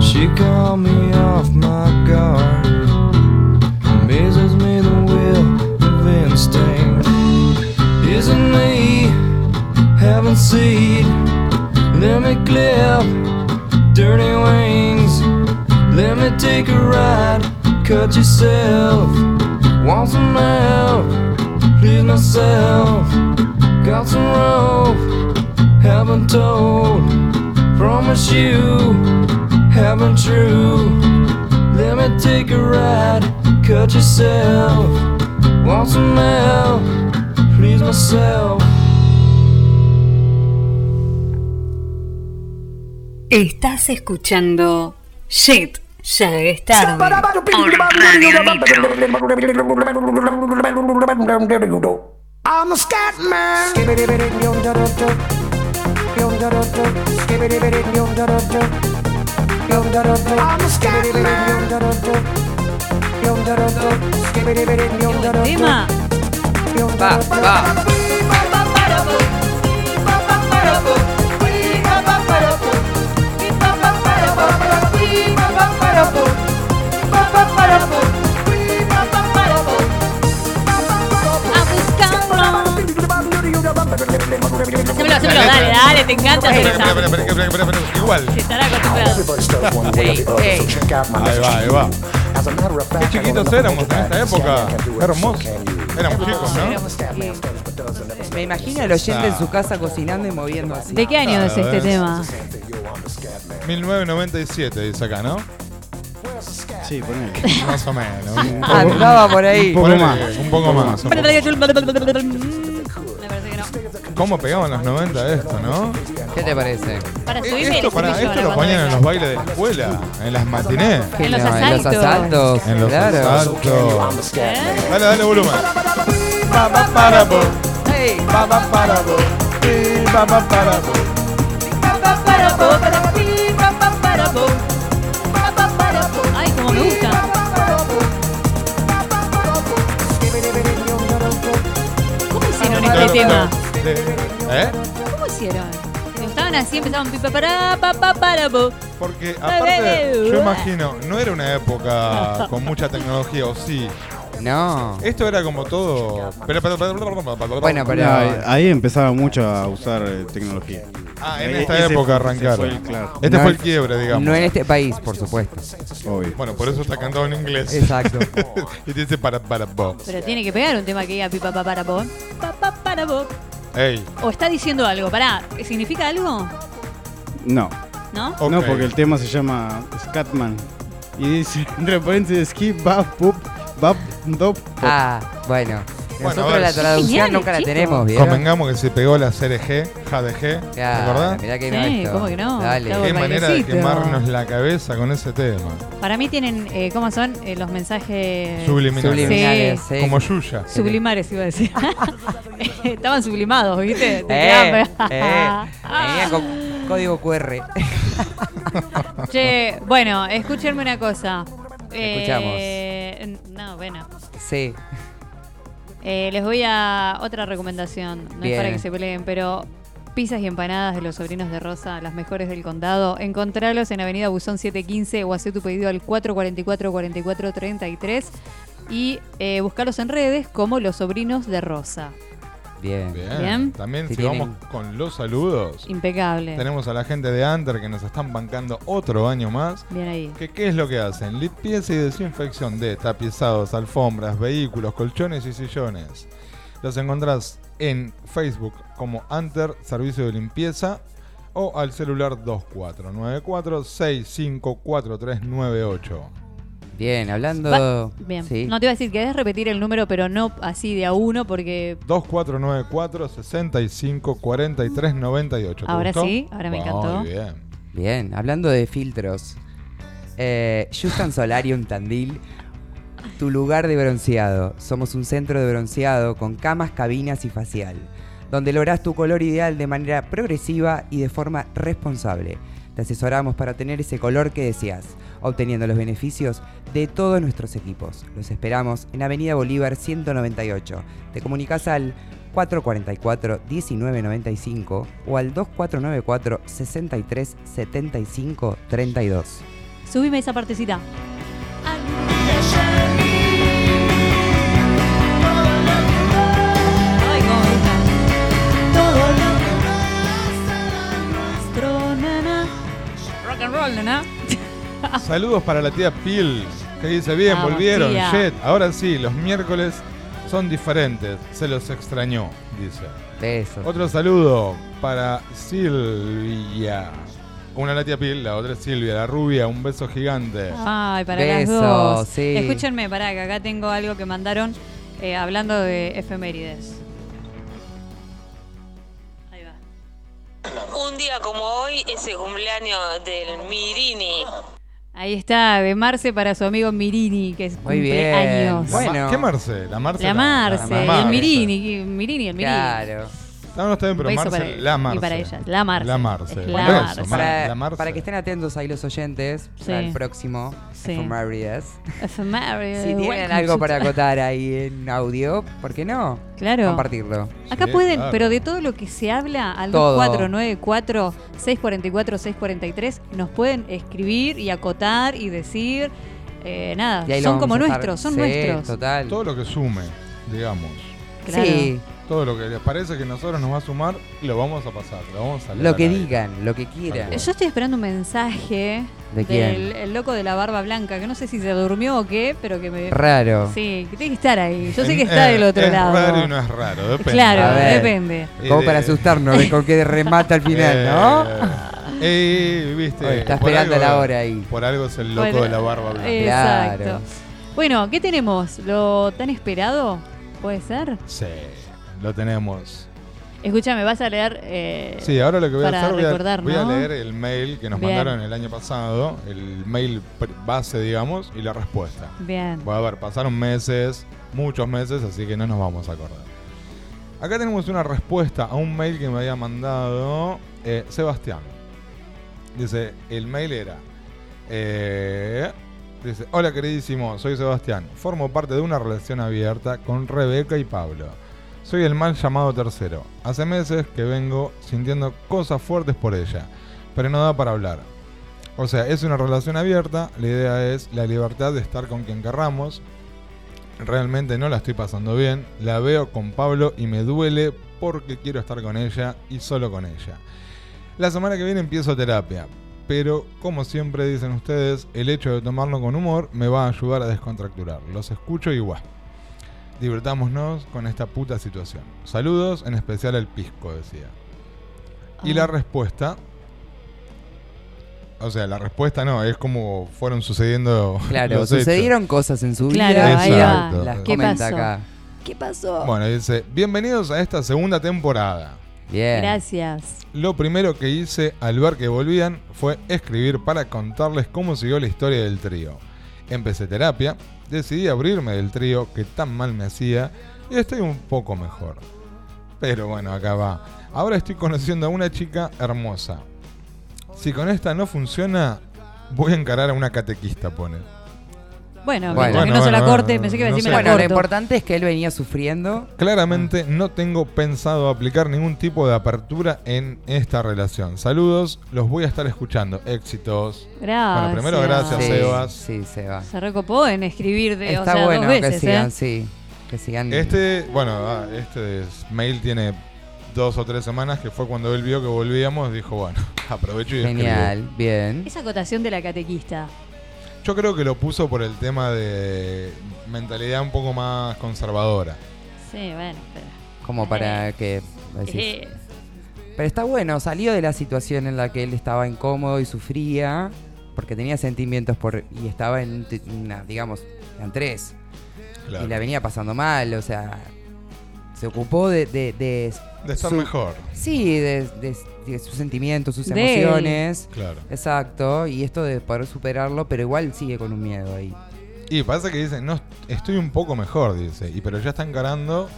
[SPEAKER 12] She called me off my guard. Amazes me the will of instinct. Isn't me having seed? Let me clip dirty wings. Let me take a ride. Cut yourself. Want some help? Please myself. Got some rope. Haven't told. Promise you. Haven't true. Let me take a ride. Cut yourself. Want some help? Please myself.
[SPEAKER 3] Estás escuchando Shit, ya es tarde. Por Radio Nitro.
[SPEAKER 13] I'm a scat man. I'm a scat man.
[SPEAKER 6] Tema.
[SPEAKER 8] Va, va.
[SPEAKER 6] Hacémelo, hacémelo, dale, dale, te encanta hacer
[SPEAKER 7] Espera,
[SPEAKER 6] esa.
[SPEAKER 7] espera, espera, espera, espera, espera, Igual.
[SPEAKER 6] Estará acostumbrado.
[SPEAKER 7] Ahí va, ahí va. Qué chiquitos éramos en esta época. Hermosos. Éramos chicos, ¿no?
[SPEAKER 8] Me imagino al oyente en su casa cocinando y moviendo así.
[SPEAKER 6] ¿De qué año es
[SPEAKER 7] ¿eh?
[SPEAKER 6] este tema?
[SPEAKER 7] 1997 dice acá, ¿no?
[SPEAKER 9] Sí, ponele.
[SPEAKER 7] Más o menos. un
[SPEAKER 6] Ah,
[SPEAKER 7] poco-
[SPEAKER 8] Andaba por
[SPEAKER 7] Un
[SPEAKER 8] ahí.
[SPEAKER 7] poco más. Un poco más.
[SPEAKER 6] Me parece que no.
[SPEAKER 7] ¿Cómo pegaban los 90 esto, no?
[SPEAKER 8] ¿Qué te parece?
[SPEAKER 6] Para subirme el
[SPEAKER 7] Eh, Esto, pará,
[SPEAKER 6] estribillo
[SPEAKER 7] esto
[SPEAKER 6] ahora
[SPEAKER 7] lo
[SPEAKER 6] cuando
[SPEAKER 7] ponían en
[SPEAKER 6] venga.
[SPEAKER 7] los bailes de la escuela, en las matinés.
[SPEAKER 6] En los
[SPEAKER 8] No, en los
[SPEAKER 6] asaltos.
[SPEAKER 8] asaltos.
[SPEAKER 7] En los
[SPEAKER 8] claro.
[SPEAKER 7] asaltos. Dale, dale volumen.
[SPEAKER 6] Eh.
[SPEAKER 7] Pa, pa, para, po. Pa, pa, para, po. Pi, pa, pa, para, po.
[SPEAKER 6] Ay, como me gusta. ¿Cómo hicieron este
[SPEAKER 7] Claro, claro.
[SPEAKER 6] tema?
[SPEAKER 7] De- ¿Eh?
[SPEAKER 6] ¿Cómo hicieron? Estaban así, empezaban pipa para pa pa para po.
[SPEAKER 7] Porque aparte, yo imagino, no era una
[SPEAKER 6] [laughs]
[SPEAKER 7] época con mucha tecnología, o sí.
[SPEAKER 8] No.
[SPEAKER 7] Esto era como todo. Pero, pero, pero, pero, pero-
[SPEAKER 8] Bueno, pero-
[SPEAKER 9] No, ahí- ahí empezaba mucho a usar eh, tecnología.
[SPEAKER 7] Ah, en
[SPEAKER 9] Ahí-
[SPEAKER 7] esta
[SPEAKER 9] ese-
[SPEAKER 7] época
[SPEAKER 9] ese
[SPEAKER 7] arrancaron.
[SPEAKER 9] fue el- claro.
[SPEAKER 7] Este
[SPEAKER 8] No
[SPEAKER 7] fue
[SPEAKER 8] en-
[SPEAKER 7] el quiebre, digamos.
[SPEAKER 8] No en este país, por supuesto.
[SPEAKER 9] Obvio.
[SPEAKER 7] Bueno, por eso está cantado en inglés.
[SPEAKER 8] Exacto.
[SPEAKER 7] [laughs] y dice para para bo.
[SPEAKER 6] Pero tiene que pegar un tema que diga pipa pa para po. Pa pa para po.
[SPEAKER 7] Ey.
[SPEAKER 6] O está diciendo algo, pará, ¿significa algo?
[SPEAKER 9] No.
[SPEAKER 6] ¿No?
[SPEAKER 9] No,
[SPEAKER 7] Ok.
[SPEAKER 9] porque el tema se llama Scatman. Y dice, [laughs] entre paréntesis, skip, bap, pup, bap, dop, pop.
[SPEAKER 8] Ah, bueno.
[SPEAKER 7] Bueno,
[SPEAKER 8] Nosotros
[SPEAKER 7] a ver.
[SPEAKER 8] la traducción
[SPEAKER 6] Genial,
[SPEAKER 8] nunca la
[SPEAKER 6] chicos.
[SPEAKER 8] tenemos, ¿vieron?
[SPEAKER 7] Convengamos que se pegó la CRG, JDG, ¿te
[SPEAKER 8] Claro,
[SPEAKER 7] acordás?
[SPEAKER 8] mirá que no
[SPEAKER 6] Sí,
[SPEAKER 8] esto.
[SPEAKER 6] ¿cómo que no?
[SPEAKER 8] Dale.
[SPEAKER 6] Está
[SPEAKER 7] Qué manera de
[SPEAKER 6] bailecito.
[SPEAKER 7] quemarnos la cabeza con ese tema.
[SPEAKER 6] Para mí tienen, eh, ¿cómo son eh, los mensajes
[SPEAKER 7] Subliminal.
[SPEAKER 8] Subliminales, sí.
[SPEAKER 7] Como Yuya.
[SPEAKER 6] sublimares, iba a
[SPEAKER 7] [laughs]
[SPEAKER 6] decir? [laughs] Estaban sublimados,
[SPEAKER 8] [laughs]
[SPEAKER 6] ¿viste? Te
[SPEAKER 8] Eh,
[SPEAKER 6] quedaban-
[SPEAKER 8] [laughs] eh, venía con código QR.
[SPEAKER 6] Che, bueno, escúchenme una cosa.
[SPEAKER 8] Escuchamos.
[SPEAKER 6] Eh, no, bueno.
[SPEAKER 8] [laughs] Sí.
[SPEAKER 6] Eh, les voy a otra recomendación, no es
[SPEAKER 8] Bien.
[SPEAKER 6] para que se peleen, pero pizzas y empanadas de los sobrinos de Rosa, las mejores del condado. Encontralos en Avenida Buzón 715 o hacé tu pedido al 444-4433 y eh, buscalos en redes como los sobrinos de Rosa.
[SPEAKER 8] Bien.
[SPEAKER 7] Bien.
[SPEAKER 6] Bien.
[SPEAKER 7] También
[SPEAKER 8] Si
[SPEAKER 7] si vamos con los saludos.
[SPEAKER 6] Impecable.
[SPEAKER 7] Tenemos a la gente de Anter que nos están bancando otro año más.
[SPEAKER 6] Bien ahí.
[SPEAKER 7] ¿Qué, ¿Qué es lo que hacen? Limpieza y desinfección de tapizados, alfombras, vehículos, colchones y sillones. Los encontrás en Facebook como Anter Servicio de Limpieza o al celular 2494-654398.
[SPEAKER 8] Bien,
[SPEAKER 6] Va-
[SPEAKER 8] hablando.
[SPEAKER 6] Bien.
[SPEAKER 8] Sí.
[SPEAKER 6] No te iba a decir, querés repetir el número, pero no así de a uno, porque
[SPEAKER 7] 2494 65 43 98.
[SPEAKER 6] Ahora sí, ahora me encantó.
[SPEAKER 7] Muy bien.
[SPEAKER 8] Bien, hablando de filtros. Eh, Justin Solarium Tandil, tu lugar de bronceado. Somos un centro de bronceado con camas, cabinas y facial, donde lográs tu color ideal de manera progresiva y de forma responsable. Te asesoramos para tener ese color que deseas, obteniendo los beneficios de todos nuestros equipos. Los esperamos en Avenida Bolívar 198. Te comunicas al 444-1995 o al 2494-6375-32.
[SPEAKER 6] subime esa partecita. Ay, cómo me gusta. Nuestro nana. Rock and roll, nana.
[SPEAKER 7] Saludos para la tía Pil, que dice, bien,
[SPEAKER 6] Vamos,
[SPEAKER 7] volvieron,
[SPEAKER 6] tía.
[SPEAKER 7] Jet. Ahora sí, los miércoles son diferentes. Se los extrañó, dice.
[SPEAKER 8] Besos.
[SPEAKER 7] Otro saludo para Silvia. Una la tía Pil, la otra es Silvia, la rubia. Un beso gigante.
[SPEAKER 6] Ay, para
[SPEAKER 7] Beso,
[SPEAKER 6] las dos.
[SPEAKER 7] sí.
[SPEAKER 6] Escúchenme, pará, que acá tengo algo que mandaron eh, hablando de efemérides.
[SPEAKER 14] Un día como hoy es el cumpleaños del Mirini.
[SPEAKER 6] Ahí está, de Marce para su amigo Mirini, que es
[SPEAKER 7] Muy bien.
[SPEAKER 6] cumpleaños.
[SPEAKER 7] La Ma- ¿Qué Marce? La Marce.
[SPEAKER 6] La Marce,
[SPEAKER 7] mamá.
[SPEAKER 6] el Mirini, el Mirini, el Mirini.
[SPEAKER 7] No, no está bien, pero
[SPEAKER 6] Beso
[SPEAKER 7] Marce,
[SPEAKER 6] para él
[SPEAKER 7] la Marce.
[SPEAKER 6] Y para ella, la Marce.
[SPEAKER 7] La Marce.
[SPEAKER 6] Es
[SPEAKER 7] Un
[SPEAKER 6] la
[SPEAKER 7] beso,
[SPEAKER 6] Marce.
[SPEAKER 7] Mar-
[SPEAKER 8] Para,
[SPEAKER 7] la Marce.
[SPEAKER 8] para que estén atentos ahí los oyentes
[SPEAKER 6] Sí.
[SPEAKER 8] al próximo
[SPEAKER 6] Sí.
[SPEAKER 8] Efemérides.
[SPEAKER 6] Efemérides.
[SPEAKER 8] Si tienen
[SPEAKER 6] Welcome
[SPEAKER 8] algo
[SPEAKER 6] to-
[SPEAKER 8] para acotar ahí en audio, ¿por qué no?
[SPEAKER 6] Claro.
[SPEAKER 8] Compartirlo.
[SPEAKER 6] Acá pueden, pero de todo lo que se habla al
[SPEAKER 8] Todo.
[SPEAKER 6] 2494-644-643 nos pueden escribir y acotar y decir, eh, nada,
[SPEAKER 7] Y ahí lo
[SPEAKER 6] son
[SPEAKER 7] vamos
[SPEAKER 6] como
[SPEAKER 7] a estar-
[SPEAKER 6] nuestros, son
[SPEAKER 7] sí,
[SPEAKER 6] nuestros.
[SPEAKER 8] Total.
[SPEAKER 7] Todo lo que sume, digamos.
[SPEAKER 6] Claro. Sí.
[SPEAKER 7] Todo lo que les parece que nosotros nos va a sumar, lo vamos a pasar, lo vamos a leer
[SPEAKER 8] Lo que
[SPEAKER 7] al aire.
[SPEAKER 8] digan, lo que quieran.
[SPEAKER 6] Yo estoy esperando un mensaje
[SPEAKER 8] ¿De
[SPEAKER 6] del
[SPEAKER 8] quién?
[SPEAKER 6] el loco de la barba blanca, que no sé si se durmió o qué, pero que me...
[SPEAKER 8] Raro.
[SPEAKER 6] Sí, que tiene que estar ahí. Yo sé
[SPEAKER 7] En-
[SPEAKER 6] que está
[SPEAKER 7] eh,
[SPEAKER 6] del otro
[SPEAKER 7] es
[SPEAKER 6] lado.
[SPEAKER 7] raro y no es raro, depende.
[SPEAKER 6] Claro,
[SPEAKER 8] A ver,
[SPEAKER 6] depende.
[SPEAKER 8] Como
[SPEAKER 7] Eh,
[SPEAKER 8] para
[SPEAKER 7] de-
[SPEAKER 8] asustarnos, de con qué remata al final, ¿no?
[SPEAKER 7] Eh, viste.
[SPEAKER 8] Oye, está
[SPEAKER 7] por
[SPEAKER 8] esperando
[SPEAKER 7] algo-
[SPEAKER 8] la hora ahí.
[SPEAKER 7] Por algo es el loco
[SPEAKER 6] Bueno,
[SPEAKER 7] de la barba blanca.
[SPEAKER 6] Exacto. Bueno, ¿qué tenemos? ¿Lo tan esperado? ¿Puede ser?
[SPEAKER 7] Sí, lo tenemos.
[SPEAKER 6] Escúchame, vas a leer. eh,
[SPEAKER 7] Sí, ahora lo que voy a
[SPEAKER 6] para
[SPEAKER 7] hacer, voy a,
[SPEAKER 6] recordar,
[SPEAKER 7] voy a
[SPEAKER 6] ¿no?
[SPEAKER 7] leer el mail que nos
[SPEAKER 6] Bien.
[SPEAKER 7] mandaron el año pasado, el mail pr- base, digamos, y la respuesta.
[SPEAKER 6] Bien.
[SPEAKER 7] Va a ver, pasaron meses, muchos meses, así que no nos vamos a acordar. Acá tenemos una respuesta a un mail que me había mandado eh, Sebastián. Dice, el mail era... eh, dice, hola queridísimo, soy Sebastián. Formo parte de una relación abierta con Rebeca y Pablo. Soy el mal llamado tercero. Hace meses que vengo sintiendo cosas fuertes por ella, pero no da para hablar. O sea, es una relación abierta, la idea es la libertad de estar con quien querramos. Realmente no la estoy pasando bien, la veo con Pablo y me duele porque quiero estar con ella y solo con ella. La semana que viene empiezo terapia, pero como siempre dicen ustedes, el hecho de tomarlo con humor me va a ayudar a descontracturar. Los escucho y guau. Divertámonos con esta puta situación. Saludos, en especial al pisco, decía. Y
[SPEAKER 8] Ah.
[SPEAKER 7] la respuesta. O sea, la respuesta no, es como fueron sucediendo. [laughs]
[SPEAKER 8] Claro,
[SPEAKER 7] los hechos.
[SPEAKER 8] sucedieron cosas en su
[SPEAKER 6] Claro,
[SPEAKER 8] vida.
[SPEAKER 7] ahí va. Exacto.
[SPEAKER 8] Las
[SPEAKER 7] ¿Qué
[SPEAKER 8] comenta
[SPEAKER 7] pasó?
[SPEAKER 8] acá.
[SPEAKER 6] ¿Qué pasó?
[SPEAKER 7] Bueno, dice: Bienvenidos a esta segunda temporada.
[SPEAKER 8] Bien.
[SPEAKER 6] Gracias.
[SPEAKER 7] Lo primero que hice al ver que volvían fue escribir para contarles cómo siguió la historia del trío. Empecé terapia, decidí abrirme del trío que tan mal me hacía y estoy un poco mejor. Pero bueno, acá va. Ahora estoy conociendo a una chica hermosa. Si con esta no funciona, voy a encarar a una catequista, pone.
[SPEAKER 6] Bueno,
[SPEAKER 7] Bueno,
[SPEAKER 6] mientras que no se
[SPEAKER 7] bueno,
[SPEAKER 6] la
[SPEAKER 7] bueno,
[SPEAKER 6] corte, pensé que iba a
[SPEAKER 7] no
[SPEAKER 6] decirme
[SPEAKER 7] sé. Bueno,
[SPEAKER 6] la
[SPEAKER 8] Lo
[SPEAKER 6] corto.
[SPEAKER 8] importante es que él venía sufriendo.
[SPEAKER 7] Claramente no tengo pensado aplicar ningún tipo de apertura en esta relación. Saludos, los voy a estar escuchando. Éxitos.
[SPEAKER 6] Gracias.
[SPEAKER 7] Bueno, primero gracias,
[SPEAKER 8] Sí,
[SPEAKER 7] Sebas.
[SPEAKER 8] Sí, Sebas.
[SPEAKER 6] Se recopó en escribir de, o
[SPEAKER 8] Está
[SPEAKER 6] sea,
[SPEAKER 8] bueno
[SPEAKER 6] dos veces,
[SPEAKER 8] que sigan,
[SPEAKER 6] ¿eh?
[SPEAKER 8] sí. Que sigan.
[SPEAKER 7] Este, bueno, ah, este es- mail tiene dos o tres semanas que fue cuando él vio que volvíamos, dijo, bueno, [laughs] aprovecho y escribo.
[SPEAKER 8] Genial, bien.
[SPEAKER 6] Esa acotación de la catequista.
[SPEAKER 7] Yo creo que lo puso por el tema de mentalidad un poco más conservadora.
[SPEAKER 6] Sí, bueno, pero.
[SPEAKER 8] Como para que. decís,
[SPEAKER 6] Eh,
[SPEAKER 8] Pero está bueno, salió de la situación en la que él estaba incómodo y sufría, porque tenía sentimientos por y estaba en, un te- una, digamos, en tres.
[SPEAKER 7] Claro.
[SPEAKER 8] Y la venía pasando mal, o sea, se ocupó de... De, de,
[SPEAKER 7] De estar mejor.
[SPEAKER 8] Sí, de, de- de sus sentimientos, sus
[SPEAKER 6] De él.
[SPEAKER 8] emociones.
[SPEAKER 7] Claro.
[SPEAKER 8] Exacto, y esto de poder superarlo, pero igual sigue con un miedo ahí.
[SPEAKER 7] Y pasa que dicen, no, estoy un poco mejor, dice. Y pero ya está encarando,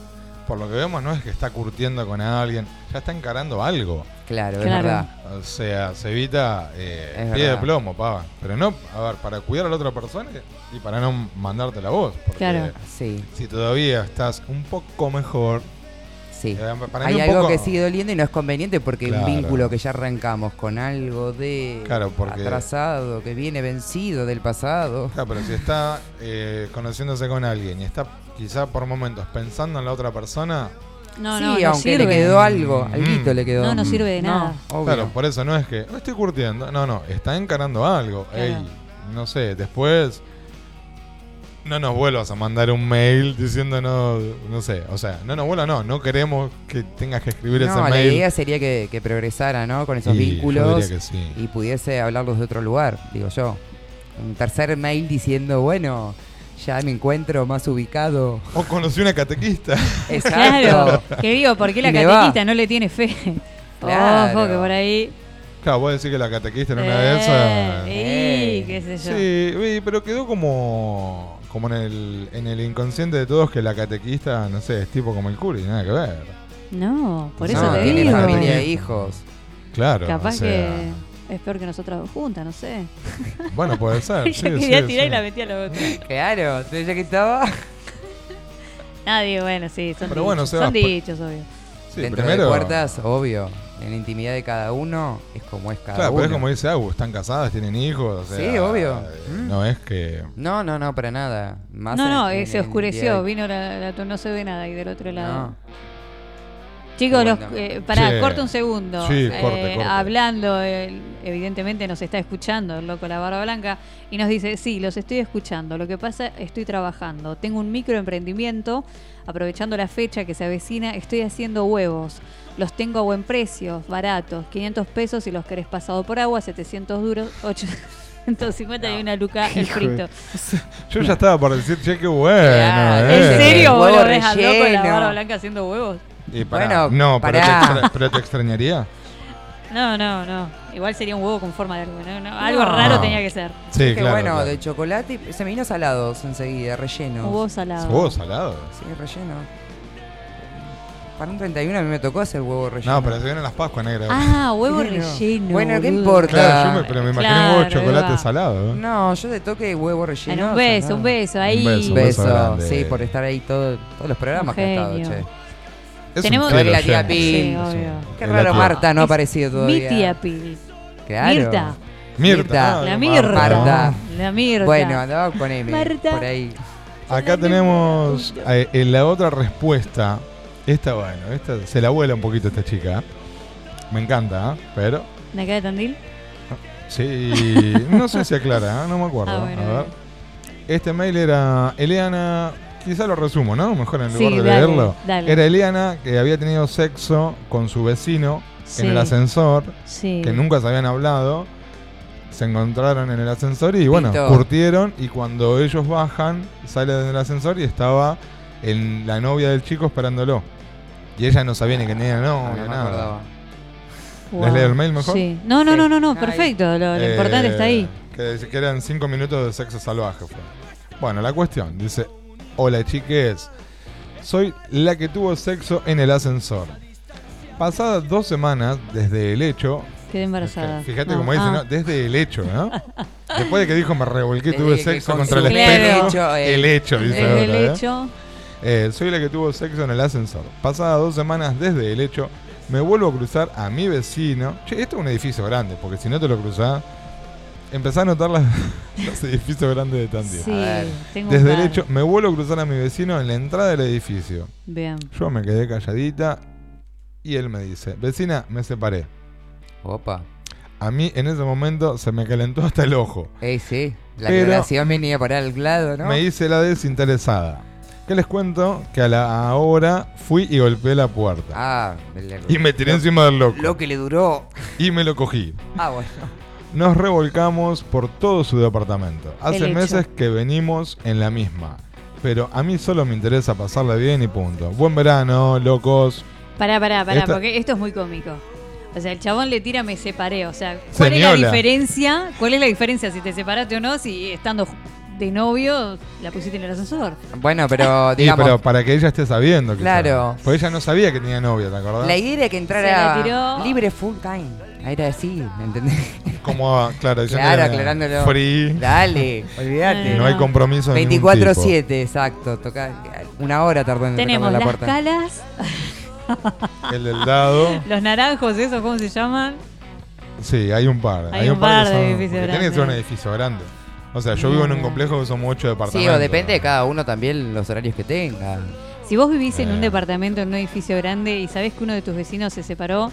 [SPEAKER 7] por lo que vemos, no es que está curtiendo con alguien, ya está encarando algo.
[SPEAKER 8] Claro, es Claro. verdad.
[SPEAKER 7] O sea, se evita eh,
[SPEAKER 8] Es
[SPEAKER 7] pie de
[SPEAKER 8] verdad.
[SPEAKER 7] plomo, pava. Pero no, a ver, para cuidar a la otra persona y para no mandarte la voz. Porque
[SPEAKER 8] Claro. Sí.
[SPEAKER 7] si todavía estás un poco mejor. eh,
[SPEAKER 8] Sí.
[SPEAKER 7] para mí
[SPEAKER 8] Hay
[SPEAKER 7] un
[SPEAKER 8] algo
[SPEAKER 7] poco-
[SPEAKER 8] que sigue doliendo y no es conveniente porque
[SPEAKER 7] Claro.
[SPEAKER 8] un vínculo que ya arrancamos con algo de
[SPEAKER 7] Claro, porque-
[SPEAKER 8] atrasado, que viene vencido del pasado.
[SPEAKER 7] Claro, pero si está eh, conociéndose con alguien y está quizá por momentos pensando en la otra persona.
[SPEAKER 6] No,
[SPEAKER 8] sí,
[SPEAKER 6] no, no
[SPEAKER 8] aunque
[SPEAKER 6] sirve.
[SPEAKER 8] le quedó algo, alguito
[SPEAKER 7] Mm.
[SPEAKER 8] le quedó.
[SPEAKER 6] No, no sirve de
[SPEAKER 8] No,
[SPEAKER 6] nada.
[SPEAKER 8] obvio.
[SPEAKER 7] Claro, por eso no es que "No estoy curtiendo. No, no, está encarando algo.
[SPEAKER 6] Claro.
[SPEAKER 7] Ey, no sé, después no nos vuelvas a mandar un mail diciéndonos, no sé, o sea, no nos vuelvas, no, no queremos que tengas que escribir ese
[SPEAKER 8] No, la
[SPEAKER 7] mail.
[SPEAKER 8] idea sería que, que progresara, ¿no? Con esos
[SPEAKER 7] Y yo
[SPEAKER 8] vínculos
[SPEAKER 7] diría que sí.
[SPEAKER 8] y pudiese hablarlos de otro lugar, digo yo. Un tercer mail diciendo, bueno, ya me encuentro más ubicado.
[SPEAKER 7] O conocí una Oh, catequista.
[SPEAKER 8] Exacto.
[SPEAKER 6] Claro.
[SPEAKER 7] [laughs]
[SPEAKER 6] que digo, ¿por qué la
[SPEAKER 8] Y me va.
[SPEAKER 6] catequista no le tiene fe?
[SPEAKER 8] [laughs] Claro.
[SPEAKER 6] Ojo, que por ahí.
[SPEAKER 7] Claro, vos decís que la catequista era una
[SPEAKER 6] Eh,
[SPEAKER 7] de esas.
[SPEAKER 6] y
[SPEAKER 8] Eh.
[SPEAKER 6] qué sé yo.
[SPEAKER 7] Sí, uy, pero quedó como como en el, en el inconsciente de todos que la catequista, no sé, es tipo como el curi, nada que ver.
[SPEAKER 6] No, por eso
[SPEAKER 8] No,
[SPEAKER 6] te
[SPEAKER 8] tiene
[SPEAKER 6] digo.
[SPEAKER 8] familia e hijos.
[SPEAKER 7] Claro.
[SPEAKER 6] Capaz
[SPEAKER 7] o sea,
[SPEAKER 6] que es peor que nosotras dos juntas, no sé. [laughs]
[SPEAKER 7] Bueno, puede
[SPEAKER 8] [laughs]
[SPEAKER 7] ser.
[SPEAKER 6] Yo
[SPEAKER 7] sí,
[SPEAKER 6] quería
[SPEAKER 7] sí,
[SPEAKER 6] tirar
[SPEAKER 7] sí.
[SPEAKER 6] y la metí a la otra.
[SPEAKER 8] Claro, entonces ya que estaba.
[SPEAKER 6] Nadie, bueno, sí, son
[SPEAKER 8] Pero
[SPEAKER 6] dichos.
[SPEAKER 8] bueno, Sebas,
[SPEAKER 6] son
[SPEAKER 8] por-
[SPEAKER 6] dichos, obvio.
[SPEAKER 8] [laughs] Dentro
[SPEAKER 7] primero-
[SPEAKER 8] de puertas, obvio. En la intimidad de cada uno es como es cada
[SPEAKER 7] Claro,
[SPEAKER 8] uno.
[SPEAKER 7] pero es como dice Agus, están casadas, tienen hijos. o sea,
[SPEAKER 8] Sí, obvio.
[SPEAKER 7] eh, No es que.
[SPEAKER 8] No, no, no, para nada. Más
[SPEAKER 6] No,
[SPEAKER 8] en-
[SPEAKER 6] no,
[SPEAKER 8] en-
[SPEAKER 6] eh, se
[SPEAKER 8] en
[SPEAKER 6] oscureció,
[SPEAKER 8] día
[SPEAKER 6] vino la, la tu- no se ve nada ahí del otro lado.
[SPEAKER 8] No.
[SPEAKER 6] Chicos, los,
[SPEAKER 8] Bueno.
[SPEAKER 6] eh, pará,
[SPEAKER 8] Sí.
[SPEAKER 6] corta un segundo.
[SPEAKER 8] Sí, corte,
[SPEAKER 6] Eh,
[SPEAKER 8] corte.
[SPEAKER 6] Hablando, él, evidentemente nos está escuchando el loco La Barba Blanca y nos dice, sí, los estoy escuchando, lo que pasa, estoy trabajando, tengo un microemprendimiento, aprovechando la fecha que se avecina, estoy haciendo huevos, los tengo a buen precio, baratos, 500 pesos si los querés pasado por agua, 700 duros, [laughs]
[SPEAKER 8] [laughs]
[SPEAKER 6] 850 y una luca el
[SPEAKER 7] Hijo de-
[SPEAKER 6] frito.
[SPEAKER 7] [laughs] Yo ya estaba por decir, che, qué bueno.
[SPEAKER 6] Claro,
[SPEAKER 7] eh.
[SPEAKER 6] ¿En serio vos
[SPEAKER 8] huevo
[SPEAKER 6] lo ves al loco de la
[SPEAKER 8] relleno.
[SPEAKER 6] barba blanca haciendo huevos?
[SPEAKER 7] Y pará,
[SPEAKER 8] Bueno,
[SPEAKER 7] no, pero te,
[SPEAKER 8] pará.
[SPEAKER 7] extra- pero te extrañaría.
[SPEAKER 6] No, no, no. Igual sería un huevo con forma de algo, ¿no? No, algo
[SPEAKER 8] No.
[SPEAKER 6] raro tenía que ser.
[SPEAKER 7] Sí,
[SPEAKER 8] que
[SPEAKER 7] claro,
[SPEAKER 8] bueno,
[SPEAKER 7] claro.
[SPEAKER 8] de chocolate y se me vino salados enseguida, rellenos.
[SPEAKER 6] Huevos salados.
[SPEAKER 7] ¿Huevos salados?
[SPEAKER 8] Sí, relleno. Para un 31 a mí me tocó hacer huevo relleno.
[SPEAKER 7] No, pero se vienen las Pascuas negras.
[SPEAKER 6] Ah, huevo
[SPEAKER 8] Claro.
[SPEAKER 6] relleno.
[SPEAKER 8] Bueno, ¿qué
[SPEAKER 6] boludo.
[SPEAKER 8] importa?
[SPEAKER 7] Claro, yo me- pero me imaginé un huevo de
[SPEAKER 6] Claro,
[SPEAKER 7] chocolate
[SPEAKER 6] va.
[SPEAKER 7] salado. ¿eh?
[SPEAKER 8] No, yo de toque huevo
[SPEAKER 6] Bueno,
[SPEAKER 8] relleno.
[SPEAKER 6] un beso, un beso ahí.
[SPEAKER 7] Un beso, un beso grande.
[SPEAKER 8] sí, por estar ahí todo- todos los programas
[SPEAKER 6] Un
[SPEAKER 8] que he estado,
[SPEAKER 6] genio.
[SPEAKER 8] che.
[SPEAKER 7] Es
[SPEAKER 6] Tenemos-
[SPEAKER 8] Creo que la tía
[SPEAKER 6] Sí,
[SPEAKER 8] Pil.
[SPEAKER 6] obvio.
[SPEAKER 8] Qué
[SPEAKER 7] Es la
[SPEAKER 8] raro,
[SPEAKER 7] tía.
[SPEAKER 8] Marta no ha
[SPEAKER 6] Es
[SPEAKER 8] aparecido todavía.
[SPEAKER 6] Mi tía Pil.
[SPEAKER 8] Claro.
[SPEAKER 6] Mirta.
[SPEAKER 7] Mirta. ah,
[SPEAKER 6] La Mirta.
[SPEAKER 8] Marta.
[SPEAKER 6] La Mirta.
[SPEAKER 8] Bueno, andaba con M.
[SPEAKER 6] Marta.
[SPEAKER 8] Por ahí.
[SPEAKER 7] Acá tenemos eh, en la otra respuesta. Esta, bueno, esta se la vuela un poquito esta chica. ¿eh? Me encanta, ¿eh? pero.
[SPEAKER 6] ¿De acá de Tandil?
[SPEAKER 7] Sí,
[SPEAKER 6] [laughs]
[SPEAKER 7] no sé si aclara, ¿eh? no me acuerdo.
[SPEAKER 6] Ah, bueno,
[SPEAKER 7] a ver. Este mail era Eliana, quizá lo resumo, ¿no? Mejor en
[SPEAKER 6] Sí,
[SPEAKER 7] lugar de
[SPEAKER 6] dale,
[SPEAKER 7] leerlo.
[SPEAKER 6] dale.
[SPEAKER 7] Era Eliana que había tenido sexo con su vecino
[SPEAKER 6] Sí.
[SPEAKER 7] en el ascensor,
[SPEAKER 6] Sí.
[SPEAKER 7] que nunca se habían hablado. Se encontraron en el ascensor y bueno,
[SPEAKER 8] Pintó.
[SPEAKER 7] curtieron y cuando ellos bajan, sale del ascensor y estaba en la novia del chico esperándolo. Y ella no sabía ni que tenía novia,
[SPEAKER 8] Ah, no me
[SPEAKER 7] nada.
[SPEAKER 8] acordaba.
[SPEAKER 7] ¿Les leo el mail mejor?
[SPEAKER 6] Sí. No, no, no, no, no, perfecto. Lo, lo
[SPEAKER 7] Eh,
[SPEAKER 6] importante está ahí.
[SPEAKER 7] Que, que eran cinco minutos de sexo salvaje. fue. Bueno, la cuestión dice: Hola chiques, soy la que tuvo sexo en el ascensor. Pasadas dos semanas desde el hecho,
[SPEAKER 6] Quedé embarazada.
[SPEAKER 7] fíjate
[SPEAKER 6] No,
[SPEAKER 7] cómo dice,
[SPEAKER 6] ah.
[SPEAKER 7] ¿no? Desde el hecho, ¿no? Después de que dijo me revolqué,
[SPEAKER 8] Desde
[SPEAKER 7] tuve
[SPEAKER 8] que
[SPEAKER 7] sexo contra el
[SPEAKER 8] consumí
[SPEAKER 7] espejo.
[SPEAKER 8] el hecho, eh.
[SPEAKER 7] el hecho, dice
[SPEAKER 6] Desde el
[SPEAKER 7] ahora, ¿eh?
[SPEAKER 6] hecho.
[SPEAKER 7] Eh, soy la que tuvo sexo en el ascensor. Pasadas dos semanas desde el hecho, me vuelvo a cruzar a mi vecino. Che, esto es un edificio grande, porque si no te lo cruzás, empezás a notar las- [laughs] los edificios grandes de Tandil.
[SPEAKER 6] Sí, A ver. tengo un
[SPEAKER 7] desde el
[SPEAKER 6] par.
[SPEAKER 7] hecho, me vuelvo a cruzar a mi vecino en la entrada del edificio.
[SPEAKER 6] Bien.
[SPEAKER 7] Yo me quedé calladita y él me dice, vecina, me separé.
[SPEAKER 8] Opa.
[SPEAKER 7] A mí en ese momento se me calentó hasta el ojo.
[SPEAKER 8] Ey, sí. La
[SPEAKER 7] Pero-
[SPEAKER 8] violación venía por al lado, ¿no?
[SPEAKER 7] Me hice la desinteresada. ¿Qué les cuento? Que a la hora fui y golpeé la puerta.
[SPEAKER 8] Ah,
[SPEAKER 7] Y me tiré encima del loco.
[SPEAKER 8] Lo que le duró.
[SPEAKER 7] Y me lo cogí. [laughs]
[SPEAKER 8] Ah, bueno.
[SPEAKER 7] Nos revolcamos por todo su departamento. Hace
[SPEAKER 8] hecho.
[SPEAKER 7] meses que venimos en la misma. Pero a mí solo me interesa pasarla bien y punto. Buen verano, locos.
[SPEAKER 6] Pará, pará, pará,
[SPEAKER 7] Esta-
[SPEAKER 6] porque esto es muy cómico. O sea, el chabón le tira me separé. O sea, ¿cuál es la
[SPEAKER 7] Señola.
[SPEAKER 6] diferencia? ¿Cuál es la diferencia si te separaste o no? Si estando ju- de novio la pusiste en el ascensor.
[SPEAKER 7] Mm,
[SPEAKER 8] Bueno, pero
[SPEAKER 7] Sí,
[SPEAKER 8] digamos-
[SPEAKER 7] pero para que ella esté sabiendo. quizás.
[SPEAKER 8] Claro.
[SPEAKER 7] Porque ella no sabía que tenía novia, ¿te acordás?
[SPEAKER 8] La idea era que
[SPEAKER 6] Se la
[SPEAKER 8] entrara
[SPEAKER 6] tiró.
[SPEAKER 8] libre full time. Ah, Era así, ¿me entendés?
[SPEAKER 7] [laughs] Como, claro, diciendo
[SPEAKER 8] Claro,
[SPEAKER 7] que era
[SPEAKER 8] aclarándolo.
[SPEAKER 7] Free. [laughs]
[SPEAKER 8] Dale, olvídate.
[SPEAKER 7] No hay compromiso de ningún
[SPEAKER 8] 24-7, exacto. Toca, una hora tardó en
[SPEAKER 6] Tenemos
[SPEAKER 8] tocar la
[SPEAKER 6] las
[SPEAKER 8] puerta.
[SPEAKER 6] calas, [laughs]
[SPEAKER 7] El del dado.
[SPEAKER 6] los naranjos, esos, ¿cómo se llaman?
[SPEAKER 7] Sí, hay un par.
[SPEAKER 6] Hay un par de
[SPEAKER 7] que son-
[SPEAKER 6] edificios
[SPEAKER 7] que Tiene que ser un
[SPEAKER 6] grandes.
[SPEAKER 7] edificio grande. O sea, yo
[SPEAKER 8] Mm,
[SPEAKER 7] vivo en un complejo que somos ocho
[SPEAKER 8] Sí,
[SPEAKER 7] departamentos.
[SPEAKER 8] o depende de cada uno también los horarios que tenga.
[SPEAKER 6] Si vos vivís en
[SPEAKER 8] Eh.
[SPEAKER 7] Ah.
[SPEAKER 6] un departamento, en un edificio grande y sabés que uno de tus vecinos
[SPEAKER 7] [laughs]
[SPEAKER 6] se separó,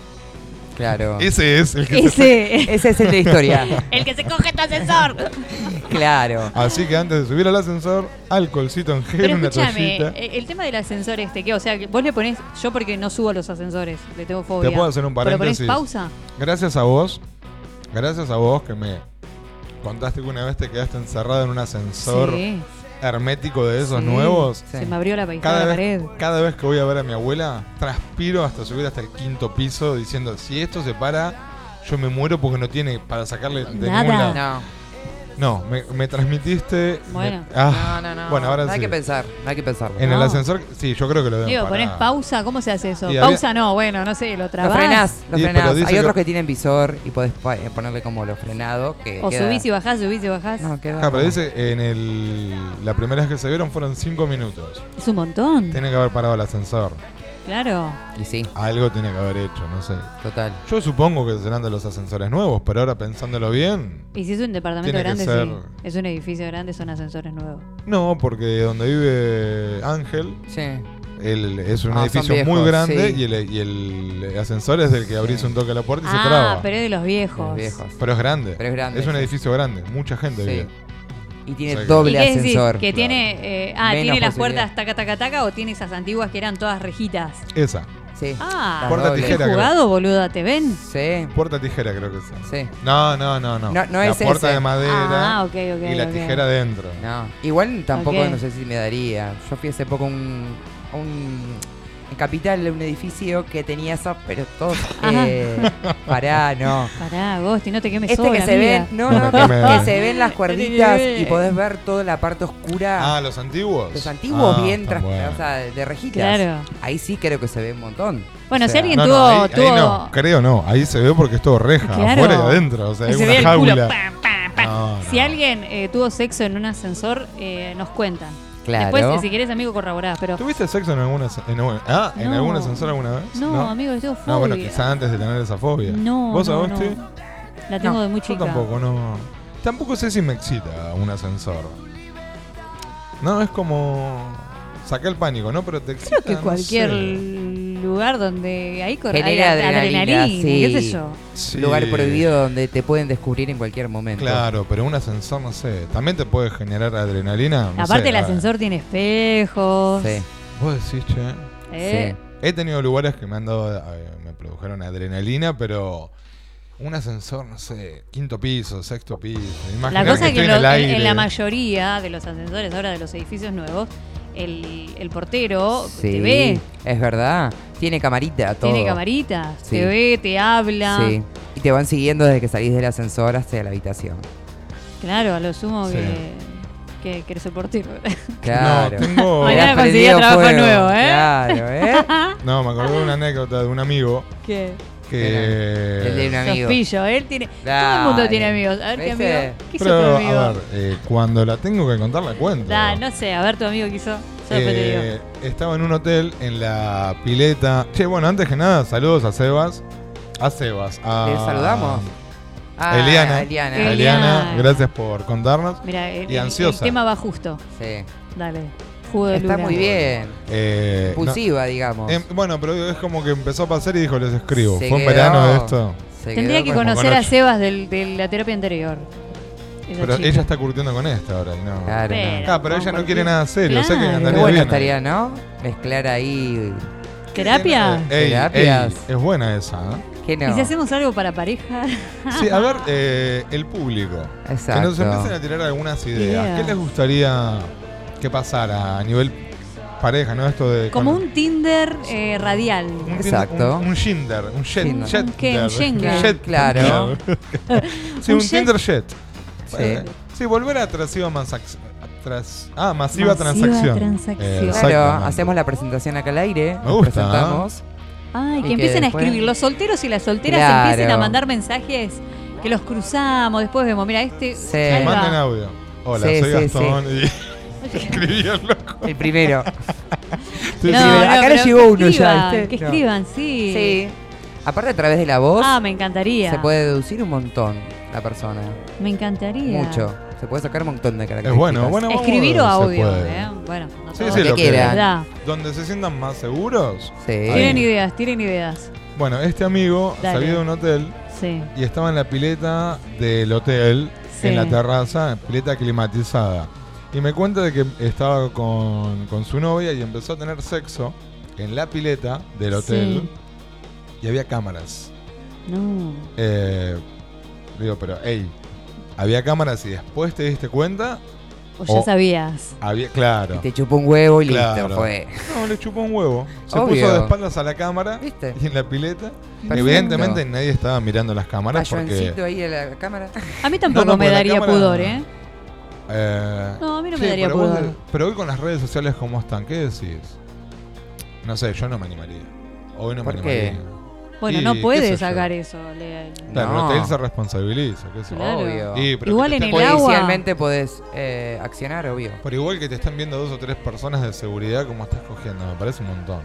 [SPEAKER 8] Claro.
[SPEAKER 7] Ese es el que se-
[SPEAKER 6] ese,
[SPEAKER 8] Ese es el de historia.
[SPEAKER 7] [laughs]
[SPEAKER 6] el que se coge tu ascensor.
[SPEAKER 8] claro.
[SPEAKER 7] Así que antes de subir al ascensor, alcoholcito en gel,
[SPEAKER 6] Pero
[SPEAKER 7] una
[SPEAKER 6] escúchame,
[SPEAKER 7] toallita.
[SPEAKER 6] eh, el tema del ascensor este, que, o sea, que vos le ponés, yo porque no subo a los ascensores, le tengo fobia.
[SPEAKER 7] Te puedo hacer un
[SPEAKER 6] ¿Pero
[SPEAKER 7] paréntesis.
[SPEAKER 6] ponés pausa?
[SPEAKER 7] Gracias a vos, gracias a vos que me contaste que una vez te quedaste encerrado en un ascensor
[SPEAKER 6] Sí.
[SPEAKER 7] hermético de esos
[SPEAKER 6] Sí,
[SPEAKER 7] nuevos.
[SPEAKER 6] Se me abrió la, pa-
[SPEAKER 7] Cada
[SPEAKER 6] la
[SPEAKER 7] vez,
[SPEAKER 6] pared.
[SPEAKER 7] cada vez que voy a ver a mi abuela, transpiro hasta subir hasta el quinto piso diciendo, si esto se para, yo me muero porque no tiene para sacarle de
[SPEAKER 6] Nada.
[SPEAKER 7] ningún lado". No, me, me transmitiste.
[SPEAKER 6] Bueno.
[SPEAKER 7] me- ah,
[SPEAKER 8] no, no, no.
[SPEAKER 7] Bueno, ahora
[SPEAKER 8] no hay
[SPEAKER 7] sí.
[SPEAKER 8] que pensar, no hay que pensarlo.
[SPEAKER 7] En el
[SPEAKER 8] No.
[SPEAKER 7] ascensor, sí, yo creo que lo deben
[SPEAKER 6] Digo,
[SPEAKER 7] parar.
[SPEAKER 6] ponés pausa, ¿cómo se hace eso?
[SPEAKER 7] Y había-
[SPEAKER 6] pausa no, bueno, no sé, lo
[SPEAKER 8] Lo
[SPEAKER 6] trabás.
[SPEAKER 8] frenás, lo
[SPEAKER 7] Sí, pero
[SPEAKER 8] frenás.
[SPEAKER 7] dice
[SPEAKER 8] Hay
[SPEAKER 7] que-
[SPEAKER 8] otros que tienen visor y podés pa- eh, ponerle como lo frenado. Que
[SPEAKER 6] O
[SPEAKER 8] queda-
[SPEAKER 6] subís y bajás, subís y bajás.
[SPEAKER 8] No, queda
[SPEAKER 7] Ah, pero
[SPEAKER 8] como-
[SPEAKER 7] dice, en el, la primera vez que se vieron fueron cinco minutos.
[SPEAKER 6] Es un montón,
[SPEAKER 7] Tiene que haber parado el ascensor.
[SPEAKER 6] claro.
[SPEAKER 8] Y sí.
[SPEAKER 7] Algo tiene que haber hecho, no sé.
[SPEAKER 8] Total.
[SPEAKER 7] Yo supongo que serán de los ascensores nuevos, pero ahora pensándolo bien.
[SPEAKER 6] Y si es un departamento
[SPEAKER 7] Tiene
[SPEAKER 6] grande,
[SPEAKER 7] que
[SPEAKER 6] sí. Es un edificio grande, son ascensores nuevos.
[SPEAKER 7] No, porque donde vive Ángel. el- es un
[SPEAKER 8] Ah, son
[SPEAKER 7] edificio muy
[SPEAKER 8] viejos,
[SPEAKER 7] grande
[SPEAKER 8] sí.
[SPEAKER 7] y, el, y el ascensor es del que abrís un toque a la puerta y se
[SPEAKER 6] Ah,
[SPEAKER 7] traba.
[SPEAKER 6] pero es de los viejos.
[SPEAKER 7] Pero es grande.
[SPEAKER 8] Pero es grande,
[SPEAKER 7] un
[SPEAKER 8] sí.
[SPEAKER 7] edificio grande, mucha gente
[SPEAKER 8] Sí.
[SPEAKER 7] vive.
[SPEAKER 8] Y tiene
[SPEAKER 7] O sea que-
[SPEAKER 8] doble
[SPEAKER 6] ¿Y qué decís?
[SPEAKER 8] ascensor.
[SPEAKER 6] Que tiene, eh, ah,
[SPEAKER 8] Menos
[SPEAKER 6] tiene las
[SPEAKER 8] posibilidad.
[SPEAKER 6] puertas taca taca taca o tiene esas antiguas que eran todas rejitas.
[SPEAKER 7] Esa.
[SPEAKER 8] Sí.
[SPEAKER 6] Ah,
[SPEAKER 7] Puerta
[SPEAKER 6] ¿qué
[SPEAKER 7] tijera, creo.
[SPEAKER 6] jugado, boluda, ¿te ven?
[SPEAKER 8] Sí.
[SPEAKER 7] Puerta tijera creo que sí.
[SPEAKER 8] Sí.
[SPEAKER 7] No, no, no, no.
[SPEAKER 8] No, no
[SPEAKER 7] la
[SPEAKER 8] es
[SPEAKER 7] puerta
[SPEAKER 8] ese.
[SPEAKER 7] de madera
[SPEAKER 6] Ah, ok, ok,
[SPEAKER 7] y la
[SPEAKER 6] ok.
[SPEAKER 7] tijera adentro.
[SPEAKER 8] No. Igual tampoco
[SPEAKER 6] Ok.
[SPEAKER 8] no sé si me daría. Yo fui hace poco a un, a un en capital a un edificio que tenía eso, pero todo
[SPEAKER 6] Ajá.
[SPEAKER 8] eh, pará,
[SPEAKER 6] [laughs]
[SPEAKER 8] no.
[SPEAKER 6] Pará, Agosti, no te quemes
[SPEAKER 8] Este
[SPEAKER 6] sola,
[SPEAKER 8] que se
[SPEAKER 6] amiga.
[SPEAKER 8] ven, no, no,
[SPEAKER 7] No me
[SPEAKER 8] que,
[SPEAKER 7] quemé.
[SPEAKER 8] que se
[SPEAKER 6] [laughs]
[SPEAKER 8] ven las cuerditas y podés ver toda la parte oscura.
[SPEAKER 7] Ah, los antiguos.
[SPEAKER 8] Los antiguos
[SPEAKER 7] Ah,
[SPEAKER 8] bien
[SPEAKER 7] está
[SPEAKER 8] tras-
[SPEAKER 7] bueno.
[SPEAKER 8] o sea, de rejitas.
[SPEAKER 6] Claro.
[SPEAKER 8] Ahí sí creo que se ve un montón.
[SPEAKER 6] Bueno,
[SPEAKER 8] O
[SPEAKER 6] si
[SPEAKER 8] sea,
[SPEAKER 6] alguien
[SPEAKER 7] No,
[SPEAKER 6] tuvo,
[SPEAKER 7] no, ahí, ahí
[SPEAKER 6] tuvo-
[SPEAKER 7] no, creo no. Ahí se ve porque es todo reja,
[SPEAKER 6] Claro.
[SPEAKER 7] afuera y adentro. O sea,
[SPEAKER 6] Que
[SPEAKER 7] es
[SPEAKER 6] se
[SPEAKER 7] una
[SPEAKER 6] ve el
[SPEAKER 7] jaula.
[SPEAKER 6] culo, pam, pam, pam.
[SPEAKER 7] No, no.
[SPEAKER 6] Si alguien eh, tuvo sexo en un ascensor, eh, nos cuentan.
[SPEAKER 7] Claro.
[SPEAKER 6] Después, eh, si quieres, amigo, corroborás, pero...
[SPEAKER 7] ¿Tuviste sexo en algún, as- en, un- ah, en
[SPEAKER 6] No.
[SPEAKER 7] algún ascensor alguna vez?
[SPEAKER 6] No, amigo, yo tengo
[SPEAKER 7] No, bueno,
[SPEAKER 6] fobia.
[SPEAKER 7] quizá antes de tener esa fobia.
[SPEAKER 6] No,
[SPEAKER 7] ¿Vos
[SPEAKER 6] no,
[SPEAKER 7] a
[SPEAKER 6] no.
[SPEAKER 7] Agustín?
[SPEAKER 6] La tengo de muy
[SPEAKER 7] yo
[SPEAKER 6] chica.
[SPEAKER 7] tampoco, no. Tampoco sé si me excita un ascensor. No, es como. Saca el pánico, ¿no? Pero te excita.
[SPEAKER 6] Creo que
[SPEAKER 7] Ah, no
[SPEAKER 6] cualquier
[SPEAKER 7] sé.
[SPEAKER 6] lugar donde hay corre
[SPEAKER 8] Genera
[SPEAKER 6] hay
[SPEAKER 8] adrenalina, sí.
[SPEAKER 6] qué sé yo.
[SPEAKER 7] Sí.
[SPEAKER 8] Lugar prohibido donde te pueden descubrir en cualquier momento.
[SPEAKER 7] Claro, pero un ascensor, no sé. También te puede generar adrenalina. no
[SPEAKER 6] Aparte
[SPEAKER 7] sé,
[SPEAKER 6] el
[SPEAKER 7] a ver.
[SPEAKER 6] ascensor tiene espejos.
[SPEAKER 7] Vos decís, che.
[SPEAKER 6] Eh.
[SPEAKER 7] He tenido lugares que me han dado. eh, Me produjeron adrenalina, pero. Un ascensor, no sé, quinto piso, sexto piso.
[SPEAKER 6] La
[SPEAKER 7] imaginá
[SPEAKER 6] cosa es que
[SPEAKER 7] estoy
[SPEAKER 6] lo-
[SPEAKER 7] en el
[SPEAKER 6] en,
[SPEAKER 7] aire.
[SPEAKER 6] en la mayoría de los ascensores ahora de los edificios nuevos, el, el portero
[SPEAKER 8] Sí,
[SPEAKER 6] te ve,
[SPEAKER 8] Es verdad. Tiene camarita todo.
[SPEAKER 6] tiene camaritas,
[SPEAKER 8] Sí.
[SPEAKER 6] te ve, te habla.
[SPEAKER 8] Sí. Y te van siguiendo desde que salís del ascensor hasta la habitación.
[SPEAKER 6] Claro, a lo sumo
[SPEAKER 8] Sí.
[SPEAKER 6] que, que, que eres el
[SPEAKER 8] [laughs]
[SPEAKER 6] portero.
[SPEAKER 8] Claro.
[SPEAKER 7] tengo-
[SPEAKER 6] [laughs] Mañana
[SPEAKER 7] Has perdido
[SPEAKER 6] conseguí trabajo
[SPEAKER 7] fuego,
[SPEAKER 6] nuevo, ¿eh? [laughs]
[SPEAKER 8] claro, ¿eh?
[SPEAKER 7] No, me acordé de una anécdota de un amigo
[SPEAKER 6] ¿Qué?
[SPEAKER 7] que.
[SPEAKER 8] El de un
[SPEAKER 6] Sos pillo, él tiene. Todo el
[SPEAKER 7] Dale.
[SPEAKER 6] mundo tiene amigos. A ver qué
[SPEAKER 8] ¿Viste?
[SPEAKER 6] amigo. ¿Qué hizo
[SPEAKER 7] Pero,
[SPEAKER 6] tu amigo?
[SPEAKER 7] a ver, eh, cuando la tengo que contar, la cuento.
[SPEAKER 6] Da, no sé, a ver tu amigo que hizo. Yo después te digo.
[SPEAKER 7] Eh, estaba en un hotel en la pileta. Che, bueno, antes que nada, saludos a Sebas. A Sebas. A...
[SPEAKER 8] ¿Le saludamos?
[SPEAKER 7] A
[SPEAKER 8] Ah,
[SPEAKER 7] Eliana.
[SPEAKER 8] a Eliana.
[SPEAKER 7] A
[SPEAKER 6] Eliana.
[SPEAKER 7] gracias por contarnos.
[SPEAKER 6] Mira, el,
[SPEAKER 7] y
[SPEAKER 6] el-
[SPEAKER 7] ansiosa.
[SPEAKER 6] el tema va justo.
[SPEAKER 8] Sí.
[SPEAKER 6] Dale. Jugo de
[SPEAKER 8] Está
[SPEAKER 6] luna.
[SPEAKER 8] muy bien.
[SPEAKER 7] Eh,
[SPEAKER 8] Impulsiva, digamos.
[SPEAKER 7] Em, bueno, pero digo, es como que empezó a pasar y dijo, les escribo.
[SPEAKER 8] Se
[SPEAKER 7] Fue en
[SPEAKER 8] quedó-
[SPEAKER 7] verano esto.
[SPEAKER 8] se
[SPEAKER 6] Tendría que conocer a Sebas del- de la terapia anterior. esa
[SPEAKER 7] Pero
[SPEAKER 6] chica.
[SPEAKER 7] ella está curtiendo con esta ahora y no.
[SPEAKER 8] Claro, no.
[SPEAKER 7] Ah, pero ella no quiere nada serio, o sea que
[SPEAKER 8] Qué
[SPEAKER 7] andaría
[SPEAKER 8] bueno
[SPEAKER 7] bien.
[SPEAKER 8] estaría, ¿no? Mezclar ahí.
[SPEAKER 6] ¿Terapia?
[SPEAKER 7] Ey,
[SPEAKER 8] Terapias.
[SPEAKER 7] ey, es buena esa, ¿eh?
[SPEAKER 8] ¿Qué
[SPEAKER 6] ¿Y si hacemos algo para pareja?
[SPEAKER 7] Sí, a ver, eh, el público. Que nos
[SPEAKER 8] Exacto.
[SPEAKER 7] empiecen a tirar algunas ideas.
[SPEAKER 6] Ideas.
[SPEAKER 7] ¿Qué les gustaría que pasara a nivel pareja, no? Esto de.
[SPEAKER 6] [laughs] Como
[SPEAKER 7] con-
[SPEAKER 6] un Tinder eh, radial.
[SPEAKER 7] Exacto. Un, un Tinder, un Jet.
[SPEAKER 6] Tinder.
[SPEAKER 7] jet
[SPEAKER 6] Un qué, un Jenga.
[SPEAKER 7] jet-
[SPEAKER 8] Claro.
[SPEAKER 7] sí,
[SPEAKER 6] Un
[SPEAKER 7] un,
[SPEAKER 6] jet.
[SPEAKER 7] Tinder Jet.
[SPEAKER 8] Sí.
[SPEAKER 7] Eh, sí, volver a atractiva más. ax- atras- ah, masiva, transacción. Eh,
[SPEAKER 8] claro,
[SPEAKER 7] exactamente.
[SPEAKER 8] hacemos la presentación acá al aire.
[SPEAKER 7] Me gusta, ¿ah?
[SPEAKER 8] Presentamos.
[SPEAKER 6] Ay,
[SPEAKER 8] Y
[SPEAKER 6] que,
[SPEAKER 8] que
[SPEAKER 6] empiecen
[SPEAKER 8] después-
[SPEAKER 6] a escribir. Los solteros y las solteras
[SPEAKER 8] Claro.
[SPEAKER 6] empiecen a mandar mensajes que los cruzamos, después vemos, mira, este... ahí va.
[SPEAKER 7] Manden audio. Hola,
[SPEAKER 8] Sí,
[SPEAKER 7] soy
[SPEAKER 8] sí,
[SPEAKER 7] Gastón.
[SPEAKER 8] sí.
[SPEAKER 7] Y escribí al loco.
[SPEAKER 8] El
[SPEAKER 7] [laughs]
[SPEAKER 8] primero.
[SPEAKER 7] Sí,
[SPEAKER 6] No,
[SPEAKER 7] sí.
[SPEAKER 6] no,
[SPEAKER 8] Acá le
[SPEAKER 6] pero
[SPEAKER 8] llegó
[SPEAKER 6] que
[SPEAKER 8] uno ya,
[SPEAKER 6] escriban,
[SPEAKER 8] ¿viste?
[SPEAKER 6] Que
[SPEAKER 8] No.
[SPEAKER 6] escriban, sí.
[SPEAKER 8] Sí. Aparte, a través de la voz
[SPEAKER 6] Ah, me encantaría.
[SPEAKER 8] se puede deducir un montón la persona.
[SPEAKER 6] Me encantaría.
[SPEAKER 8] Mucho. Se puede sacar un montón de características.
[SPEAKER 7] Es bueno, bueno, vamos
[SPEAKER 6] Escribir o
[SPEAKER 7] se
[SPEAKER 6] audio,
[SPEAKER 7] puede.
[SPEAKER 6] ¿eh? Bueno, no
[SPEAKER 7] Sí,
[SPEAKER 6] todo.
[SPEAKER 7] sí,
[SPEAKER 8] Lo
[SPEAKER 7] lo
[SPEAKER 8] que
[SPEAKER 7] que
[SPEAKER 8] quieran.
[SPEAKER 6] Da.
[SPEAKER 7] [laughs] Donde se sientan más seguros.
[SPEAKER 8] Sí.
[SPEAKER 6] Tienen ideas, tienen ideas.
[SPEAKER 7] Bueno, este amigo
[SPEAKER 6] Dale.
[SPEAKER 7] salió de un hotel
[SPEAKER 6] Sí.
[SPEAKER 7] y estaba en la pileta del hotel,
[SPEAKER 6] Sí.
[SPEAKER 7] en la terraza, pileta climatizada. Y me cuenta de que estaba con, con su novia y empezó a tener sexo en la pileta del hotel. Y había cámaras.
[SPEAKER 6] No.
[SPEAKER 7] Eh, digo, pero, hey, ¿había cámaras y después te diste cuenta?
[SPEAKER 6] O ya sabías.
[SPEAKER 7] Había, claro.
[SPEAKER 8] Y te chupó un huevo y
[SPEAKER 7] Claro.
[SPEAKER 8] listo, fue.
[SPEAKER 7] No, le chupó un huevo. Se
[SPEAKER 8] Obvio.
[SPEAKER 7] puso de espaldas a la cámara y en la pileta. Evidentemente nadie estaba mirando las cámaras porque.
[SPEAKER 8] Talloncito ahí a la cámara.
[SPEAKER 6] A mí tampoco
[SPEAKER 7] No, no,
[SPEAKER 6] me
[SPEAKER 7] porque la
[SPEAKER 6] daría
[SPEAKER 7] cámara-
[SPEAKER 6] pudor, ¿eh?
[SPEAKER 7] eh,
[SPEAKER 6] No, a mí no me daría
[SPEAKER 7] pero vos
[SPEAKER 6] pudor.
[SPEAKER 7] de- pero hoy con las redes sociales como están, ¿qué decís? No sé, yo no me animaría. Hoy no
[SPEAKER 8] ¿Por
[SPEAKER 7] me
[SPEAKER 8] qué?
[SPEAKER 7] animaría.
[SPEAKER 6] Bueno,
[SPEAKER 7] Y,
[SPEAKER 6] no
[SPEAKER 7] qué sé
[SPEAKER 6] puede
[SPEAKER 7] yo.
[SPEAKER 6] sacar eso. le-
[SPEAKER 7] Claro,
[SPEAKER 8] No.
[SPEAKER 7] pero él se responsabiliza, qué sé yo.
[SPEAKER 6] Claro.
[SPEAKER 8] Obvio.
[SPEAKER 7] Y, pero
[SPEAKER 6] Igual
[SPEAKER 7] que te
[SPEAKER 6] en
[SPEAKER 7] estén-
[SPEAKER 6] el agua-
[SPEAKER 8] Policialmente podés eh, accionar, obvio.
[SPEAKER 7] Por igual que te están viendo dos o tres personas de seguridad como estás cogiendo, me parece un montón.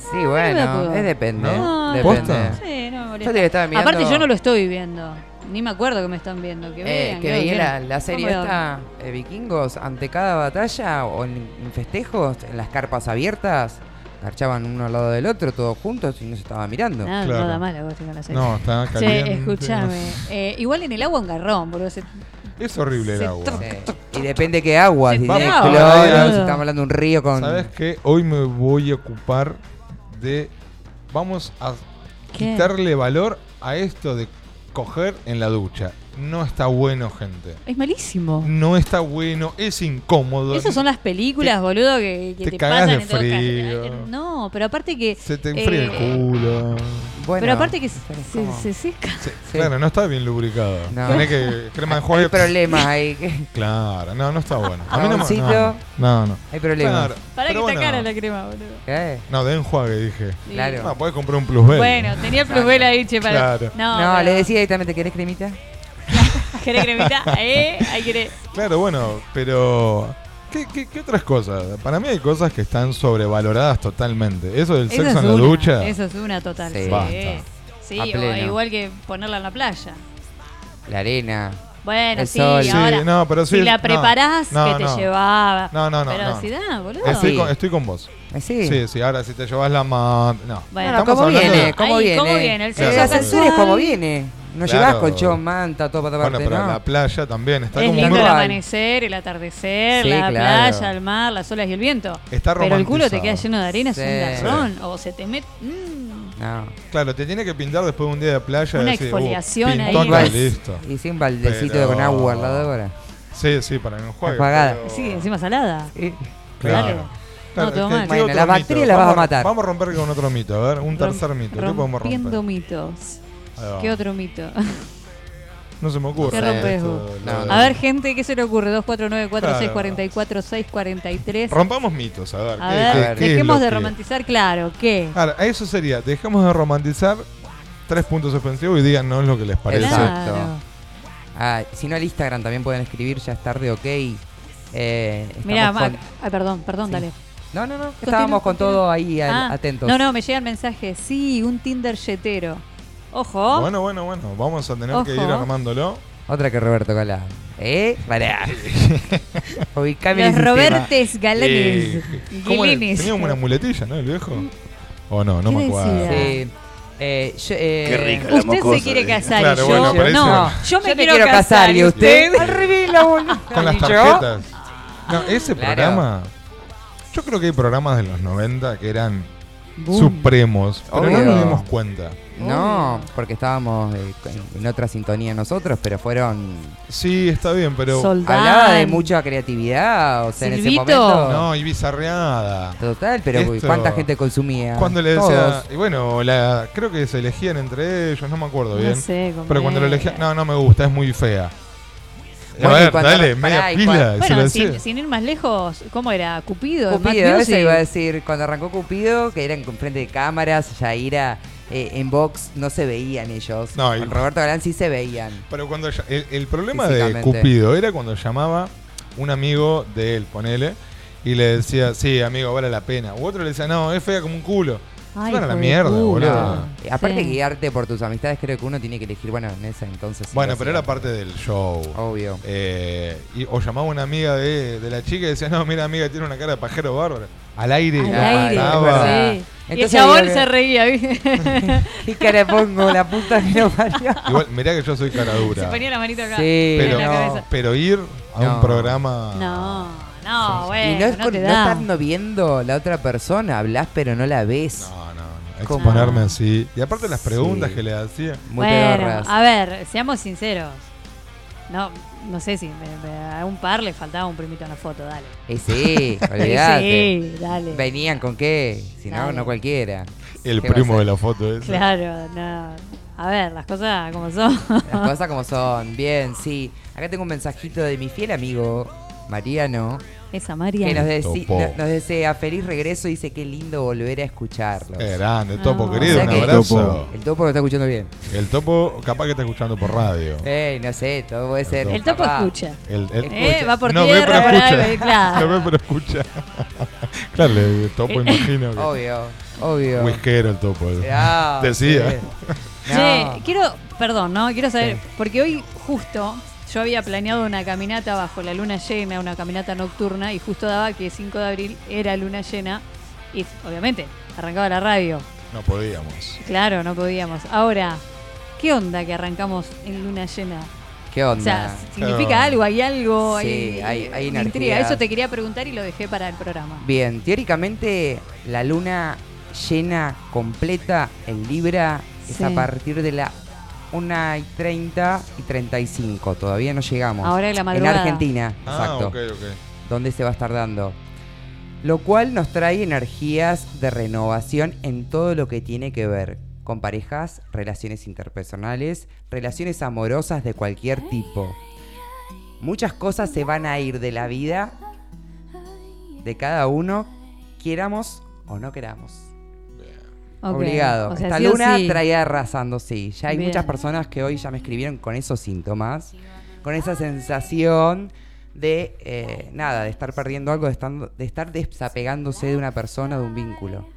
[SPEAKER 8] Sí,
[SPEAKER 6] No me
[SPEAKER 8] bueno,
[SPEAKER 6] puedo.
[SPEAKER 8] es depende. ¿Eh?
[SPEAKER 7] ¿No?
[SPEAKER 8] Depende.
[SPEAKER 7] ¿Posta?
[SPEAKER 6] Sí, no me molesta.
[SPEAKER 8] Yo te estaba mirando.
[SPEAKER 6] Aparte yo no lo estoy viendo. Ni me acuerdo que me están viendo. Que,
[SPEAKER 8] Eh,
[SPEAKER 6] vean,
[SPEAKER 8] que
[SPEAKER 6] lo
[SPEAKER 8] veía la,
[SPEAKER 6] quieran.
[SPEAKER 8] la serie
[SPEAKER 6] Vamos a
[SPEAKER 8] esta, eh, Vikingos, ante cada batalla o en, en festejos, en las carpas abiertas, marchaban uno al lado del otro, todos juntos, y no se estaba mirando.
[SPEAKER 6] Ah,
[SPEAKER 7] Claro.
[SPEAKER 6] toda mala vos con la serie.
[SPEAKER 7] No, está
[SPEAKER 6] Che,
[SPEAKER 7] caliente.
[SPEAKER 6] escúchame. Eh, igual en el agua un garrón, boludo. Se-
[SPEAKER 7] Es horrible el
[SPEAKER 6] Se
[SPEAKER 7] agua.
[SPEAKER 8] Sí. Y depende qué agua,
[SPEAKER 6] Se
[SPEAKER 8] si tiene
[SPEAKER 6] traba,
[SPEAKER 8] cloro,
[SPEAKER 6] boludo.
[SPEAKER 8] si estamos hablando de un río con...
[SPEAKER 7] ¿Sabes qué? Hoy me voy a ocupar de. Vamos a
[SPEAKER 6] ¿Qué?
[SPEAKER 7] quitarle valor a esto de coger en la ducha. No está bueno, gente.
[SPEAKER 6] Es malísimo.
[SPEAKER 7] No está bueno, es incómodo.
[SPEAKER 6] Esas son las películas, boludo, que, que
[SPEAKER 7] te
[SPEAKER 6] te,
[SPEAKER 7] cagás
[SPEAKER 6] pasan
[SPEAKER 7] de
[SPEAKER 6] en todo caso.
[SPEAKER 7] frío.
[SPEAKER 6] Ay, No, pero aparte que.
[SPEAKER 7] Se te
[SPEAKER 6] eh,
[SPEAKER 7] enfría el culo.
[SPEAKER 8] Bueno,
[SPEAKER 6] pero aparte que se,
[SPEAKER 8] ¿cómo?
[SPEAKER 6] se- se seca.
[SPEAKER 7] Sí, Claro, no está bien lubricado.
[SPEAKER 8] No.
[SPEAKER 7] Tenés
[SPEAKER 8] [laughs]
[SPEAKER 7] que crema de enjuague.
[SPEAKER 8] Hay problemas ahí. que-
[SPEAKER 7] Claro, no, no está bueno. A mí no me.
[SPEAKER 8] Jaboncito.
[SPEAKER 7] No, no. no.
[SPEAKER 8] Hay problemas.
[SPEAKER 7] Claro,
[SPEAKER 6] Para que
[SPEAKER 7] pero
[SPEAKER 6] te
[SPEAKER 7] bueno.
[SPEAKER 6] cara la crema, boludo.
[SPEAKER 8] ¿Qué?
[SPEAKER 7] No, de enjuague dije.
[SPEAKER 8] Claro.
[SPEAKER 7] No, podés comprar un plus B.
[SPEAKER 6] Bueno, tenía plusbel ahí, che, para.
[SPEAKER 7] Claro.
[SPEAKER 6] No,
[SPEAKER 8] No,
[SPEAKER 6] pero-
[SPEAKER 8] le decía directamente, ¿querés cremita?
[SPEAKER 6] ¿Querés cremita?
[SPEAKER 7] [laughs]
[SPEAKER 6] ¿Eh? Ahí querés.
[SPEAKER 7] Claro, bueno, pero. ¿qué, qué, qué otras cosas? Para mí hay cosas que están sobrevaloradas totalmente. Eso del
[SPEAKER 6] Eso
[SPEAKER 7] sexo
[SPEAKER 6] es
[SPEAKER 7] en la
[SPEAKER 6] una,
[SPEAKER 7] ducha.
[SPEAKER 6] Eso es una total.
[SPEAKER 8] Sí.
[SPEAKER 6] Sí,
[SPEAKER 7] Basta.
[SPEAKER 6] Sí,
[SPEAKER 8] A
[SPEAKER 6] o-
[SPEAKER 8] pleno.
[SPEAKER 6] igual que ponerla en la playa.
[SPEAKER 8] La arena.
[SPEAKER 6] Bueno,
[SPEAKER 8] El
[SPEAKER 6] sí,
[SPEAKER 8] sol.
[SPEAKER 6] ahora.
[SPEAKER 7] Sí, no, pero sí,
[SPEAKER 6] si la
[SPEAKER 7] no,
[SPEAKER 6] preparás,
[SPEAKER 7] no,
[SPEAKER 6] que te
[SPEAKER 7] no.
[SPEAKER 6] llevaba.
[SPEAKER 7] No, no, no,
[SPEAKER 6] Pero
[SPEAKER 7] no.
[SPEAKER 6] si da, boludo.
[SPEAKER 7] Estoy,
[SPEAKER 8] Sí.
[SPEAKER 7] con, estoy con vos.
[SPEAKER 8] Eh, Sí.
[SPEAKER 7] Sí, sí, ahora si te llevas la mano. No.
[SPEAKER 6] Bueno,
[SPEAKER 7] Estamos
[SPEAKER 8] ¿Cómo
[SPEAKER 7] hablando
[SPEAKER 8] viene?
[SPEAKER 7] de-
[SPEAKER 8] ¿Cómo
[SPEAKER 6] Ahí,
[SPEAKER 8] viene?
[SPEAKER 6] ¿cómo viene? El
[SPEAKER 8] Sí, El
[SPEAKER 7] sexo
[SPEAKER 8] ascensor es
[SPEAKER 6] casual.
[SPEAKER 8] como viene. No
[SPEAKER 7] Claro.
[SPEAKER 8] llevas colchón, manta, todo para
[SPEAKER 7] Bueno,
[SPEAKER 8] taparte,
[SPEAKER 7] pero
[SPEAKER 8] ¿no?
[SPEAKER 7] la playa también está
[SPEAKER 6] es
[SPEAKER 7] como
[SPEAKER 6] lindo
[SPEAKER 7] muy-
[SPEAKER 6] el
[SPEAKER 8] rural.
[SPEAKER 6] amanecer, el atardecer,
[SPEAKER 8] Sí,
[SPEAKER 6] la
[SPEAKER 8] claro.
[SPEAKER 6] playa, el mar, las olas y el viento.
[SPEAKER 7] Está
[SPEAKER 6] Pero el culo te
[SPEAKER 7] romantizado.
[SPEAKER 6] queda lleno de arena, es
[SPEAKER 8] Sí.
[SPEAKER 6] un garrón. O se te mete. mm,
[SPEAKER 8] No.
[SPEAKER 7] Claro, te tiene que pintar después de un día de playa.
[SPEAKER 6] Una
[SPEAKER 7] decir, uh,
[SPEAKER 6] exfoliación ahí.
[SPEAKER 7] pintón,
[SPEAKER 8] Igual,
[SPEAKER 7] listo.
[SPEAKER 8] Y sin baldecito
[SPEAKER 7] Pero-
[SPEAKER 8] con agua al lado de ahora.
[SPEAKER 7] Sí, sí, para que no juegue.
[SPEAKER 8] Apagada.
[SPEAKER 7] pero-
[SPEAKER 6] Sí, encima salada.
[SPEAKER 8] Sí.
[SPEAKER 7] Claro.
[SPEAKER 6] No,
[SPEAKER 7] es que
[SPEAKER 6] todo mal.
[SPEAKER 7] digo
[SPEAKER 8] Bueno,
[SPEAKER 7] otro
[SPEAKER 8] las
[SPEAKER 7] mito.
[SPEAKER 8] bacterias las vas a
[SPEAKER 7] Vamos
[SPEAKER 8] matar.
[SPEAKER 7] Vamos a romper con otro mito, a ver, un tercer mito. ¿Qué podemos
[SPEAKER 6] Rompiendo
[SPEAKER 7] romper?
[SPEAKER 6] mitos.
[SPEAKER 7] Ahí va.
[SPEAKER 6] ¿Qué otro mito?
[SPEAKER 7] No se me
[SPEAKER 6] [laughs]
[SPEAKER 7] ocurre.
[SPEAKER 6] ¿Qué rompes
[SPEAKER 7] Esto,
[SPEAKER 6] vos?
[SPEAKER 7] la
[SPEAKER 8] No,
[SPEAKER 7] verdad.
[SPEAKER 6] A ver, gente, ¿qué se le ocurre? 249-4644-643.
[SPEAKER 7] Rompamos mitos, a ver.
[SPEAKER 6] A
[SPEAKER 7] ¿qué-
[SPEAKER 6] ver,
[SPEAKER 7] qué- qué es
[SPEAKER 6] dejemos
[SPEAKER 7] lo
[SPEAKER 6] de
[SPEAKER 7] que-
[SPEAKER 6] romantizar, claro. ¿Qué?
[SPEAKER 7] Ahora, eso sería, dejemos de romantizar tres puntos ofensivos y díganos lo que les parece.
[SPEAKER 8] Exacto.
[SPEAKER 6] Claro.
[SPEAKER 8] Ah, si no, al Instagram también pueden escribir, ya es tarde, ok. Eh, estamos
[SPEAKER 6] Mirá,
[SPEAKER 8] con-
[SPEAKER 6] Mac- ay, perdón, perdón,
[SPEAKER 8] Sí.
[SPEAKER 6] dale.
[SPEAKER 8] No, no, no, estábamos con
[SPEAKER 6] continúa.
[SPEAKER 8] todo ahí al-
[SPEAKER 6] Ah,
[SPEAKER 8] atentos.
[SPEAKER 6] No, no, me llega el mensaje. Sí, un Tinder yetero. Ojo.
[SPEAKER 7] Bueno, bueno, bueno, vamos a tener que ir
[SPEAKER 6] Ojo.
[SPEAKER 7] armándolo.
[SPEAKER 8] Otra que Roberto Galán. ¿Eh?
[SPEAKER 7] [laughs]
[SPEAKER 8] Pará. Ubicame en
[SPEAKER 6] Los
[SPEAKER 8] el sistema.
[SPEAKER 6] Robertes Galenes.
[SPEAKER 7] Eh, ¿cómo era?
[SPEAKER 6] Galenes.
[SPEAKER 7] Tenía como una muletilla, ¿no? El viejo. O no, no
[SPEAKER 6] ¿Qué
[SPEAKER 7] me acuerdo.
[SPEAKER 6] decía?
[SPEAKER 8] Sí. Eh, yo, eh,
[SPEAKER 15] Qué rica la Usted se mocosa, eh. quiere digo. casar y Claro, yo- bueno, parece-
[SPEAKER 8] no,
[SPEAKER 15] Yo me quiero
[SPEAKER 8] casar y usted.
[SPEAKER 15] Al
[SPEAKER 8] revés, la boluda.
[SPEAKER 7] [laughs] Con las
[SPEAKER 8] ¿Y yo?
[SPEAKER 7] tarjetas. No, ese
[SPEAKER 8] Claro.
[SPEAKER 7] programa. Yo creo que hay programas de los 90 que eran
[SPEAKER 8] Boom.
[SPEAKER 7] supremos. Pero no
[SPEAKER 8] Obvio.
[SPEAKER 7] nos dimos cuenta.
[SPEAKER 8] No, porque estábamos eh, en- en otra sintonía nosotros, pero fueron.
[SPEAKER 7] Sí, está bien, pero.
[SPEAKER 8] Soldán. Hablaba de mucha creatividad, o sea, en ese momento.
[SPEAKER 7] No, y bizarreada.
[SPEAKER 8] Total, pero
[SPEAKER 7] Esto-
[SPEAKER 8] ¿cuánta gente consumía?
[SPEAKER 7] Cuando le decía.
[SPEAKER 8] Todos.
[SPEAKER 7] Y bueno, la, creo que se elegían entre ellos, no me acuerdo
[SPEAKER 8] No
[SPEAKER 7] bien.
[SPEAKER 8] sé,
[SPEAKER 7] pero cuando lo elegían. No, no me gusta, es muy fea. A
[SPEAKER 8] Bueno, y
[SPEAKER 7] ver,
[SPEAKER 8] cuando-
[SPEAKER 7] dale,
[SPEAKER 8] pará,
[SPEAKER 7] media
[SPEAKER 8] y
[SPEAKER 7] pila.
[SPEAKER 8] cuando-
[SPEAKER 7] se lo
[SPEAKER 6] Bueno,
[SPEAKER 7] decía.
[SPEAKER 6] sin, sin ir más lejos, ¿cómo era? Cupido. de Mad
[SPEAKER 8] Cupido, eso
[SPEAKER 6] Music.
[SPEAKER 8] iba a decir. Cuando arrancó Cupido, que eran con frente de cámaras, Yaira, eh, en box, no se veían ellos.
[SPEAKER 7] No, y-
[SPEAKER 8] Con Roberto Galán sí se veían.
[SPEAKER 7] Pero cuando ya- el, el problema de
[SPEAKER 8] Físicamente.
[SPEAKER 7] Cupido era cuando llamaba un amigo de él, ponele, y le decía, sí, amigo, vale la pena. U otro le decía, no, es fea como un culo. Se van a la mierda, boludo.
[SPEAKER 8] Eh, Aparte guiarte por tus amistades, creo que uno tiene que elegir, bueno, en ese entonces. sí,
[SPEAKER 7] Bueno,
[SPEAKER 8] así.
[SPEAKER 7] pero era parte del show. Eh,
[SPEAKER 8] Obvio.
[SPEAKER 7] o llamaba a una amiga de, de la chica y decía, no, mira, amiga, tiene una cara de pajero bárbaro. Al aire.
[SPEAKER 6] Al
[SPEAKER 7] la
[SPEAKER 6] aire,
[SPEAKER 7] mataba.
[SPEAKER 6] sí. y el
[SPEAKER 8] Entonces
[SPEAKER 6] chabón
[SPEAKER 8] digo que-
[SPEAKER 6] se reía, ¿viste?
[SPEAKER 8] [laughs] ¿Qué cara pongo? La puta que no parió.
[SPEAKER 7] Igual, mirá que yo soy cara dura.
[SPEAKER 6] Se ponía la manito acá.
[SPEAKER 8] Sí,
[SPEAKER 7] pero,
[SPEAKER 8] en la cabeza.
[SPEAKER 7] pero ir a un
[SPEAKER 8] No.
[SPEAKER 7] programa...
[SPEAKER 6] No, no, bueno,
[SPEAKER 8] y no es
[SPEAKER 6] no
[SPEAKER 8] con-
[SPEAKER 6] te
[SPEAKER 8] no
[SPEAKER 6] da.
[SPEAKER 8] estando viendo la otra persona, hablas pero no la ves.
[SPEAKER 7] No, no, Exponerme así. Y aparte las preguntas que le hacía.
[SPEAKER 8] Muy
[SPEAKER 6] Bueno, ah.
[SPEAKER 8] pedorras.
[SPEAKER 6] a ver, seamos sinceros. No, no sé si me- me- a un par le faltaba un primito en la foto, dale.
[SPEAKER 8] Eh,
[SPEAKER 6] Sí,
[SPEAKER 8] sí, olvidate.
[SPEAKER 6] [laughs] dale.
[SPEAKER 8] Venían con qué, si no,
[SPEAKER 6] Dale.
[SPEAKER 8] no cualquiera.
[SPEAKER 7] El
[SPEAKER 8] ¿Qué va a
[SPEAKER 7] primo
[SPEAKER 8] ser?
[SPEAKER 7] de la foto esa.
[SPEAKER 6] Claro, no. A ver, las cosas como son. [laughs]
[SPEAKER 8] Las cosas como son, bien, sí. Acá tengo un mensajito de mi fiel amigo, Mariano.
[SPEAKER 6] Esa María.
[SPEAKER 8] Que nos, deci-
[SPEAKER 7] Topo.
[SPEAKER 8] no- nos desea feliz regreso y dice qué lindo volver a escucharlos.
[SPEAKER 7] Qué grande, Topo,
[SPEAKER 8] Ah.
[SPEAKER 7] querido,
[SPEAKER 8] O sea
[SPEAKER 7] un
[SPEAKER 8] que-
[SPEAKER 7] abrazo.
[SPEAKER 8] El topo lo está escuchando bien.
[SPEAKER 7] El topo capaz que está escuchando por radio.
[SPEAKER 8] Ey, no sé, todo puede ser.
[SPEAKER 6] El topo
[SPEAKER 8] capaz.
[SPEAKER 6] escucha.
[SPEAKER 7] El- el-
[SPEAKER 6] Eh, va por
[SPEAKER 7] no ve,
[SPEAKER 6] tierra,
[SPEAKER 7] pero
[SPEAKER 6] por
[SPEAKER 7] escucha.
[SPEAKER 6] aire,
[SPEAKER 7] [laughs]
[SPEAKER 6] claro. Eh,
[SPEAKER 7] No ve, pero
[SPEAKER 6] [laughs]
[SPEAKER 7] escucha. claro, el topo imagino. que-
[SPEAKER 8] Obvio, obvio.
[SPEAKER 7] Whiskero el topo.
[SPEAKER 8] Ya,
[SPEAKER 7] [laughs] Decía.
[SPEAKER 8] sí.
[SPEAKER 6] Che,
[SPEAKER 8] No.
[SPEAKER 6] quiero, perdón, ¿no? Quiero saber,
[SPEAKER 8] Sí.
[SPEAKER 6] porque hoy justo yo había planeado una caminata bajo la luna llena, una caminata nocturna, y justo daba que 5 de abril era luna llena, y obviamente arrancaba la radio.
[SPEAKER 7] No podíamos.
[SPEAKER 6] Claro, no podíamos. Ahora, ¿qué onda que arrancamos en luna llena?
[SPEAKER 8] ¿Qué onda?
[SPEAKER 6] O sea, significa algo, hay algo,
[SPEAKER 8] Sí, hay- hay
[SPEAKER 6] una
[SPEAKER 8] energía.
[SPEAKER 6] intriga. Eso te quería preguntar y lo dejé para el programa.
[SPEAKER 8] Bien, teóricamente la luna llena completa en Libra es
[SPEAKER 6] Sí.
[SPEAKER 8] a partir de la 1 y 30 y 35. Todavía no llegamos.
[SPEAKER 6] Ahora en la madrugada.
[SPEAKER 8] En Argentina,
[SPEAKER 7] Ah,
[SPEAKER 8] exacto.
[SPEAKER 7] ok, ok.
[SPEAKER 8] Donde se va a estar dando. Lo cual nos trae energías de renovación en todo lo que tiene que ver con parejas, relaciones interpersonales, relaciones amorosas de cualquier tipo. Muchas cosas se van a ir de la vida de cada uno, queramos o no queramos.
[SPEAKER 6] Ok,
[SPEAKER 8] Obligado.
[SPEAKER 6] o sea,
[SPEAKER 8] Esta
[SPEAKER 6] sí o
[SPEAKER 8] luna
[SPEAKER 6] sí.
[SPEAKER 8] trae arrasando, sí. Ya hay
[SPEAKER 6] Bien.
[SPEAKER 8] muchas personas que hoy ya me escribieron con esos síntomas, con esa sensación de eh, nada, de estar perdiendo algo, de estar, de estar desapegándose de una persona, de un vínculo.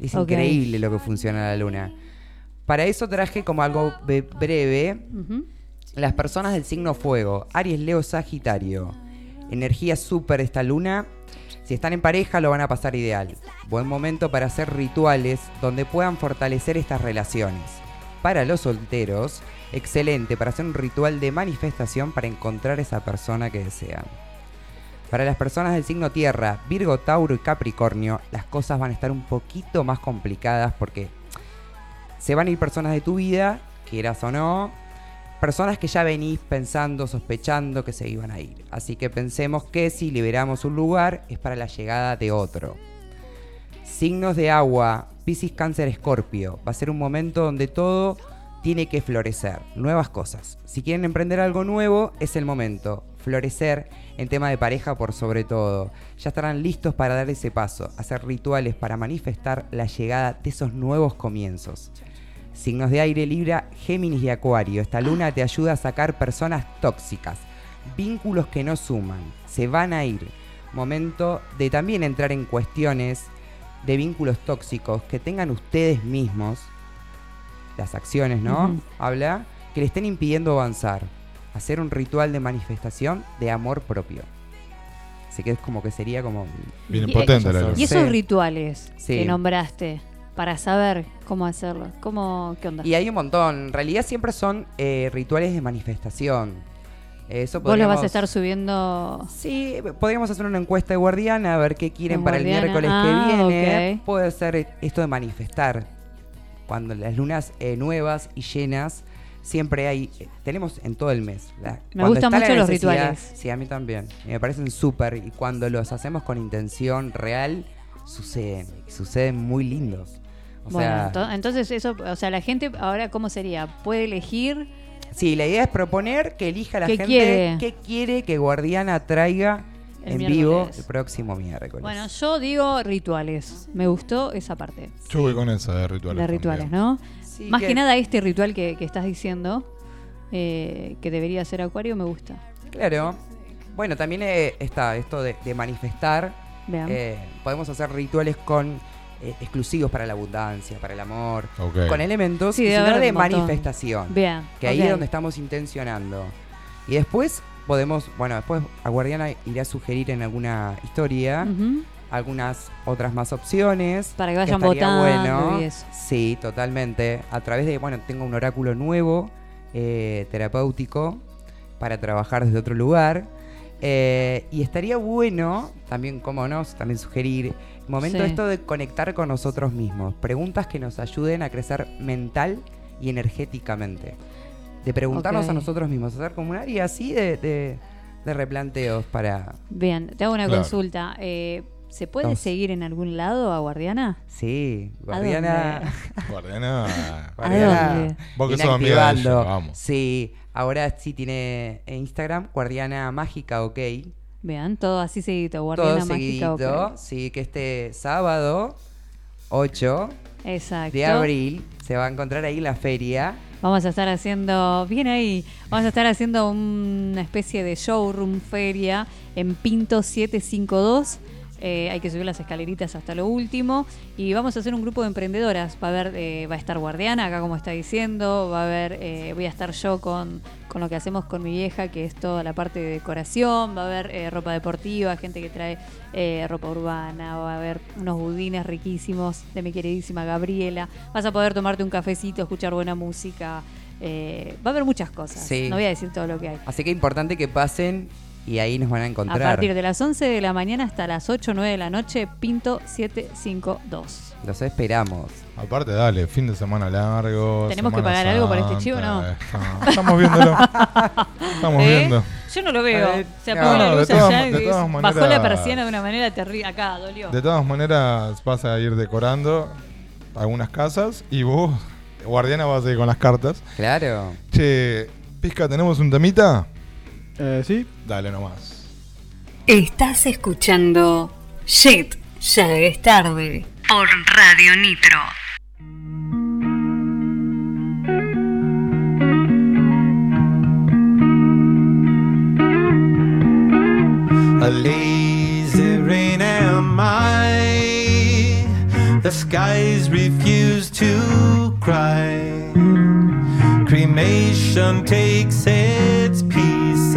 [SPEAKER 8] Es
[SPEAKER 6] Ok.
[SPEAKER 8] increíble lo que funciona la luna. Para eso traje como algo be- breve
[SPEAKER 6] Ujú.
[SPEAKER 8] las personas del signo fuego, Aries, Leo, Sagitario. Energía súper esta luna. Si están en pareja lo van a pasar ideal. Buen momento para hacer rituales donde puedan fortalecer estas relaciones. Para los solteros, excelente para hacer un ritual de manifestación para encontrar esa persona que desean. Para las personas del signo Tierra, Virgo, Tauro y Capricornio, las cosas van a estar un poquito más complicadas porque se van a ir personas de tu vida, quieras o no, personas que ya venís pensando, sospechando que se iban a ir. Así que pensemos que si liberamos un lugar es para la llegada de otro. Signos de agua, Piscis, Cáncer, Escorpio. Va a ser un momento donde todo tiene que florecer, nuevas cosas. Si quieren emprender algo nuevo, es el momento. Florecer en tema de pareja por sobre todo. Ya estarán listos para dar ese paso, hacer rituales para manifestar la llegada de esos nuevos comienzos. Signos de aire, Libra, Géminis y Acuario. Esta luna te ayuda a sacar personas tóxicas, vínculos que no suman, se van a ir. Momento de también entrar en cuestiones de vínculos tóxicos que tengan ustedes mismos, las acciones, ¿no?
[SPEAKER 6] Ujú.
[SPEAKER 8] Habla, que le estén impidiendo avanzar. Hacer un ritual de manifestación de amor propio. Así que es como que sería como...
[SPEAKER 7] Bien potente la luna.
[SPEAKER 6] Y
[SPEAKER 8] Sí.
[SPEAKER 6] esos rituales
[SPEAKER 8] Sí.
[SPEAKER 6] que nombraste, para saber cómo hacerlo. ¿Cómo, ¿Qué onda?
[SPEAKER 8] Y hay un montón. En realidad siempre son eh, rituales de manifestación. Eso
[SPEAKER 6] Vos lo vas
[SPEAKER 8] podríamos-
[SPEAKER 6] a estar subiendo.
[SPEAKER 8] Sí, podríamos hacer una encuesta de Guardiana a ver qué quieren
[SPEAKER 6] De
[SPEAKER 8] para el
[SPEAKER 6] Guardiana.
[SPEAKER 8] miércoles que
[SPEAKER 6] Ah,
[SPEAKER 8] viene. Puede ser esto de manifestar. Cuando las lunas eh, nuevas y llenas siempre hay. eh, tenemos en todo el mes. la-
[SPEAKER 6] Me
[SPEAKER 8] cuando
[SPEAKER 6] gustan
[SPEAKER 8] está la
[SPEAKER 6] mucho los
[SPEAKER 8] necesidad-
[SPEAKER 6] rituales.
[SPEAKER 8] Sí, a mí también. Y Me parecen súper. Y cuando los hacemos con intención real, suceden. y Suceden muy lindos. O
[SPEAKER 6] bueno,
[SPEAKER 8] sea,
[SPEAKER 6] ento- entonces eso, o sea, la gente ahora, ¿cómo sería? ¿Puede elegir?
[SPEAKER 8] sí, la idea es proponer que elija la
[SPEAKER 6] ¿Qué
[SPEAKER 8] gente
[SPEAKER 6] quiere?
[SPEAKER 8] qué quiere que Guardiana traiga
[SPEAKER 6] El
[SPEAKER 8] en vivo
[SPEAKER 6] miércoles.
[SPEAKER 8] el próximo miércoles.
[SPEAKER 6] Bueno, yo digo rituales. Me gustó esa parte.
[SPEAKER 7] Yo voy con esa de rituales.
[SPEAKER 6] de rituales, ¿no?
[SPEAKER 8] Sí,
[SPEAKER 6] Más
[SPEAKER 8] que-
[SPEAKER 6] que... nada este ritual que, que estás diciendo, eh, que debería ser Acuario, me gusta.
[SPEAKER 8] Claro. Bueno, también eh, está esto de, de manifestar.
[SPEAKER 6] Vean.
[SPEAKER 8] Eh, podemos hacer rituales con eh, exclusivos para la abundancia, para el amor,
[SPEAKER 7] Ok.
[SPEAKER 8] con elementos
[SPEAKER 6] Sí,
[SPEAKER 8] y
[SPEAKER 6] debe
[SPEAKER 8] sino
[SPEAKER 6] haber
[SPEAKER 8] de
[SPEAKER 6] un montón.
[SPEAKER 8] manifestación.
[SPEAKER 6] Bien,
[SPEAKER 8] Que ahí
[SPEAKER 6] ok.
[SPEAKER 8] es donde estamos intencionando. Y después podemos, bueno, después a Guardiana irá a sugerir en alguna historia
[SPEAKER 6] Ujú.
[SPEAKER 8] algunas otras más opciones.
[SPEAKER 6] Para que vayan
[SPEAKER 8] estaría
[SPEAKER 6] votando
[SPEAKER 8] bueno.
[SPEAKER 6] y eso.
[SPEAKER 8] Sí, totalmente. A través de, bueno, tengo un oráculo nuevo, eh, terapéutico, para trabajar desde otro lugar. Eh, y estaría bueno, también, como no, también sugerir, momento
[SPEAKER 6] Sí.
[SPEAKER 8] esto de conectar con nosotros mismos. Preguntas que nos ayuden a crecer mental y energéticamente. De preguntarnos
[SPEAKER 6] Ok.
[SPEAKER 8] a nosotros mismos, hacer como un área así de, de- de replanteos para...
[SPEAKER 6] Bien, te hago una
[SPEAKER 8] Claro.
[SPEAKER 6] consulta. Eh, ¿Se puede
[SPEAKER 8] Vamos.
[SPEAKER 6] seguir en algún lado a Guardiana?
[SPEAKER 8] Sí,
[SPEAKER 6] ¿A dónde?
[SPEAKER 8] Guardiana. [laughs]
[SPEAKER 7] Guardiana.
[SPEAKER 6] ¿A dónde?
[SPEAKER 7] Vos que
[SPEAKER 8] Viene
[SPEAKER 7] sos amiga de ella,
[SPEAKER 8] activando.
[SPEAKER 7] vamos.
[SPEAKER 8] Sí, ahora sí tiene en Instagram, Guardiana Mágica, ok.
[SPEAKER 6] Vean, todo así seguido, Guardiana
[SPEAKER 8] Todo
[SPEAKER 6] Mágica. ok.
[SPEAKER 8] seguidito. Sí, que este sábado 8
[SPEAKER 6] Exacto.
[SPEAKER 8] de abril se va a encontrar ahí la feria.
[SPEAKER 6] Vamos a estar haciendo, bien ahí, vamos a estar haciendo una especie de showroom feria en Pinto 752. Eh, hay que subir las escaleritas hasta lo último. Y vamos a hacer un grupo de emprendedoras. Va a haber, eh, va a estar Guardiana, acá como está diciendo. Va a haber, eh, voy a estar yo con, con lo que hacemos con mi vieja, que es toda la parte de decoración. Va a haber eh, ropa deportiva, gente que trae eh, ropa urbana. Va a haber unos budines riquísimos de mi queridísima Gabriela. Vas a poder tomarte un cafecito, escuchar buena música. eh, va a haber muchas cosas.
[SPEAKER 8] Sí.
[SPEAKER 6] No voy a decir todo lo que hay.
[SPEAKER 8] Así que importante que pasen y ahí nos van a
[SPEAKER 6] A
[SPEAKER 8] encontrar.
[SPEAKER 6] partir de las 11 de la mañana hasta las 8 o 9 de la noche, Pinto 752.
[SPEAKER 8] Los esperamos.
[SPEAKER 7] Aparte, dale, fin de semana largo.
[SPEAKER 6] ¿Tenemos que
[SPEAKER 7] Semana
[SPEAKER 6] pagar algo por este
[SPEAKER 7] Santa,
[SPEAKER 6] chivo o no?
[SPEAKER 7] eh, Estamos viéndolo. Estamos
[SPEAKER 6] [laughs] ¿Eh?
[SPEAKER 7] viendo.
[SPEAKER 6] Yo no lo veo.
[SPEAKER 7] A ver,
[SPEAKER 6] O sea,
[SPEAKER 7] no.
[SPEAKER 6] apagó la
[SPEAKER 7] No, de
[SPEAKER 6] luz
[SPEAKER 7] todas-
[SPEAKER 6] allá y
[SPEAKER 7] de
[SPEAKER 6] dice-
[SPEAKER 7] todas
[SPEAKER 6] bajó
[SPEAKER 7] maneras-
[SPEAKER 6] la persiana de una manera terrible. Acá, dolió.
[SPEAKER 7] De todas maneras, vas a ir decorando algunas casas y vos, Guardiana, vas a ir con las cartas.
[SPEAKER 8] Claro.
[SPEAKER 7] Che, Pisca, ¿tenemos un temita?
[SPEAKER 9] Eh, sí.
[SPEAKER 7] Dale nomás.
[SPEAKER 3] Estás escuchando Shit, ya es tarde. Por Radio Nitro.
[SPEAKER 13] A lazy rain am I. The skies refuse to cry. Cremation takes its piece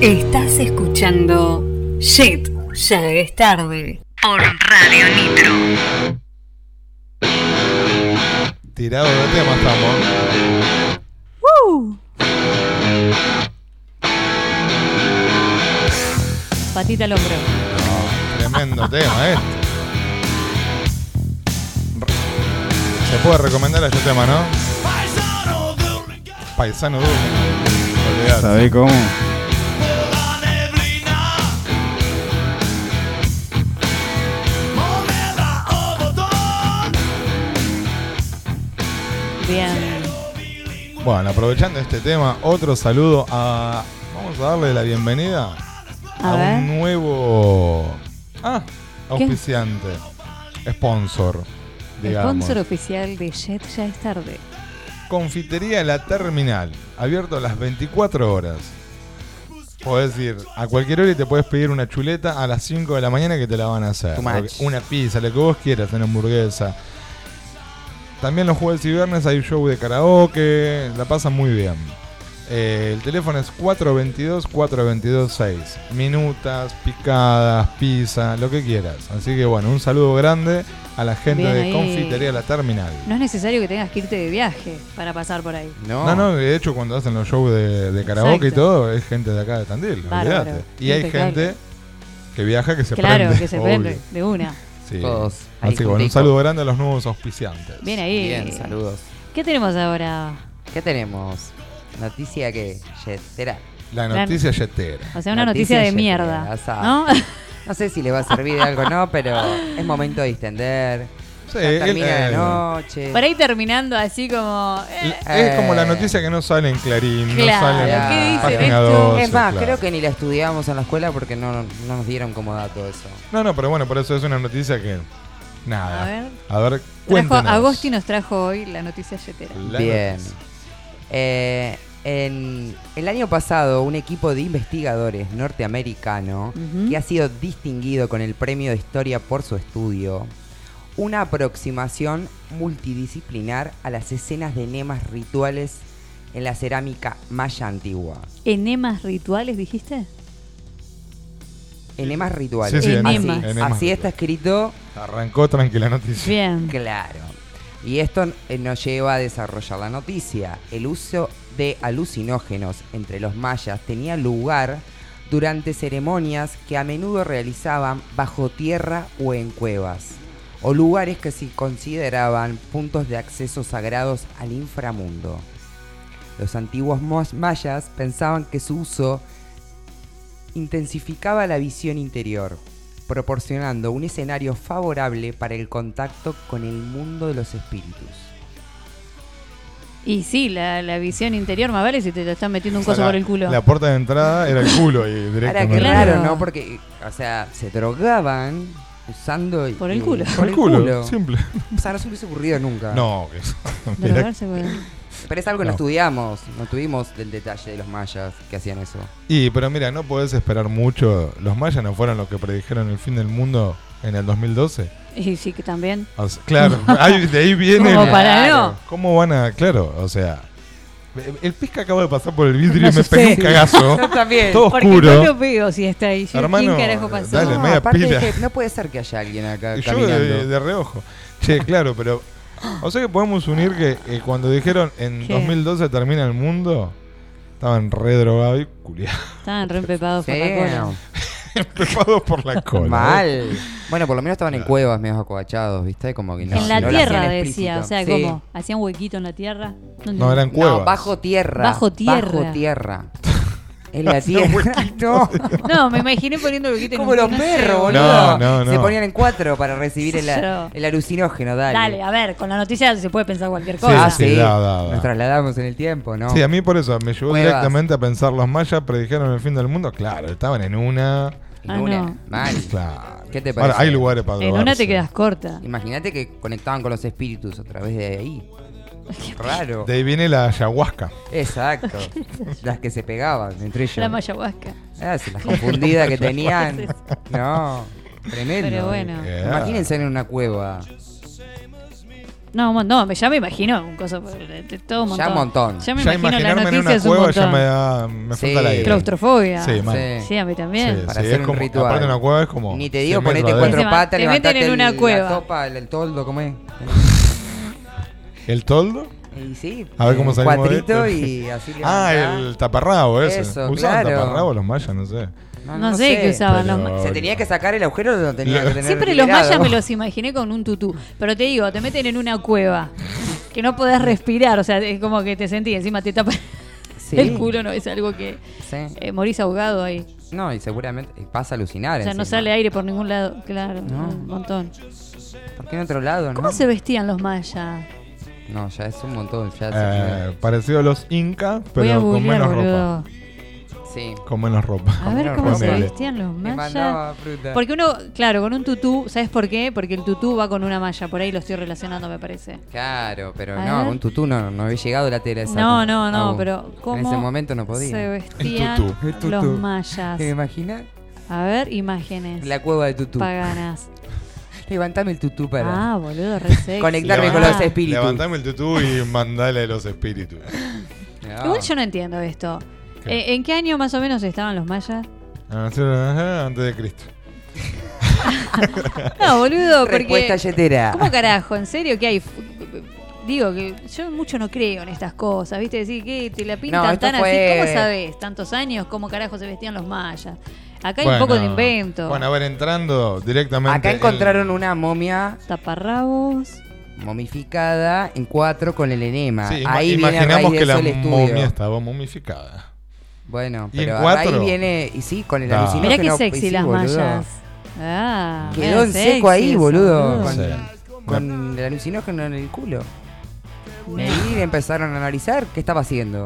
[SPEAKER 5] Estás escuchando Shit, ya es tarde. Por Radio Nitro.
[SPEAKER 7] Tirado de tema estamos.
[SPEAKER 6] ¡Woo! Patita al hombro.
[SPEAKER 7] No, tremendo tema este. Se puede recomendar este tema, ¿no? Paisano duro. Olvidate.
[SPEAKER 9] ¿Sabés cómo?
[SPEAKER 6] Bien.
[SPEAKER 7] Bueno, aprovechando este tema, otro saludo a. Vamos a darle la bienvenida
[SPEAKER 6] A
[SPEAKER 7] a,
[SPEAKER 6] ver.
[SPEAKER 7] un nuevo Ah,
[SPEAKER 6] ¿Qué?
[SPEAKER 7] auspiciante, sponsor, digamos.
[SPEAKER 6] Sponsor oficial de Jet ya es tarde.
[SPEAKER 7] Confitería La Terminal, abierto las 24 horas. Podés ir a cualquier hora y te puedes pedir una chuleta a las 5 de la mañana que te la van a hacer.
[SPEAKER 8] Too much.
[SPEAKER 7] Lo que- Una pizza, lo que vos quieras, una hamburguesa. También los jueves y viernes hay show de karaoke, la pasan muy bien. Eh, el teléfono es 422-422-6. Minutas, picadas, pizza, lo que quieras. Así que bueno, un saludo grande a la gente
[SPEAKER 6] Bien
[SPEAKER 7] de
[SPEAKER 6] ahí.
[SPEAKER 7] Confitería La Terminal.
[SPEAKER 6] No es necesario que tengas que irte de viaje para pasar por ahí.
[SPEAKER 7] No. no, de hecho cuando hacen los shows de, de karaoke y
[SPEAKER 6] Exacto.
[SPEAKER 7] todo, es gente de acá de Tandil,
[SPEAKER 6] Bárbaro,
[SPEAKER 7] olvídate. Y hay
[SPEAKER 6] impecable.
[SPEAKER 7] gente que viaja que se
[SPEAKER 6] claro,
[SPEAKER 7] prende.
[SPEAKER 6] que se
[SPEAKER 7] obvio.
[SPEAKER 6] prende de una.
[SPEAKER 7] Sí.
[SPEAKER 8] Todos ahí
[SPEAKER 7] Así que bueno, un
[SPEAKER 8] juntitos.
[SPEAKER 7] saludo grande a los nuevos auspiciantes.
[SPEAKER 6] Bien ahí.
[SPEAKER 8] Bien, saludos.
[SPEAKER 6] ¿Qué tenemos ahora?
[SPEAKER 8] ¿Qué tenemos? Noticia que yetera.
[SPEAKER 7] La
[SPEAKER 6] La-
[SPEAKER 7] noticia yetera.
[SPEAKER 6] O sea, una noticia de mierda,
[SPEAKER 8] o sea,
[SPEAKER 6] ¿no?
[SPEAKER 8] [laughs] no sé si le va a servir de algo o no, pero es momento de distender.
[SPEAKER 7] Sí,
[SPEAKER 8] Ya termina
[SPEAKER 7] él-
[SPEAKER 8] la noche.
[SPEAKER 6] Por ahí terminando así como. eh,
[SPEAKER 7] Es como la noticia que no sale en Clarín,
[SPEAKER 6] Claro,
[SPEAKER 7] no sale en
[SPEAKER 8] ¿qué dicen
[SPEAKER 7] Página
[SPEAKER 8] esto?
[SPEAKER 7] 12,
[SPEAKER 8] es más,
[SPEAKER 7] claro.
[SPEAKER 8] creo que ni la estudiábamos en la escuela porque no, no nos dieron como dato eso.
[SPEAKER 7] No, no, pero bueno, por eso es una noticia que... Nada.
[SPEAKER 6] A ver.
[SPEAKER 7] A ver,
[SPEAKER 6] trajo,
[SPEAKER 7] cuéntenos.
[SPEAKER 6] Agosti nos trajo hoy la noticia yetera.
[SPEAKER 7] La
[SPEAKER 8] Bien.
[SPEAKER 7] noticia.
[SPEAKER 8] Eh, en- el año pasado, un equipo de investigadores norteamericano
[SPEAKER 6] Ujú.
[SPEAKER 8] que ha sido distinguido con el premio de historia por su estudio, una aproximación multidisciplinar a las escenas de enemas rituales en la cerámica maya antigua.
[SPEAKER 6] ¿Enemas rituales dijiste?
[SPEAKER 8] Enemas rituales.
[SPEAKER 7] Sí, sí,
[SPEAKER 8] así,
[SPEAKER 7] enemas. Enemas
[SPEAKER 8] así está escrito.
[SPEAKER 7] Arrancó tranquila la noticia.
[SPEAKER 6] Bien.
[SPEAKER 8] Claro. Y esto eh, nos lleva a desarrollar la noticia. El uso de alucinógenos entre los mayas tenía lugar durante ceremonias que a menudo realizaban bajo tierra o en cuevas, o lugares que se consideraban puntos de acceso sagrados al inframundo. Los antiguos mos- mayas pensaban que su uso intensificaba la visión interior, proporcionando un escenario favorable para el contacto con el mundo de los espíritus.
[SPEAKER 6] Y sí, la, la visión interior más vale si te, te están metiendo un
[SPEAKER 7] O sea,
[SPEAKER 6] coso
[SPEAKER 7] la-
[SPEAKER 6] por el culo.
[SPEAKER 7] La puerta de entrada era el culo y
[SPEAKER 8] Ahora,
[SPEAKER 7] directamente.
[SPEAKER 8] qué raro, ¿no? Porque, o sea, se drogaban usando...
[SPEAKER 6] Por el culo.
[SPEAKER 8] Por
[SPEAKER 7] Por
[SPEAKER 8] el
[SPEAKER 7] culo,
[SPEAKER 8] culo.
[SPEAKER 7] simple.
[SPEAKER 8] O sea, no se hubiese ocurrido nunca.
[SPEAKER 7] No,
[SPEAKER 6] [laughs]
[SPEAKER 7] eso- mira,
[SPEAKER 6] Drogarse por el-
[SPEAKER 8] Pero es algo que no
[SPEAKER 7] No.
[SPEAKER 8] estudiamos, no tuvimos del detalle de los mayas que hacían eso.
[SPEAKER 7] Y, pero mira, no podés esperar mucho. Los mayas no fueron los que predijeron el fin del mundo en el 2012.
[SPEAKER 6] Y sí, que también. [laughs]
[SPEAKER 7] O sea, claro, ahí- de ahí viene.
[SPEAKER 6] Como para no.
[SPEAKER 7] ¿Cómo van a.? Claro, o sea. El pizca acaba de pasar por el vidrio y me
[SPEAKER 6] asusté.
[SPEAKER 7] pegó un
[SPEAKER 6] [laughs]
[SPEAKER 7] cagazo.
[SPEAKER 8] [laughs] Yo también.
[SPEAKER 7] Todo
[SPEAKER 6] Porque
[SPEAKER 7] oscuro.
[SPEAKER 6] no lo veo si está ahí. Yo,
[SPEAKER 7] Hermano,
[SPEAKER 6] ¿Quién carajo pasó?
[SPEAKER 7] dale, media
[SPEAKER 8] aparte
[SPEAKER 7] pila. [laughs]
[SPEAKER 8] es que no puede ser que haya alguien acá
[SPEAKER 7] Y yo
[SPEAKER 8] caminando.
[SPEAKER 7] de, de reojo. Che, claro, pero. O sea que podemos unir que eh, cuando dijeron en
[SPEAKER 6] ¿Qué?
[SPEAKER 7] 2012 termina el mundo, estaban re drogados y culiados.
[SPEAKER 6] Estaban re empepados por la cola.
[SPEAKER 7] Empepados por la cola. ¿eh?
[SPEAKER 8] Mal. Bueno, por lo menos estaban en cuevas medio acoachados, ¿viste? Como que no,
[SPEAKER 6] en la
[SPEAKER 8] no lo hacían
[SPEAKER 6] tierra
[SPEAKER 8] explícito.
[SPEAKER 6] decía, o sea,
[SPEAKER 8] Sí.
[SPEAKER 6] como hacían huequito en la tierra. ¿Dónde?
[SPEAKER 7] No, eran cuevas.
[SPEAKER 8] No, bajo tierra.
[SPEAKER 6] Bajo tierra. [laughs]
[SPEAKER 8] Bajo tierra. En la
[SPEAKER 6] Hacían
[SPEAKER 8] tierra. [laughs] no.
[SPEAKER 6] No, me imaginé poniendo el huequito en
[SPEAKER 8] Como
[SPEAKER 6] un-
[SPEAKER 8] los
[SPEAKER 6] no sé,
[SPEAKER 8] perros,
[SPEAKER 6] boludo.
[SPEAKER 8] boludo.
[SPEAKER 7] no, no.
[SPEAKER 8] Se ponían en cuatro para recibir el,
[SPEAKER 6] Yo.
[SPEAKER 8] el alucinógeno, dale. Ah,
[SPEAKER 6] Dale, a ver, con la noticia se puede pensar cualquier
[SPEAKER 7] Sí,
[SPEAKER 6] cosa.
[SPEAKER 7] sí, da, da, da.
[SPEAKER 8] Nos trasladamos en el tiempo, ¿no?
[SPEAKER 7] Sí,
[SPEAKER 6] Oh.
[SPEAKER 7] a mí por eso me llevó
[SPEAKER 8] Cuevas.
[SPEAKER 7] directamente a pensar los mayas predijeron el fin del mundo. Claro, estaban en una.
[SPEAKER 8] En Ah, una, no. mal.
[SPEAKER 7] Claro.
[SPEAKER 8] ¿Qué te
[SPEAKER 7] Ahora,
[SPEAKER 8] parece?
[SPEAKER 7] hay lugares para
[SPEAKER 6] Eh,
[SPEAKER 7] drogarse.
[SPEAKER 6] quedas corta.
[SPEAKER 8] Imagínate que conectaban con los espíritus a través de
[SPEAKER 6] [laughs]
[SPEAKER 8] ahí. Raro.
[SPEAKER 7] De ahí viene la ayahuasca.
[SPEAKER 6] [laughs]
[SPEAKER 8] Exacto. las que se pegaban entre ellas.
[SPEAKER 6] La mayahuasca.
[SPEAKER 8] Ah, sí, las
[SPEAKER 6] [laughs]
[SPEAKER 8] confundidas que
[SPEAKER 6] Sí,
[SPEAKER 8] tenían.
[SPEAKER 6] [laughs] sí.
[SPEAKER 8] No, tremendo.
[SPEAKER 6] Pero bueno. Yeah.
[SPEAKER 8] Imagínense en una cueva.
[SPEAKER 6] No, un mon- no, me- ya me imagino un coso, de- de todo un montón.
[SPEAKER 8] Ya un montón.
[SPEAKER 6] Ya me imagino la
[SPEAKER 7] imaginarme
[SPEAKER 6] noticia
[SPEAKER 7] en una
[SPEAKER 6] es un
[SPEAKER 7] cueva ya
[SPEAKER 6] montón.
[SPEAKER 7] me da. Me falta el aire.
[SPEAKER 6] Claustrofobia.
[SPEAKER 7] Sí, mal.
[SPEAKER 6] Sí, a mí también.
[SPEAKER 7] Sí,
[SPEAKER 8] Para
[SPEAKER 7] sí,
[SPEAKER 8] hacer
[SPEAKER 7] es
[SPEAKER 8] un
[SPEAKER 7] como-
[SPEAKER 8] ritual.
[SPEAKER 7] Aparte, una cueva es como.
[SPEAKER 8] Ni te digo,
[SPEAKER 7] cien metros
[SPEAKER 8] ponete cuatro
[SPEAKER 7] adentro.
[SPEAKER 8] patas,
[SPEAKER 6] te meten
[SPEAKER 8] levantate
[SPEAKER 6] en una
[SPEAKER 8] el-
[SPEAKER 6] cueva.
[SPEAKER 8] la topa, el, el
[SPEAKER 6] [laughs]
[SPEAKER 8] toldo, ¿cómo es?
[SPEAKER 7] ¿El toldo?
[SPEAKER 8] Y sí.
[SPEAKER 7] A ver cómo
[SPEAKER 8] eh,
[SPEAKER 7] salimos de
[SPEAKER 8] Cuatrito
[SPEAKER 7] esto. [laughs]
[SPEAKER 8] y así
[SPEAKER 7] Ah,
[SPEAKER 8] levantá.
[SPEAKER 7] el taparrabo ese.
[SPEAKER 8] Eso,
[SPEAKER 7] ¿Usaban
[SPEAKER 8] claro.
[SPEAKER 7] taparrabo los mayas? No sé.
[SPEAKER 6] No, sé, qué usaban los
[SPEAKER 7] Pero-
[SPEAKER 6] mayas.
[SPEAKER 8] Se tenía que sacar el agujero, lo tenía que tener
[SPEAKER 6] Siempre los
[SPEAKER 8] liberado.
[SPEAKER 6] mayas me los imaginé con un tutú. Pero te digo, te meten en una cueva que no podés respirar. O sea, es como que te sentís encima te tapan
[SPEAKER 8] Sí.
[SPEAKER 6] el culo. No es algo que
[SPEAKER 8] Sí.
[SPEAKER 6] eh, morís ahogado ahí.
[SPEAKER 8] No, y seguramente vas a alucinar.
[SPEAKER 6] O sea, no
[SPEAKER 8] encima.
[SPEAKER 6] sale aire por ningún lado. Claro,
[SPEAKER 8] No.
[SPEAKER 6] un montón.
[SPEAKER 8] ¿Por qué en otro lado, no?
[SPEAKER 6] ¿Cómo se vestían los mayas?
[SPEAKER 8] No, ya es un montón. Ya se-
[SPEAKER 7] Eh, parecido a los incas,
[SPEAKER 6] Voy a
[SPEAKER 7] pero con
[SPEAKER 6] googlear,
[SPEAKER 7] menos
[SPEAKER 6] boludo.
[SPEAKER 7] ropa.
[SPEAKER 8] Oh. Sí.
[SPEAKER 7] Con menos ropa.
[SPEAKER 6] A ver cómo se
[SPEAKER 7] Ponele.
[SPEAKER 6] vestían los
[SPEAKER 8] mandaba
[SPEAKER 6] mayas.
[SPEAKER 8] fruta.
[SPEAKER 6] Porque uno, claro, con un tutú, ¿sabes por qué? Porque el tutú va con una malla, por ahí lo estoy relacionando, me parece.
[SPEAKER 8] Claro, pero
[SPEAKER 6] A
[SPEAKER 8] no,
[SPEAKER 6] ver.
[SPEAKER 8] un tutú no, no había llegado la tela esa.
[SPEAKER 6] No, no, no,
[SPEAKER 8] Aún.
[SPEAKER 6] pero ¿cómo
[SPEAKER 8] En ese momento no podía.
[SPEAKER 6] se vestían
[SPEAKER 8] El tutú. El tutú.
[SPEAKER 6] los mayas?
[SPEAKER 8] ¿Te imaginas?
[SPEAKER 6] A ver, imágenes.
[SPEAKER 8] La cueva de tutú. [laughs]
[SPEAKER 6] Paganas.
[SPEAKER 8] Levantame el tutú para.
[SPEAKER 6] Ah, boludo, re sexy.
[SPEAKER 8] Conectarme con
[SPEAKER 7] Levantá-
[SPEAKER 8] los espíritus.
[SPEAKER 7] Levantame el tutú y mandale a los espíritus.
[SPEAKER 8] Ah.
[SPEAKER 6] Igual yo no entiendo esto. Eh, ¿En qué año más o menos estaban los
[SPEAKER 8] [laughs]
[SPEAKER 6] mayas?
[SPEAKER 7] Ah, Antes de Cristo.
[SPEAKER 6] No, boludo, porque...
[SPEAKER 8] Respuesta yetera.
[SPEAKER 6] ¿Cómo carajo? ¿En serio que hay? F- Digo que yo mucho no creo en estas cosas, ¿viste? Decir que te la pintan
[SPEAKER 8] No, esto
[SPEAKER 6] tan
[SPEAKER 8] fue-
[SPEAKER 6] así, ¿cómo sabes? Tantos años, ¿cómo carajo se vestían los mayas? Acá hay un
[SPEAKER 7] Bueno,
[SPEAKER 6] poco de invento.
[SPEAKER 7] Bueno, a ver, entrando directamente.
[SPEAKER 8] Acá
[SPEAKER 7] en-
[SPEAKER 8] encontraron una momia
[SPEAKER 6] Taparrabos.
[SPEAKER 8] momificada en cuatro con el enema.
[SPEAKER 7] Sí, ima-
[SPEAKER 8] ahí viene a raíz
[SPEAKER 7] imaginamos
[SPEAKER 8] de
[SPEAKER 7] que la
[SPEAKER 8] eso el estudio.
[SPEAKER 7] momia estaba momificada.
[SPEAKER 8] Bueno,
[SPEAKER 7] Y en
[SPEAKER 8] pero
[SPEAKER 7] cuatro.
[SPEAKER 8] ahí viene, y sí, con el
[SPEAKER 7] Da.
[SPEAKER 8] alucinógeno.
[SPEAKER 6] Mirá qué
[SPEAKER 8] pues
[SPEAKER 6] sexy
[SPEAKER 8] sí,
[SPEAKER 6] las
[SPEAKER 8] boludo.
[SPEAKER 6] mallas. Ah,
[SPEAKER 8] Quedó en
[SPEAKER 6] mira,
[SPEAKER 8] seco ahí,
[SPEAKER 6] sexy eso, Ah.
[SPEAKER 8] boludo.
[SPEAKER 7] No
[SPEAKER 8] Con,
[SPEAKER 7] sé.
[SPEAKER 8] con el alucinógeno en el culo.
[SPEAKER 6] No.
[SPEAKER 8] Y ahí empezaron a analizar qué estaba haciendo.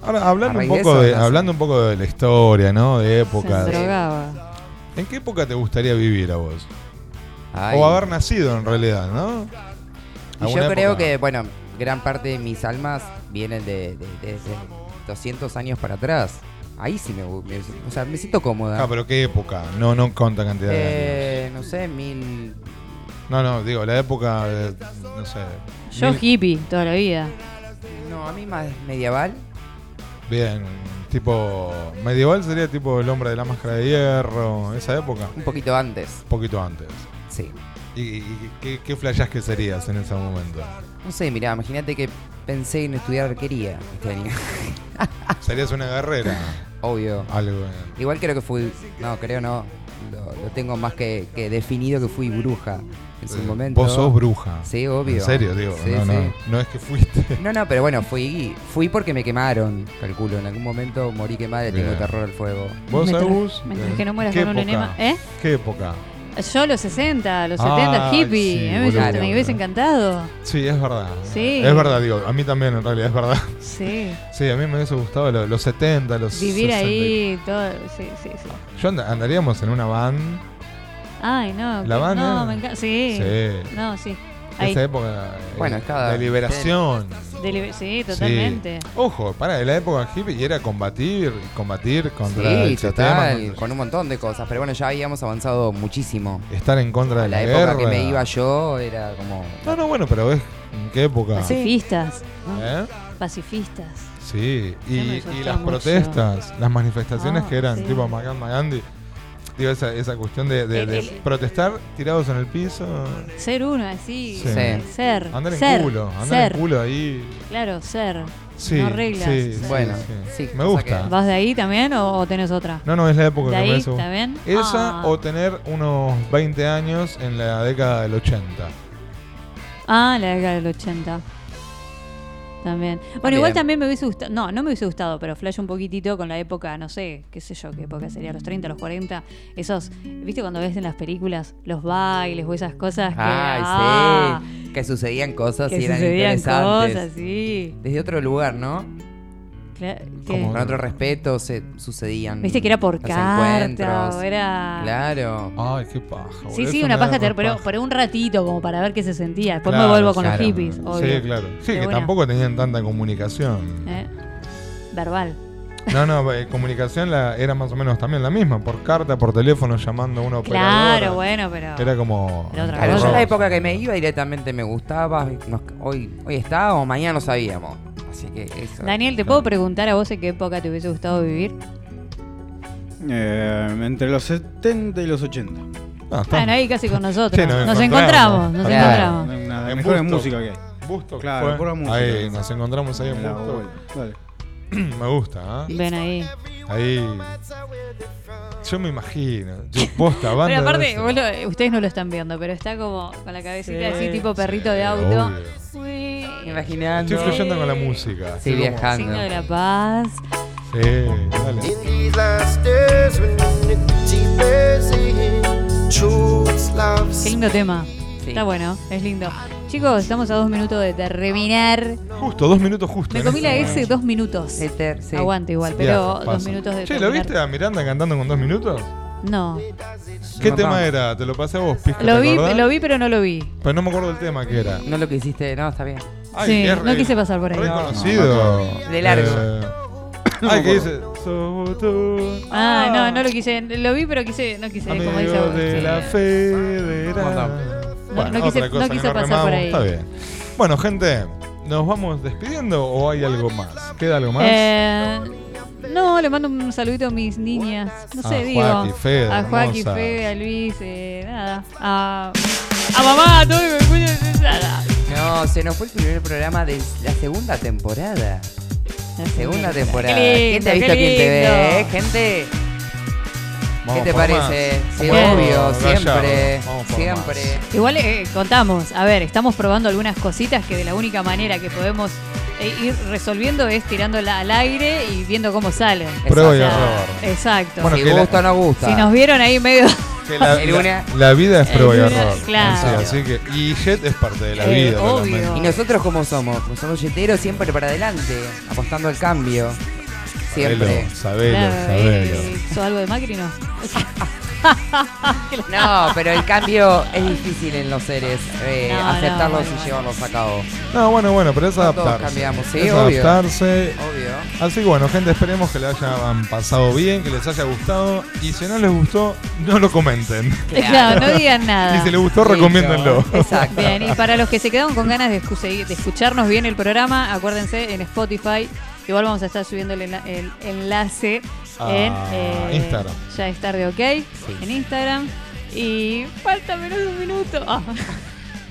[SPEAKER 7] Ahora, hablando
[SPEAKER 8] A
[SPEAKER 7] un,
[SPEAKER 8] raíz de
[SPEAKER 7] poco
[SPEAKER 8] eso,
[SPEAKER 7] de,
[SPEAKER 8] nace.
[SPEAKER 7] hablando un poco de la historia, ¿no? De épocas.
[SPEAKER 6] Se drogaba.
[SPEAKER 7] ¿En qué época te gustaría vivir a vos?
[SPEAKER 8] Ay.
[SPEAKER 7] O haber nacido en realidad, ¿no?
[SPEAKER 8] Y yo
[SPEAKER 7] ¿Alguna
[SPEAKER 8] creo
[SPEAKER 7] época?
[SPEAKER 8] que, bueno, gran parte de mis almas vienen de, de- de- de 200 años para atrás. Ahí sí me, gu- me- o sea, me siento cómoda.
[SPEAKER 7] Ah, pero ¿qué época? No, no conta cantidad de años.
[SPEAKER 8] Eh, no sé, mil...
[SPEAKER 7] No, no, digo, la época, de, no sé.
[SPEAKER 6] Yo
[SPEAKER 7] mil-
[SPEAKER 6] hippie toda la vida.
[SPEAKER 8] No, a mí más medieval.
[SPEAKER 7] Bien, tipo. Medieval sería tipo el hombre de la máscara de hierro, esa época.
[SPEAKER 8] Un poquito antes.
[SPEAKER 7] Un poquito antes.
[SPEAKER 8] Sí.
[SPEAKER 7] ¿Y, y qué, qué flashás que serías en ese momento?
[SPEAKER 8] No sé, mirá, imagínate que pensé en estudiar arquería este año.
[SPEAKER 7] ¿Serías una guerrera?
[SPEAKER 8] [laughs] Obvio.
[SPEAKER 7] Algo. eh.
[SPEAKER 8] Igual creo que fui... No, creo no. Lo, lo tengo más que, que definido que fui bruja en su
[SPEAKER 7] Eh,
[SPEAKER 8] momento.
[SPEAKER 7] Vos sos bruja.
[SPEAKER 8] Sí, obvio.
[SPEAKER 7] En serio, digo.
[SPEAKER 8] Sí,
[SPEAKER 7] no,
[SPEAKER 8] sí.
[SPEAKER 7] no, no es que fuiste.
[SPEAKER 8] No, no, pero bueno, fui fui porque me quemaron, calculo. En algún momento morí quemada y le tengo
[SPEAKER 7] Bien.
[SPEAKER 8] terror al fuego.
[SPEAKER 7] ¿Vos,
[SPEAKER 6] Mientras-
[SPEAKER 7] Agus?
[SPEAKER 6] mientras
[SPEAKER 7] Eh,
[SPEAKER 6] que no mueras
[SPEAKER 7] ¿qué
[SPEAKER 6] con un
[SPEAKER 7] época?
[SPEAKER 6] enema- ¿eh?
[SPEAKER 7] ¿Qué época?
[SPEAKER 6] Yo a los 60, a los
[SPEAKER 7] Ah,
[SPEAKER 6] 70, hippie.
[SPEAKER 7] sí,
[SPEAKER 6] a mí me-
[SPEAKER 7] boludo.
[SPEAKER 6] me hubiese encantado.
[SPEAKER 7] Sí, es verdad.
[SPEAKER 6] Sí.
[SPEAKER 7] Es verdad, digo. A mí también, en realidad, es verdad.
[SPEAKER 6] Sí.
[SPEAKER 7] [laughs] Sí, a mí me hubiese gustado lo- los 70, los.
[SPEAKER 6] Vivir
[SPEAKER 7] 60.
[SPEAKER 6] ahí, todo. Sí, sí, sí.
[SPEAKER 7] Yo and- andaríamos en una van.
[SPEAKER 6] Ay, no.
[SPEAKER 7] ¿La
[SPEAKER 6] que-
[SPEAKER 7] van,
[SPEAKER 6] No,
[SPEAKER 7] eh?
[SPEAKER 6] me encanta. Sí.
[SPEAKER 7] Sí.
[SPEAKER 6] No, sí. Ahí.
[SPEAKER 7] Esa época. eh,
[SPEAKER 8] Bueno, cada-
[SPEAKER 7] De liberación.
[SPEAKER 6] Delibe-
[SPEAKER 7] Sí.
[SPEAKER 6] sí, totalmente.
[SPEAKER 8] Ah.
[SPEAKER 7] Ojo, para, la época hippie y era combatir, combatir contra
[SPEAKER 8] sí,
[SPEAKER 7] el sistema,
[SPEAKER 8] total,
[SPEAKER 7] contra-
[SPEAKER 8] con un montón de cosas. Pero bueno, ya habíamos avanzado muchísimo.
[SPEAKER 7] estar en contra de
[SPEAKER 8] Ah, La
[SPEAKER 7] la,
[SPEAKER 8] época que
[SPEAKER 7] guerra.
[SPEAKER 8] me iba yo era como...
[SPEAKER 7] No, no, bueno, pero ves en qué época.
[SPEAKER 6] Pacifistas.
[SPEAKER 7] ¿Eh?
[SPEAKER 6] Pacifistas.
[SPEAKER 7] Sí,
[SPEAKER 6] Ya me
[SPEAKER 7] y,
[SPEAKER 6] asustó
[SPEAKER 7] y las
[SPEAKER 6] mucho.
[SPEAKER 7] protestas, las manifestaciones
[SPEAKER 6] Ah,
[SPEAKER 7] que eran
[SPEAKER 6] sí.
[SPEAKER 7] tipo Mahatma Gandhi. Digo, esa, esa cuestión de, de-
[SPEAKER 6] El-
[SPEAKER 7] de
[SPEAKER 6] el-
[SPEAKER 7] protestar tirados en el piso.
[SPEAKER 6] Ser uno, así.
[SPEAKER 7] Sí.
[SPEAKER 6] Ser.
[SPEAKER 7] Andar en
[SPEAKER 6] ser,
[SPEAKER 7] culo, andar
[SPEAKER 6] ser.
[SPEAKER 7] en culo ahí.
[SPEAKER 6] Claro, ser.
[SPEAKER 7] Sí,
[SPEAKER 6] no reglas.
[SPEAKER 7] sí, sí,
[SPEAKER 8] Bueno,
[SPEAKER 7] sí.
[SPEAKER 8] sí,
[SPEAKER 7] Me
[SPEAKER 8] cosa
[SPEAKER 7] gusta.
[SPEAKER 6] ¿Vas de ahí también o, o tenés otra?
[SPEAKER 7] No, no, es la época que
[SPEAKER 6] ¿De
[SPEAKER 7] me
[SPEAKER 6] ahí
[SPEAKER 7] parece bueno.
[SPEAKER 6] también?
[SPEAKER 7] Esa
[SPEAKER 6] Ah.
[SPEAKER 7] o tener unos 20 años en la década del 80.
[SPEAKER 6] Ah, la década del 80. También. Bueno,
[SPEAKER 7] También.
[SPEAKER 6] igual también me hubiese gustado. No, no me hubiese gustado, pero flash un poquitito con la época, no sé, qué sé yo, qué época sería, los 30, los 40. Esos, ¿viste cuando ves en las películas los bailes o esas cosas que.
[SPEAKER 8] Ay,
[SPEAKER 6] ah,
[SPEAKER 8] sí. Que sucedían cosas
[SPEAKER 6] que
[SPEAKER 8] y eran
[SPEAKER 6] sucedían
[SPEAKER 8] interesantes.
[SPEAKER 6] cosas, sí.
[SPEAKER 8] Desde otro lugar, ¿no?
[SPEAKER 6] Cla- que-
[SPEAKER 8] Con otro respeto se sucedían.
[SPEAKER 6] Viste que era por
[SPEAKER 8] los
[SPEAKER 6] carta,
[SPEAKER 8] encuentros.
[SPEAKER 6] o era-
[SPEAKER 8] Claro.
[SPEAKER 7] Ay, qué paja.
[SPEAKER 6] Sí, sí, una paja, ter- pero, pero un ratito, como para ver qué se sentía. Después Pues me vuelvo con los hippies, obvio.
[SPEAKER 7] Sí, claro. Sí,
[SPEAKER 6] De
[SPEAKER 7] que
[SPEAKER 6] una.
[SPEAKER 7] tampoco tenían tanta comunicación.
[SPEAKER 6] Eh, Verbal.
[SPEAKER 7] No, no, eh, comunicación la, era más o menos también la misma. Por carta, por teléfono, llamando a una operadora.
[SPEAKER 6] Claro, bueno, pero.
[SPEAKER 7] Era como.
[SPEAKER 8] Claro, yo en la época que me iba directamente me gustaba. nos- hoy, hoy está o mañana no sabíamos. Así que eso.
[SPEAKER 6] Daniel, ¿te puedo preguntar a vos en qué época te hubiese gustado vivir?
[SPEAKER 9] Eh, entre los 70 y los 80.
[SPEAKER 7] Ah,
[SPEAKER 6] Bueno, ahí casi con nosotros.
[SPEAKER 9] Sí,
[SPEAKER 6] nos,
[SPEAKER 9] nos
[SPEAKER 6] encontramos,
[SPEAKER 9] encontramos.
[SPEAKER 6] nos
[SPEAKER 9] Claro.
[SPEAKER 6] encontramos.
[SPEAKER 9] Nada,
[SPEAKER 7] En
[SPEAKER 9] mejor en
[SPEAKER 7] Busto.
[SPEAKER 9] música que hay.
[SPEAKER 7] Busto,
[SPEAKER 9] Claro,
[SPEAKER 7] fue.
[SPEAKER 9] pura música.
[SPEAKER 7] Ahí nos encontramos ahí en
[SPEAKER 9] La
[SPEAKER 7] Busto.
[SPEAKER 9] abuela, dale.
[SPEAKER 7] [clears throat] me gusta, ¿ah?
[SPEAKER 6] Ven ahí.
[SPEAKER 7] Ahí. Yo me imagino. Yo posta, banda.
[SPEAKER 6] Pero
[SPEAKER 7] de
[SPEAKER 6] aparte,
[SPEAKER 7] esa.
[SPEAKER 6] vos lo- ustedes no lo están viendo, pero está como con la cabecita
[SPEAKER 8] Sí.
[SPEAKER 6] así, tipo perrito de
[SPEAKER 8] Sí,
[SPEAKER 6] auto.
[SPEAKER 8] Imaginando.
[SPEAKER 7] Estoy fluyendo con la música.
[SPEAKER 8] Sí,
[SPEAKER 7] Estoy como-
[SPEAKER 8] viajando.
[SPEAKER 6] Signo de la paz.
[SPEAKER 7] Sí, dale.
[SPEAKER 13] These last days when iniquity bears in truth's loves.
[SPEAKER 6] Qué lindo tema. Está bueno, es lindo. Chicos, estamos a dos minutos de terminar.
[SPEAKER 7] Justo, dos minutos justo. ¿eh?
[SPEAKER 6] Me
[SPEAKER 7] en
[SPEAKER 6] comí
[SPEAKER 7] ese
[SPEAKER 6] la S
[SPEAKER 7] momento.
[SPEAKER 6] dos minutos. Aguante igual, pero
[SPEAKER 7] Viaja,
[SPEAKER 6] dos
[SPEAKER 7] pasa.
[SPEAKER 6] minutos de
[SPEAKER 7] Che, ¿lo
[SPEAKER 6] terminar.
[SPEAKER 7] viste a Miranda cantando con dos minutos?
[SPEAKER 6] No.
[SPEAKER 7] ¿Qué
[SPEAKER 8] No,
[SPEAKER 7] tema
[SPEAKER 8] pa.
[SPEAKER 7] era? Te lo pasé a vos, Pisco,
[SPEAKER 6] Lo
[SPEAKER 7] ¿te
[SPEAKER 6] vi,
[SPEAKER 7] acordás?
[SPEAKER 6] lo vi, pero no lo vi.
[SPEAKER 7] Pero no me acuerdo el tema que era.
[SPEAKER 8] No lo que hiciste, no, está bien.
[SPEAKER 6] Sí, no quise pasar por ahí.
[SPEAKER 7] Reconocido.
[SPEAKER 8] De largo.
[SPEAKER 7] Eh,
[SPEAKER 8] [laughs]
[SPEAKER 7] ay, ¿qué dice?
[SPEAKER 6] Ah, no, no lo quise. Lo vi, pero quise, no quise, como dice
[SPEAKER 7] Amigo
[SPEAKER 6] vos,
[SPEAKER 7] de
[SPEAKER 6] sí.
[SPEAKER 7] la federal.
[SPEAKER 6] No, no quise-
[SPEAKER 7] otra cosa
[SPEAKER 6] no
[SPEAKER 7] que
[SPEAKER 6] quise pasar por ahí.
[SPEAKER 7] remamos, Está bien. Bueno, gente, ¿nos vamos despidiendo o hay algo más? ¿Queda algo más?
[SPEAKER 6] Eh, no, le mando un saludito a mis niñas. No sé,
[SPEAKER 7] A
[SPEAKER 6] digo.
[SPEAKER 7] Joaquín, Fede,
[SPEAKER 6] a Joaquín,
[SPEAKER 7] hermosa.
[SPEAKER 6] Fede, a Luis, eh, nada. A, a mamá, a todo el que me escucha, nada.
[SPEAKER 8] No, se nos fue el primer programa de la segunda temporada.
[SPEAKER 6] La
[SPEAKER 8] segunda
[SPEAKER 6] segunda.
[SPEAKER 8] temporada.
[SPEAKER 6] Qué
[SPEAKER 8] ¿Quién te ha
[SPEAKER 6] lindo,
[SPEAKER 8] visto?
[SPEAKER 6] qué
[SPEAKER 8] ¿Quién te ve? eh,
[SPEAKER 6] lindo.
[SPEAKER 8] Gente.
[SPEAKER 7] Vamos
[SPEAKER 8] ¿Qué te
[SPEAKER 7] por
[SPEAKER 8] parece?
[SPEAKER 7] más.
[SPEAKER 8] Sí,
[SPEAKER 7] Vamos,
[SPEAKER 8] obvio,
[SPEAKER 7] Gallardo.
[SPEAKER 8] siempre.
[SPEAKER 7] Vamos por
[SPEAKER 8] Siempre.
[SPEAKER 6] Igual eh, contamos, a ver, estamos probando algunas cositas que de la única manera que podemos eh, ir resolviendo es tirándola al aire y viendo cómo sale.
[SPEAKER 7] Prueba y
[SPEAKER 6] O sea,
[SPEAKER 7] error.
[SPEAKER 6] Exacto.
[SPEAKER 7] Bueno, Si que la- gusta o no gusta.
[SPEAKER 6] Si nos vieron ahí medio.
[SPEAKER 7] Que [laughs] la,
[SPEAKER 8] El
[SPEAKER 7] la-
[SPEAKER 8] una-
[SPEAKER 7] la vida es prueba y
[SPEAKER 8] el una-
[SPEAKER 7] error.
[SPEAKER 8] claro.
[SPEAKER 7] Sí, así que, y Jet es parte de la
[SPEAKER 8] Eh,
[SPEAKER 7] vida.
[SPEAKER 8] obvio.
[SPEAKER 7] totalmente.
[SPEAKER 8] Y nosotros cómo somos, Pues somos yeteros siempre para adelante, apostando al cambio. Siempre.
[SPEAKER 7] Sabelo, sabelo,
[SPEAKER 6] Claro,
[SPEAKER 7] sabelo.
[SPEAKER 6] eh, ¿hizo algo de
[SPEAKER 7] [laughs]
[SPEAKER 6] Macri? No. [laughs]
[SPEAKER 8] No, pero el cambio es difícil en los seres, eh,
[SPEAKER 6] No, no,
[SPEAKER 8] aceptarlos
[SPEAKER 6] bueno,
[SPEAKER 8] y llevarlos a cabo.
[SPEAKER 7] No, bueno, bueno, pero es
[SPEAKER 8] No todos
[SPEAKER 7] adaptarse.
[SPEAKER 8] cambiamos, sí,
[SPEAKER 7] es
[SPEAKER 8] obvio.
[SPEAKER 7] adaptarse.
[SPEAKER 8] Obvio.
[SPEAKER 7] Así que bueno, gente, esperemos que le hayan pasado bien, que les haya gustado. Y si no les gustó, no lo comenten.
[SPEAKER 6] Claro, no digan nada.
[SPEAKER 7] Y si les gustó,
[SPEAKER 8] Listo.
[SPEAKER 7] recomiéndenlo.
[SPEAKER 8] Exacto.
[SPEAKER 6] Bien, y para los que se quedaron con ganas de, escu- de escucharnos bien el programa, acuérdense en Spotify. Igual vamos a estar subiendo el, enla- el enlace
[SPEAKER 7] A
[SPEAKER 6] en eh,
[SPEAKER 7] Instagram.
[SPEAKER 6] Ya es tarde, ok. En Instagram. Y falta menos de un minuto. Ah.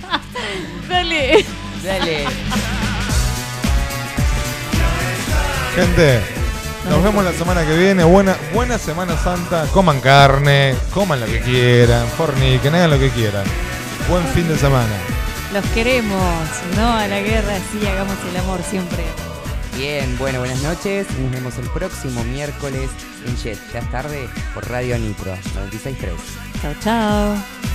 [SPEAKER 6] [laughs] Dale.
[SPEAKER 8] Dale.
[SPEAKER 7] Gente, nos vemos la semana que viene. Buena, buena Semana Santa. Coman carne, coman lo que quieran, forniquen, hagan lo que quieran. Buen fin de semana.
[SPEAKER 6] Los queremos, ¿no? A la guerra, sí, hagamos el amor siempre.
[SPEAKER 8] Bien, bueno, buenas noches. Nos vemos el próximo miércoles en Jet. Ya es tarde por Radio Nitro 96.3.
[SPEAKER 6] Chao, chao.
[SPEAKER 5] e